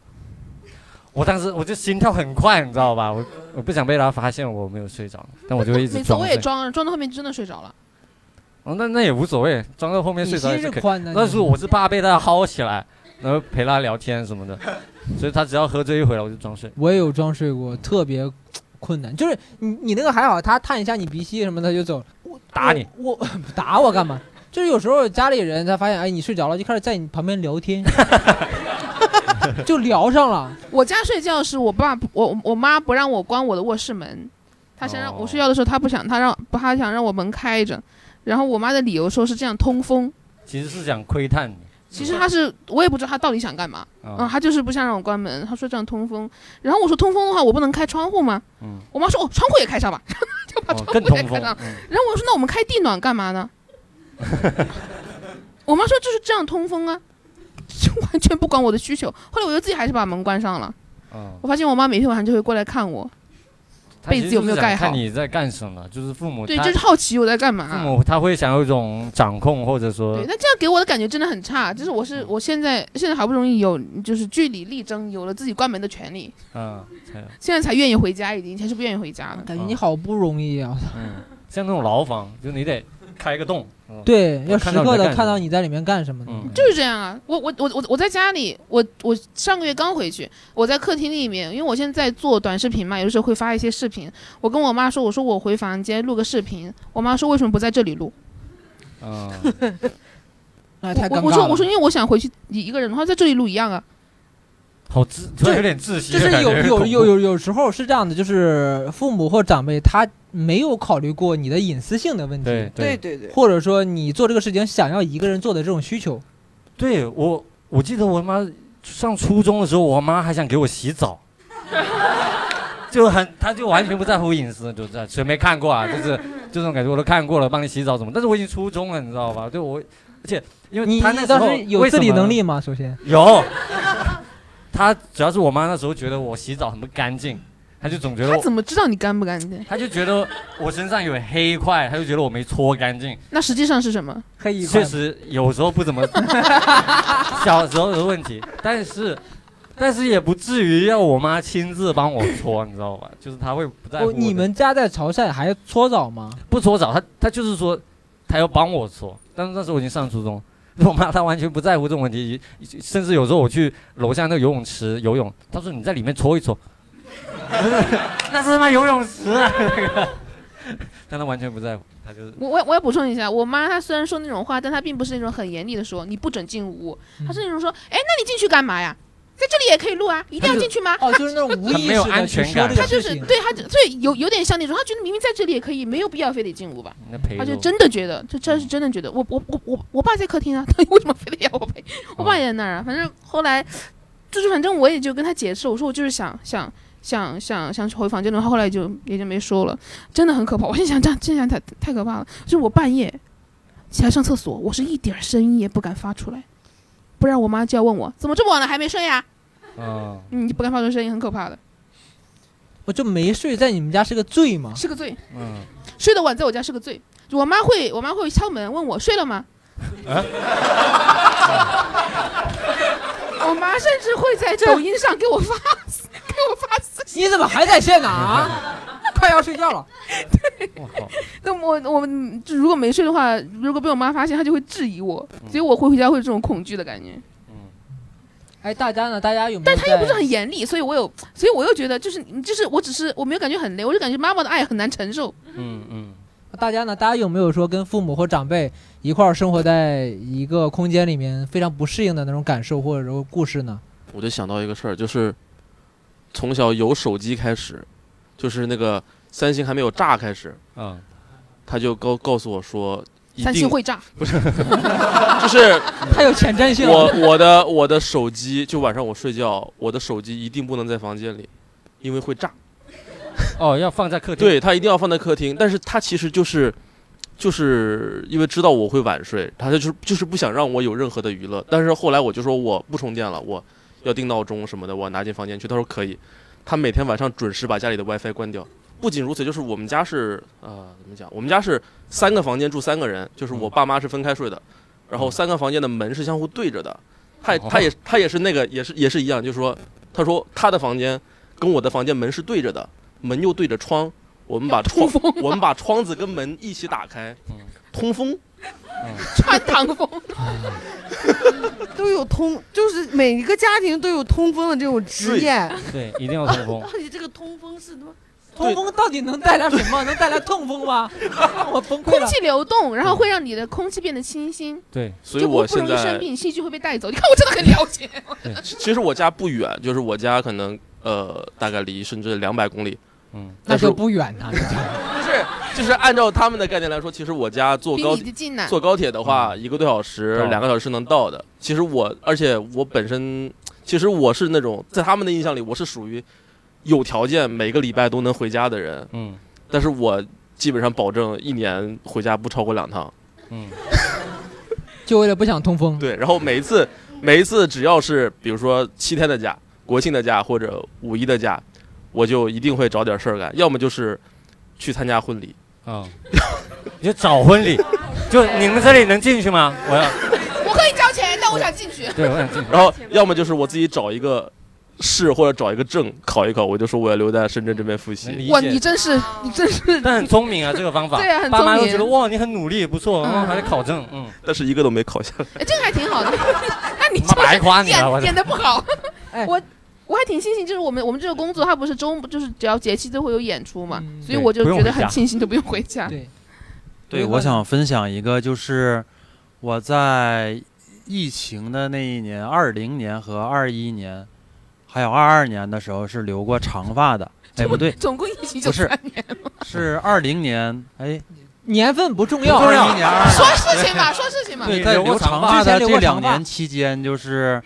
我当时我就心跳很快，你知道吧？我我不想被他发现我没有睡着，但我就会一直每次装我睡。也装，装到后面真的睡着了。哦，那那也无所谓，装到后面睡着也你心可是以宽的。但你是我是怕被他薅起来，然后陪他聊天什么 (laughs) 的，所以他只要喝醉一回来我就装睡。我也有装睡过，特别困难。就是你你那个还好，他探一下你鼻息什么的就走。我打你，我 (laughs) 我打我干嘛？就是有时候家里人才发现，哎，你睡着了，就开始在你旁边聊 (laughs) 天，就聊上了。我家睡觉是我爸不我我妈不让我关我的卧室门，她想让哦我睡觉的时候，她不想，她让不她想让我门开着。然后我妈的理由说是这样通风，其实是想窥探你。其实她是我也不知道她到底想干嘛，啊嗯，她就是不想让我关门，她说这样通风。然后我说通风的话，我不能开窗户吗？嗯我妈说哦，窗户也开上吧，就把哦 (laughs) 窗户更也通开风上。嗯然后我说那我们开地暖干嘛呢？ (laughs) 我妈说就是这样通风啊， (laughs) 就完全不管我的需求。后来我就自己还是把门关上了。嗯，我发现我妈每天晚上就会过来看我，他被其子实有没有是想盖好看你在干什么，就是父母对，他就是好奇我在干父嘛。母他会想有一种掌控，或者说对，那这样给我的感觉真的很差。就是我嗯是我现在现在好不容易有就是据理力争，有了自己关门的权利，嗯，才有现在才愿意回家，已经以前是不愿意回家的。感觉你好不容易啊！嗯，像那种牢房，就你得开个洞，嗯，对，要时看到你刻在的干看什到么你在里面干什么呢。嗯就是这样啊，我我我我我在家里，我我上个月刚回去，我在客厅里面，因为我现在在做短视频嘛，有的时候会发一些视频。我跟我妈说，我说我回房间录个视频，我妈说为什么不在这里录？嗯， (laughs) 那我太尴我尬了。我说我说因为我想回去一个人，她说在这里录一样啊。好自，突然有点窒息就的是感觉，有很有恐有怖，有有时候是这样的，就是父母或长辈他没有考虑过你的隐私性的问题，对对对对对，或者说你做这个事情想要一个人做的这种需求，对，我我记得我妈上初中的时候，我妈还想给我洗澡， (laughs) 就很，她就完全不在乎隐私，就这谁没看过啊，就是就这种感觉，我都看过了，帮你洗澡怎么？但是我已经初中了，你知道吧？对我，而且因为你她你那时当候时有为自什理么能力吗？首先，有，她主要是我妈那时候觉得我洗澡很不干净，他就哎总觉得他我怎么知道你干不干净？他就觉得我身上有黑块，他就觉得我没搓干净。那实际上是什么？黑一确实有时候 (laughs) 不怎么，小时候的问题，但是。但是也不至于要我妈亲自帮我搓，你知道吧？就是她会不在乎哦我，的。你们家在潮汕还搓澡吗？不搓澡，他他就是说他要帮我搓，但是那时候我已经上初中， (laughs) 我妈她完全不在乎这种问题，甚至有时候我去楼下那个游泳池游泳，她说你在里面搓 (laughs) 一搓，那是他妈游泳池啊，那个， (laughs) 但她完全不在乎，她就是我我我要补充一下，我妈她虽然说那种话，但她并不是那种很严厉的说你不准进屋，嗯她是那种说，哎，那你进去干嘛呀？在这里也可以录啊，一定要进去吗？哦，就是那种无很没有安全感她就是对她就对有有点像那种，她觉得明明在这里也可以，没有必要非得进屋吧。那陪她着就我。嗯真的觉得，这这是真的觉得，我我我我我爸在客厅啊， (laughs) 他为什么非得要我陪？我哦爸也在那儿啊。反正后来，就是反正我也就跟他解释，我说我就是想想想想想回房间的话，后来就也就没说了。真的很可怕，我心想这样这样太太可怕了。就是我半夜起来上厕所，我是一点儿声音也不敢发出来，不然我妈就要问我怎么这么晚了还没睡呀、嗯，你不敢发出声音，很可怕的，我就没睡，在你们家是个罪吗？是个罪。嗯，睡得晚在我家是个罪。我妈会，我妈会敲门问我睡了吗？ (laughs) 我妈甚至会在抖音上给我发，给我发私信。你怎么还在线呢啊？快要睡 (laughs) 觉了，那我我就如果没睡的话，如果被我妈发现，她就会质疑我，所以我会回家会有这种恐惧的感觉。嗯哎，大家呢？大家有没有？但她又不是很严厉，所以我有，所以我又觉得就是就是我只是我没有感觉很累，我就感觉妈妈的爱很难承受。嗯嗯，大家呢？大家有没有说跟父母或长辈一块儿生活在一个空间里面非常不适应的那种感受或者说故事呢？我就想到一个事儿，就是从小有手机开始，就是那个三星还没有炸开始，嗯，他就告告诉我说，一三定星会炸，不是， (laughs) 就是太有前瞻性了我我的我的手机，就晚上我睡觉，我的手机一定不能在房间里，因为会炸。哦，要放在客厅。对，他一定要放在客厅，但是他其实就是就是因为知道我会晚睡，他就是就是不想让我有任何的娱乐。但是后来我就说我不充电了，我要定闹钟什么的，我拿进房间去。他说可以，他每天晚上准时把家里的 WiFi 关掉。不仅如此，就是我们家是呃怎么讲？我们家是三个房间住三个人，嗯就是我爸妈是分开睡的，然后三个房间的门是相互对着的。他也哦他也他也是那个也是也是一样，就是说，他说他的房间跟我的房间门是对着的，门又对着窗，我们把窗我啊们把窗子跟门一起打开，嗯通风。 (laughs) 穿堂风，都有通，就是每一个家庭都有通风的这种职业。对，一定要通风到。底这个通 (laughs) 风是他妈通风到底能带 (laughs) 来什 (laughs) 么？能带来痛风吗？我崩溃空了。气流动，然后会让你的空气变得清新。对，所以我不现容易生在病，细菌会被带走。你看我真的很了解。其其实我家不远，就是我家可能呃大概离深圳两百公里。嗯，那就不远呐、 (laughs) 就是按照他们的概念来说，其实我家坐比高你的近呐坐高铁的话，一个多小时、嗯到两个小时能到的。其实我，而且我本身，其实我是那种在他们的印象里，我是属于有条件每个礼拜都能回家的人。嗯，但是我基本上保证一年回家不超过两趟。嗯，就为了不想通风。 (laughs) 对，然后每一次，每一次只要是比如说七天的假、国庆的假或者五一的假，我就一定会找点事儿干，要么就是去参加婚礼。啊、你就找婚礼，就你们这里能进去吗？我要，我可以交钱，但我想进去。对，我想进去。 (laughs) 然后要么就是我自己找一个市或者找一个证考一考，我就说我要留在深圳这边复习。哇，你真是，你真是，但很聪明啊，这个方法。对啊很聪明爸妈都觉得哇，你很努力，不错，嗯然后还在考证，嗯，但是一个都没考下来。哎这个还挺好的。 (laughs) 那你妈白夸你了演我操演的不好。我我还挺庆幸，就是我们我们这个工作，它不是周末，就是只要节气都会有演出嘛，所对以我就不用觉得回家很庆幸，都不用回家。对，对，我想分享一个，就是我在疫情的那一年，二零年和二一年，还有二二年的时候是留过长发的。哎，不对，总共一起就不是三年嘛。是二零年，哎，年份不重要，不重要2021说事情嘛，说事情嘛。对，在留长发的这两年期间，就是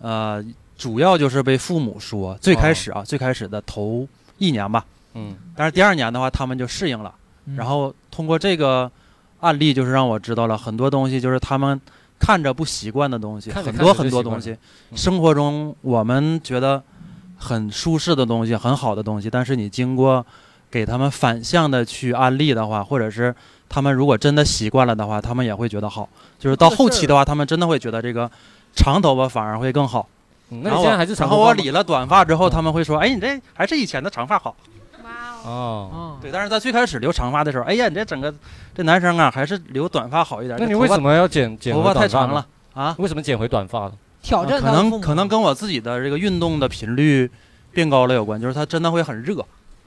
呃，主要就是被父母说，最开始啊，最开始的头一年吧，嗯，但是第二年的话，他们就适应了。嗯然后通过这个案例，就是让我知道了很多东西，就是他们看着不习惯的东西，看着很看着多就很多习惯东西了，嗯生活中我们觉得很舒适的东西，很好的东西，但是你经过给他们反向的去安利的话，或者是他们如果真的习惯了的话，他们也会觉得好。就是到后期的话，他们真的会觉得这个长头发反而会更好。然那你后现我在还是长然后头发我吗理了短发之后，他们会说：“哎，你这还是以前的长发好。”嗯哦，对，但是在最开始留长发的时候，哎呀，你这整个这男生啊，还是留短发好一点。那你这头为发什么要剪剪头回发短太发长呢了啊？为什么剪回短发了？挑战可他的能可能跟我自己的这个运动的频率变高了有关，就是它真的会很热。嗯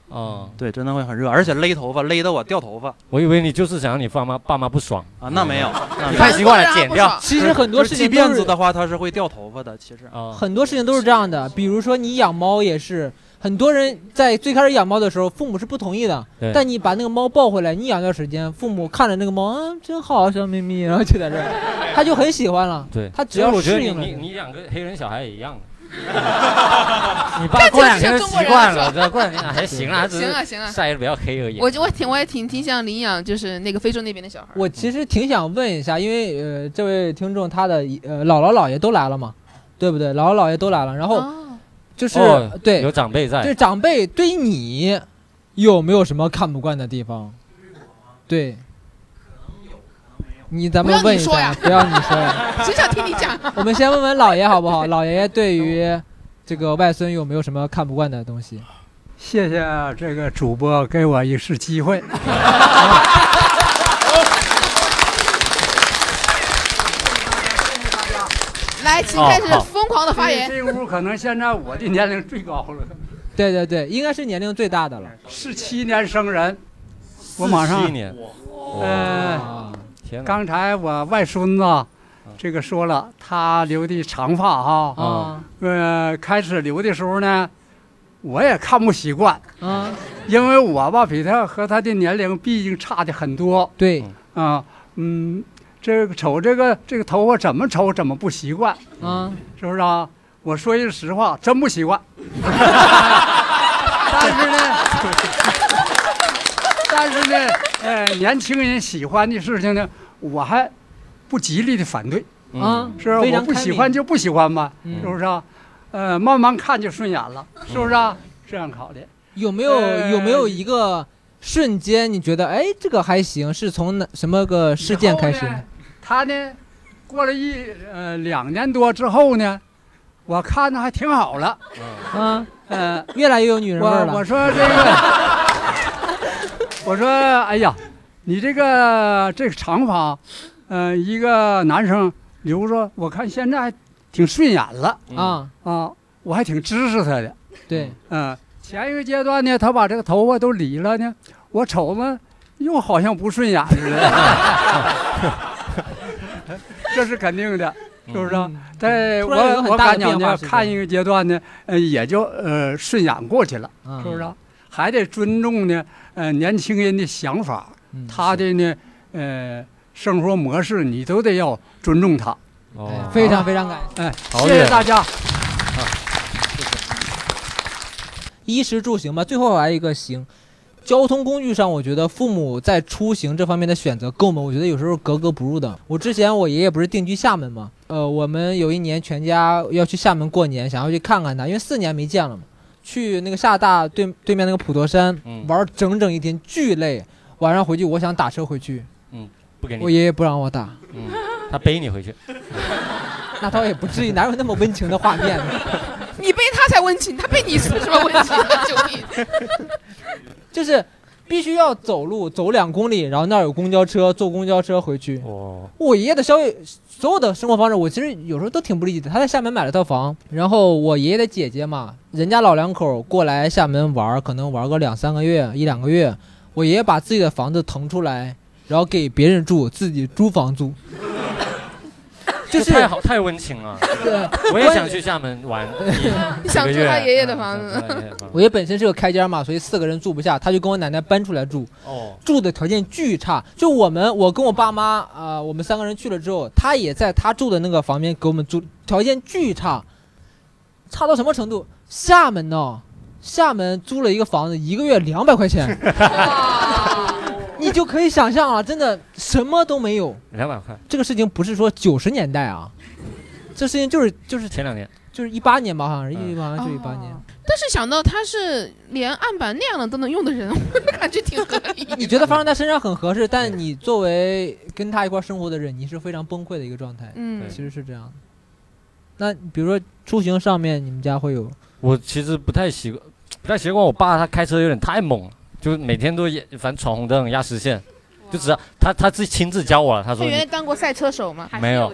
哦，对，真的会很热，而且勒头发勒得我掉头发我以为你就是想让你爸妈爸妈不爽嗯啊，那没有，那没有哦太习惯了，剪掉。其实很多就是事系情辫都是子的话，它是会掉头发的。其实啊很多事情都是这样的，比如说你养猫也是，很多人在最开始养猫的时候，父母是不同意的对，但你把那个猫抱回来，你养一段时间，父母看着那个猫，啊，真好，小咪咪，然后就在这儿，他就很喜欢了。对，他只要我觉得适你应了你就。你养个黑人小孩也一样的。 (laughs) 你这爸就过两是天中国习人惯说了，这过两天还 (laughs) 行啦，只是行啊行啊晒的比较黑而已。 (laughs) 我就我挺我也挺挺想领养，就是那个非洲那边的小孩儿。我其实挺想问一下，因为呃，这位听众他的呃姥姥姥爷都来了嘛，对不对？姥姥姥爷都来了，然后就是、哦对有长辈在就是长辈对你有没有什么看不惯的地方？对，你咱们不要问你一说下呀，不要你说呀， (laughs) 谁想听你 (laughs) 讲？我们先问问姥爷好不好？姥爷对于这个外孙有没有什么看不惯的东西？谢谢这个主播给我一次机 (laughs) 会。来，请哦开始好疯狂的发言。这屋可能现在我的年龄最高了，对对对，应该是年龄最 (laughs) 大的了。十七年生人，我马上47年呃，天哪！啊刚才我外孙子这个说了，他留的长发哈，啊呃，开始留的时候呢，我也看不习惯，啊，因为我吧比他和他的年龄毕竟差的很多，对，啊，嗯，这个瞅这个这个头发怎么瞅怎么不习惯，啊，是不是啊？我说句实话，真不习惯。但是呢， (laughs) 但是呢，呃，年轻人喜欢的事情呢，我还不极力的反对，啊是吧？非我常不开喜明欢就不喜欢吧，嗯是不是啊？呃，慢慢看就顺眼了，是不是啊？哎这样考虑。有没有、有没有一个瞬间你觉得哎这个还行？是从哪什么个事件开始以后呢呢？他呢，过了一呃两年多之后呢，我看着还挺好了，啊，嗯、越来越有女人味儿了。我我说这个， (laughs) 我说哎呀，你这个这个长发，嗯、一个男生留着，我看现在还挺顺眼了啊啊，我还挺支持他的。对，嗯、前一个阶段呢，他把这个头发都理了呢，我瞅着又好像不顺眼似的， (laughs) 这是肯定的，是不是啊？在嗯突我然有很我大的感觉变化呢，是吧看一个阶段呢，呃，也就呃顺眼过去了， (laughs) 嗯是不是啊？还得尊重呢，呃，年轻人的想法，嗯他的呢，呃，生活模式，你都得要尊重他。哦哎非常非常感哎，好谢谢嘞大 (laughs) 家。衣食住行吧，最后还有一个行。交通工具上，我觉得父母在出行这方面的选择跟我们，我觉得有时候格格不入的。我之前我爷爷不是定居厦门嘛，呃，我们有一年全家要去厦门过年，想要去看看他，因为四年没见了嘛。去那个厦大对对面那个普陀山、玩整整一天，巨累。晚上回去，我想打车回去，嗯，不给你。我爷爷不让我打，嗯，他背你 (laughs) 回去。 (laughs) 那倒也不至于，哪有那么温情的画面呢？你背他才温情，他背你是什么温 (laughs) 情？救命！。就是必须要走路走两公里，然后那儿有公交车，坐公交车回去。哦，我爷爷的消费，所有的生活方式，我其实有时候都挺不理解的。他在厦门买了套房，然后我爷爷的姐姐嘛，人家老两口过来厦门玩儿，可能玩个两三个月、一两个月，我爷爷把自己的房子腾出来，然后给别人住，自己租 (laughs) 房住。就是这太好太温情了。对我也想去厦门玩 (laughs) 你想住他爷爷的房嗯想住他爷爷子？的房子我爷本身是个开间嘛，所以四个人住不下，他就跟我奶奶搬出来住。哦，住的条件巨差，就我们我跟我爸妈啊、我们三个人去了之后，他也在他住的那个房间给我们住，条件巨差，差到什么程度？厦门呢，厦门租了一个房子，一个月两百块钱，你就可以想象啊，真的什么都没有。两百块，这个事情不是说九十年代啊，这事情就是就是前两年。嗯就是一八年吧，好像是一八就一八年。 (laughs) 但但是想到他是连案板那样的都能用的人，我感觉挺合理。 (laughs) 你觉得发生在身上很合适，但你作为跟他一块儿生活的人，你是非常崩溃的一个状态。嗯对其实是这样的。那比如说出行上面，你们家会有我其实不太习惯，不太习惯我爸他开车有点太猛了，就是每天都也反正闯红灯压实线，就只要他他自己亲自教我了，他他说你原来当过赛车手吗？没有，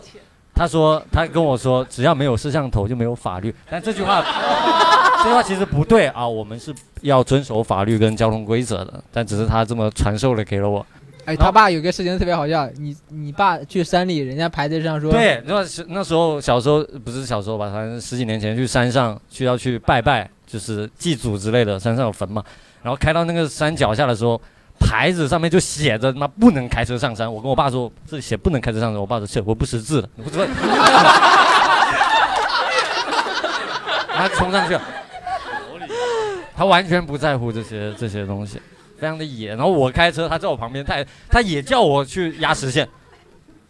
他说他跟我说只要没有摄像头就没有法律，但这句话 (laughs) 这句话其实不对啊，我们是要遵守法律跟交通规则的，但只是他这么传授了给了我。哎，他爸有个事情特别好笑，你你爸去山里，人家牌子上说，对，那时那时候小时候不是小时候吧，反正十几年前去山上去要去拜拜，就是祭祖之类的，山上有坟嘛。然后开到那个山脚下的时候，牌子上面就写着他妈不能开车上山。我跟我爸说这里写不能开车上山，我爸说切我不识字了，嗯我 (laughs) 说，他冲上去了，他完全不在乎这些这些东西，非常的野。然后我开车，他在我旁边，他也他也叫我去压实线。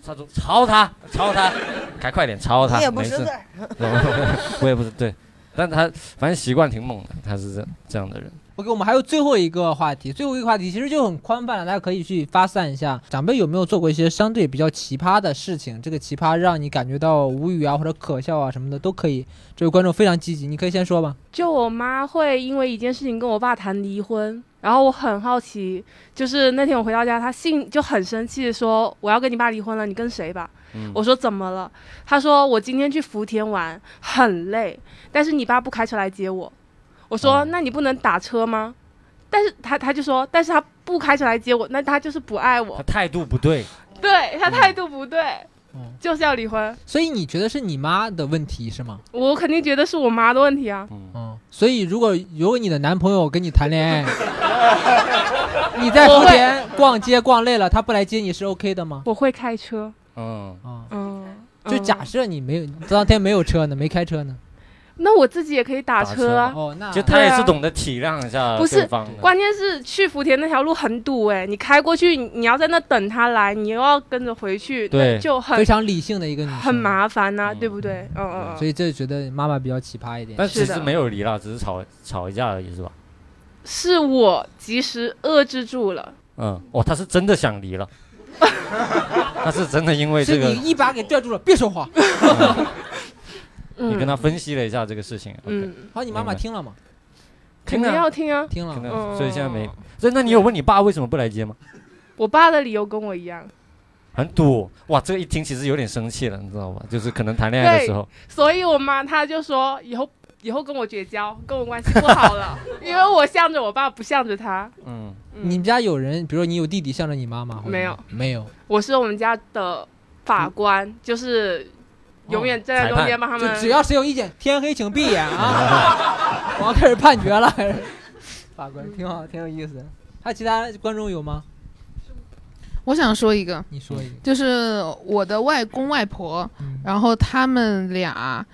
他说超他，超他，开快点超他，你也不没识事字儿。 (laughs) 我我也不是对，但他反正习惯挺猛的，他是这这样的人。 (laughs) OK，我们还有最后一个话题，最后一个话题其实就很宽泛了，大家可以去发散一下，长辈有没有做过一些相对比较奇葩的事情？这个奇葩让你感觉到无语啊，或者可笑啊什么的都可以。这位观众非常积极，你可以先说吧。就我妈会因为一件事情跟我爸谈离婚，然后我很好奇，就是那天我回到家，她信就很生气地说我要跟你爸离婚了，你跟谁吧？嗯我说怎么了？她说我今天去福田玩很累，但是你爸不开车来接我。我说、那你不能打车吗？但是她她就说，但是他不开车来接我，那他就是不爱我他，态度不对，对他态度不对，就是要离婚。所以你觉得是你妈的问题是吗？我肯定觉得是我妈的问题啊。嗯，所以如果如果你的男朋友跟你谈恋 (laughs) 爱，你在我福会田逛街逛累了，他不来接你是 OK 的吗？我会开车，嗯哦嗯，就假设你没有当天没有车呢，没开车呢，那我自己也可以打车啊。哦，那就他也是对啊啊懂得体谅一下不对是方的，。关键是去福田那条路很堵哎、你开过去，你你要在那等他来，你又要跟着回去，那就哦很非常理性的一个女很生，麻烦呐、对不对？嗯嗯所嗯，以这觉得妈妈比较奇葩一点。但其实没有离了，只是吵吵一架而已，是吧？是我及时遏制住了。嗯，哦，他是真的想离了，他是真的因为这是个你，一把给拽住了，别说 (laughs) 话。嗯你跟他分析了一下这个事情，啊嗯，好，你妈妈听了吗？肯定要听啊，听了可能嗯所以现在哦没。所以那你有问你爸为什么不来接吗？我爸的理由跟我一样，很堵，哇，这个一听其实有点生气了，你知道吧？就是可能谈恋爱的对时候，，所以我妈她就说以后以后跟我绝交，跟我关系不好了， (laughs) 因为我向着我爸，不向着他。嗯，你们家有人，比如说你有弟弟向着你妈妈，或者没有没有，我是我们家的法官，就是永远站在中间帮他们。就只要谁有意见，天黑请闭眼啊！我要开始判决了，开始法官挺好，挺有意思的。还有其他观众有吗？我想说一个，你说一个，嗯就是我的外公外婆，然后他们俩，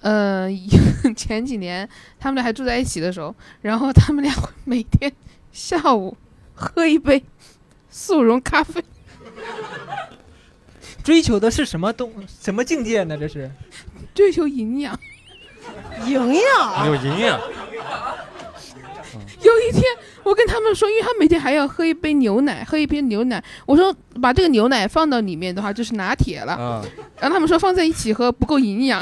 呃， (laughs) 前几年他们俩还住在一起的时候，然后他们俩会每天下午喝一杯速溶咖啡，追求的是什么东什么境界呢？这是追求 (laughs) 营养。营养有啊营养。 (laughs) 有一天，我跟他们说，因为他每天还要喝一杯牛奶，喝一杯牛奶。我说把这个牛奶放到里面的话，就是拿铁啊了。嗯，然后他们说放在一起喝不够营养，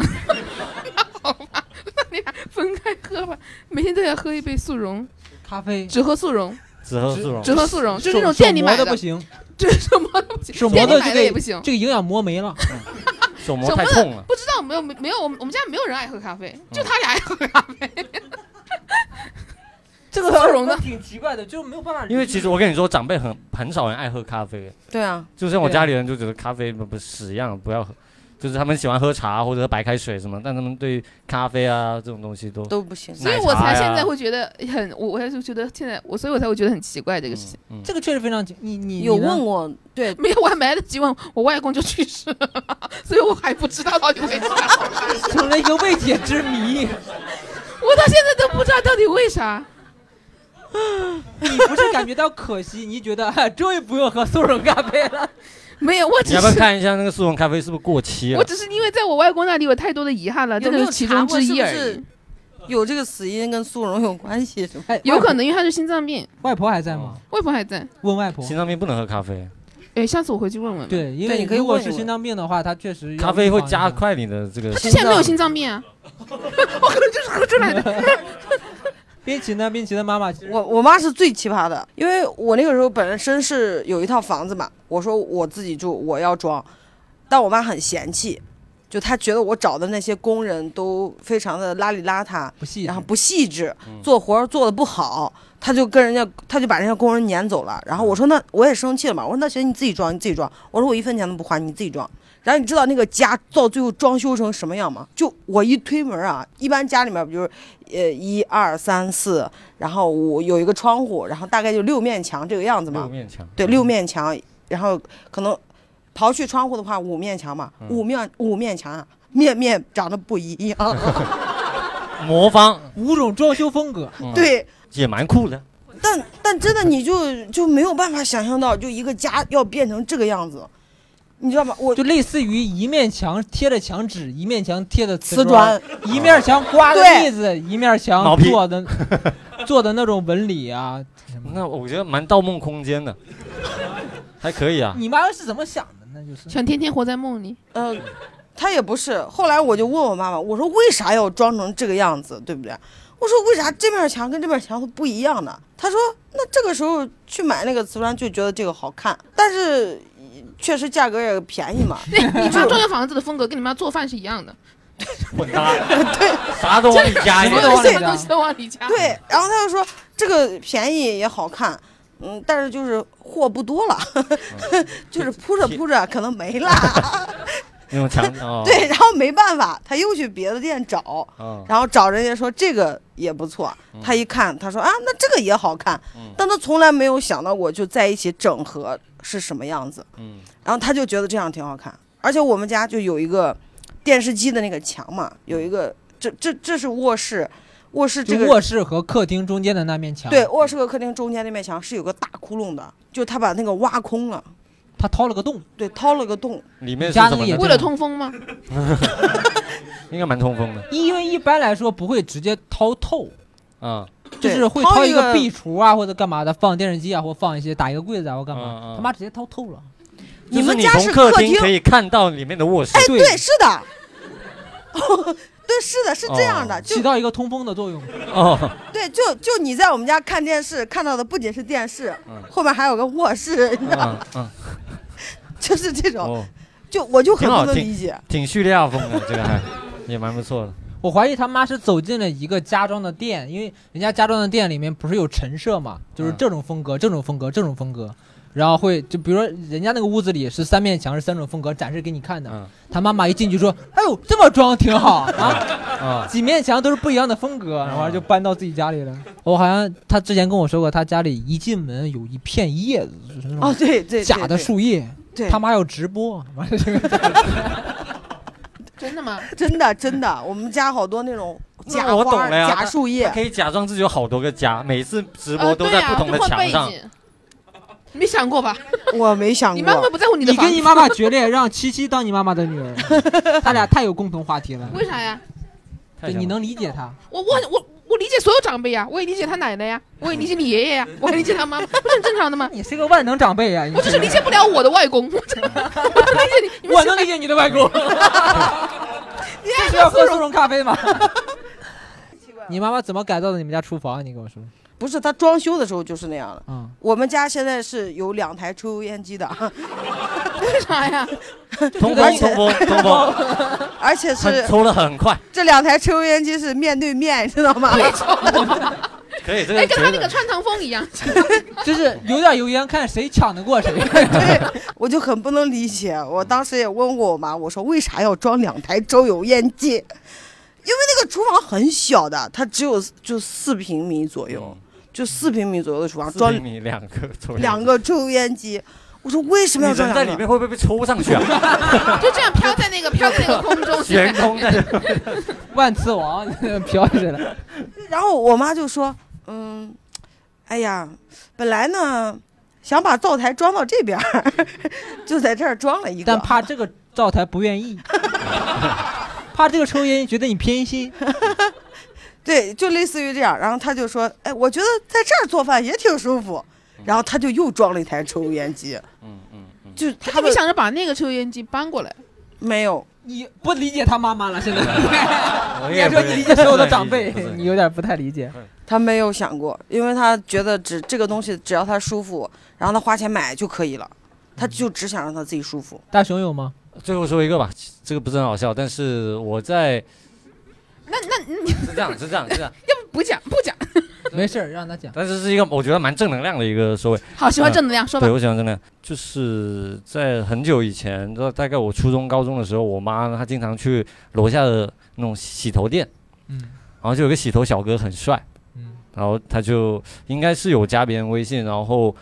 (laughs) 那好吧，那你俩分开喝吧。每天都要喝一杯速溶咖啡，只喝速溶，只喝速溶，只喝速溶，就是那种手手店里买磨的的不，行，对，手磨的不行，手磨店里的买这的个也不行。这个营养磨没了。嗯手手磨的不知道没有没没有，我们我们家没有人爱喝咖啡，就他俩爱喝咖啡。这个速溶的挺奇怪的，就没有办法。因为其实我跟你说，长辈很很少人爱喝咖啡，对啊，就像我家里人就觉得咖啡不不屎一样，不要喝，就是他们喜欢喝茶或者喝白开水什么，但他们对咖啡啊这种东西都都不行所以我才现在会觉得很，我我才就觉得现在我，所以我才会觉得很奇怪这个事情。嗯这个确实非常奇，你你有问我对没有，我还没来得及问，我外公就去世了，所以我还不知道到底为啥， (laughs) 成了一个未解之谜。我到现在都不知道到底为啥。你不是感觉到可惜，你觉得、哎、终于不用喝速溶咖啡了？没有，我你只要不要是看一下那个速溶咖啡是不是过期了？我只是因为在我外公那里有太多的遗憾了，这有个没有是其查中过之是一不而已。是有这个死因跟苏荣有关系是吗？有可能因为他是心脏病。外婆还在哦吗？外婆还在。问外婆。心脏病不能喝咖啡，哎，下次我回去问问。对，因哎为如果是心脏病的话，他确实要咖啡会预防一下加快你的这个。他之前没有心脏病啊，我可能就是喝出来的。冰淇呢？冰淇的妈妈，我我妈是最奇葩的，因为我那个时候本身是有一套房子嘛，我说我自己住，我要装，但我妈很嫌弃，就她觉得我找的那些工人都非常的邋里邋遢，不细然后不细致嗯，做活儿做的不好，她就跟人家，她就把人家工人撵走了。然后我说那我也生气了嘛，我说那行你自己装，你自己装，我说我一分钱都不花，你自己装。然后你知道那个家到最后装修成什么样吗？就我一推门啊，一般家里面不就是，呃，一二三四，然后我有一个窗户，然后大概就六面墙这个样子嘛。六面墙对，六面墙，然后可能刨去窗户的话，五面墙嘛，嗯五面五面墙啊，面面长得不一 (laughs) 样。魔方五种装修风格，嗯对，也蛮酷的。但但真的你就就没有办法想象到，就一个家要变成这个样子，你知道吗？我就类似于一面墙贴着墙纸，一面墙贴的瓷砖一面墙刮的对栗子，一面墙毛坯做的 (laughs) 做的那种纹理啊。那我觉得蛮《盗梦空间》的，还可以啊。你妈是怎么想的呢？就是想天天活在梦里。嗯、他也不是。后来我就问我妈妈，我说为啥要装成这个样子，对不对？我说为啥这面墙跟这面墙会不一样呢？她说那这个时候去买那个瓷砖就觉得这个好看，但是确实价格也便宜嘛。 (laughs) (laughs) 你妈装修房子的风格跟你妈做饭是一样的，混搭，对，啥都往里 (laughs) 加一点，所有东西都往里加。对，然后他就说这个便宜也好看，嗯，但是就是货不多了， (laughs) 就是铺着铺着可能没了，那种 (laughs) 墙啊哦，对，然后没办法，他又去别的店找，哦然后找人家说这个也不错，嗯他一看他说啊，那这个也好看，但他从来没有想到过就在一起整合是什么样子，嗯，然后他就觉得这样挺好看，而且我们家就有一个电视机的那个墙嘛，有一个这这这是卧室。卧室这就个卧室和客厅中间的那面墙，对，卧室和客厅中间那面墙是有个大窟窿的，就他把那个挖空了，他掏了个洞，对，掏了个洞。里面是怎么弄的为了通风吗？ (laughs) 应该蛮通风的因为一般来说不会直接掏透，啊。就是会掏掏一一个个嗯壁橱啊，或者干嘛的，放电视机啊，或放一些打一个柜子啊，或干嗯嘛，他妈直接掏透了。你们就家是是你从客客厅可以看到里面的卧室。哎，对，是的， (laughs) 对，是的，是这样的，哦就起到一个通风的作用。哦，对，就就你在我们家看电视看到的不仅是电视，嗯后面还有个卧室，你知道吗？嗯嗯，就是这种，哦，就我就很挺不好能听，理解。挺叙利亚风的，这个还也蛮不错的。我怀疑他妈是走进了一个家装的店，因为人家家装的店里面不是有陈设嘛，就是嗯这种风格、这种风格、这种风格，然后会就比如说人家那个屋子里是三面墙是三种风格展示给你看的，嗯他妈妈一进去说：“哎呦，这么装挺好啊，啊，几面墙都是不一样的风格。”然后就搬到自己家里了。我好像他之前跟我说过，他家里一进门有一片叶子，就是那种哦对对对假的树叶，对他妈要直播，完了这个。真的吗？真的真的，我们家好多那种假那我懂花、了呀，假树叶他，可以假装自己有好多个家，每次直播都呃对在啊不同的就换墙背上。景没想过吧？我没想过。你妈妈不在乎你的你房跟子你妈妈决裂，让七七当你妈妈的女儿，他俩太有共同话题了。为啥呀？对，你能理解他？我我我我理解所有长辈呀，我也理解他奶奶呀，我也理解你爷爷呀，我也理解他妈妈，不是很正常的吗？你是个万能长辈呀！我只是理解不了我的外公，我只我只理 (laughs) 解你。你们我能理解你的 (laughs) 外公。这是要喝速溶咖啡吗？你妈妈怎么改造的你们家厨房啊？你跟我说。不是，他装修的时候就是那样的。嗯我们家现在是有两台抽油烟机的， (laughs) 为啥呀？ (laughs) 通风通风通风，而且是很抽的很快，这两台抽油烟机是面对面，知道 (laughs) 吗？可以这哎，跟个绝他对。那个串堂风一 (laughs) 样，就是有点油烟，看谁抢得过谁。我就很不能理解。我当时也问过我妈，我说为啥要装两台抽油烟机？因为那个厨房很小的，它只有就四平米左右，就四平米左右的厨房嗯四装平米两个左右，两个抽油烟机。我说为什么要你装人两个？在里面会不会被抽上去啊？ (laughs) 就这样飘在那个飘在那个空中，悬空在这。万磁王 (laughs) 飘起来了。 (laughs) 然后我妈就说：“嗯，哎呀，本来呢想把灶台装到这边儿， (laughs) 就在这儿装了一个，但怕这个灶 (laughs) 台不愿意，怕这个抽烟觉得你偏心。 (laughs) 对，就类似于这样。然后他就说：“哎，我觉得在这儿做饭也挺舒服。”然后他就又装了一台抽油烟机。嗯嗯，就他他特别们想着把那个抽油烟机搬过来。没有，你不理解他妈妈了，现在。你还也不说是你理解所有的长不辈是不是，你有点不太理解。他没有想过，因为他觉得只这个东西只要他舒服，然后他花钱买就可以了，他就只想让他自己舒服。大熊有吗？最后说一个吧，这个不是很好笑，但是我在那那你是这样，是这样，是这样。 (laughs) 要不不讲不讲，没事，让他讲。但是是一个我觉得蛮正能量的一个收尾。好喜欢正能量说吧对，我喜欢正能量，就是在很久以前，大大概我初中、高中的时候，我妈她经常去楼下的那种洗头店，嗯，然后就有个洗头小哥很帅，嗯，然后他就应该是有加别人微信，然后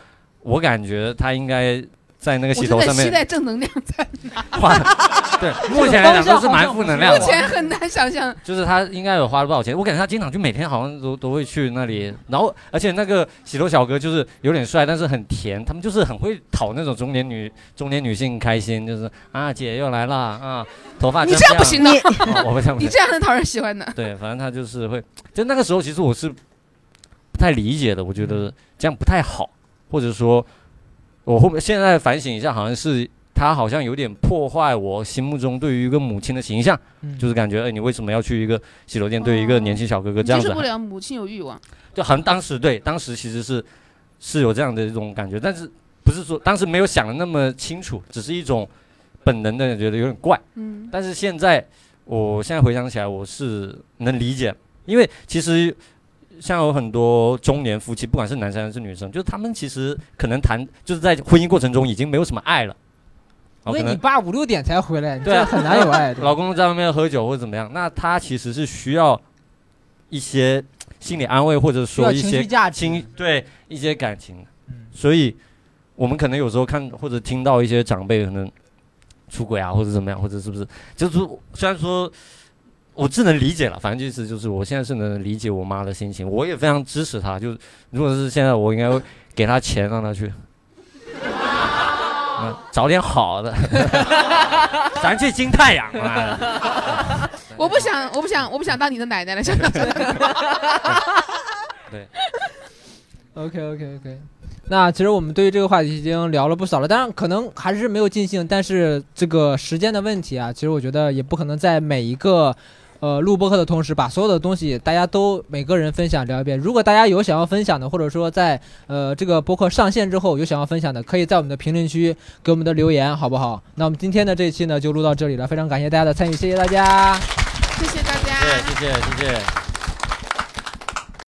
我感觉他应该在那个洗头我上正在期面待正能量在哪。对，目前来讲都是蛮负能量的。目前很难想象。就是他应该有花了不少钱，我感觉他经常就每天好像都都会去那里，然后而且那个洗头小哥就是有点帅，但是很甜，他们就是很会讨那种中年女中年女性开心，就是啊姐又来了啊，头发你真这样不行的 (laughs) 漂亮哦我不这样，你这样很讨人喜欢 (laughs) 的。对，反正他就是会，就那个时候其实我是不太理解的，我觉得这样不太好，或者说，我后面现在反省一下，好像是他好像有点破坏我心目中对于一个母亲的形象，就是感觉哎，你为什么要去一个洗头店对一个年轻小哥哥这接样子受不？了母亲有欲望，就好像当时对，当时其实是是有这样的一种感觉，但是不是说当时没有想的那么清楚，只是一种本能的觉得有点怪。嗯，但是现在我现在回想起来，我是能理解，因为其实像有很多中年夫妻，不管是男生还是女生，就是他们其实可能谈就是在婚姻过程中已经没有什么爱了。因哦为可能你爸五六点才回来，你对这啊，很难有 (laughs) 爱。老公在外面喝酒或者怎么样，那他其实是需要一些心理安慰，或者需要说一情些绪价值情对一些感情的。所以我们可能有时候看或者听到一些长辈可能出轨啊，或者怎么样，或者是不是，就是虽然说。我是能理解了，反正就是就是，我现在是能理解我妈的心情，我也非常支持她。就如果是现在，我应该会给她钱让她去，嗯，找点好的， (laughs) 咱去金太阳嘛。我不想，我不想，我不想当你的奶奶了， (laughs) 真的。真的 (laughs) OK OK OK，那其实我们对于这个话题已经聊了不少了，当然可能还是没有尽兴，但是这个时间的问题啊，其实我觉得也不可能在每一个。呃，录播课的同时，把所有的东西大家都每个人分享聊一遍。如果大家有想要分享的，或者说在呃这个播客上线之后有想要分享的，可以在我们的评论区给我们的留言，好不好？那我们今天的这一期呢就录到这里了，非常感谢大家的参与，谢谢大家。谢谢大家。谢谢谢谢谢谢。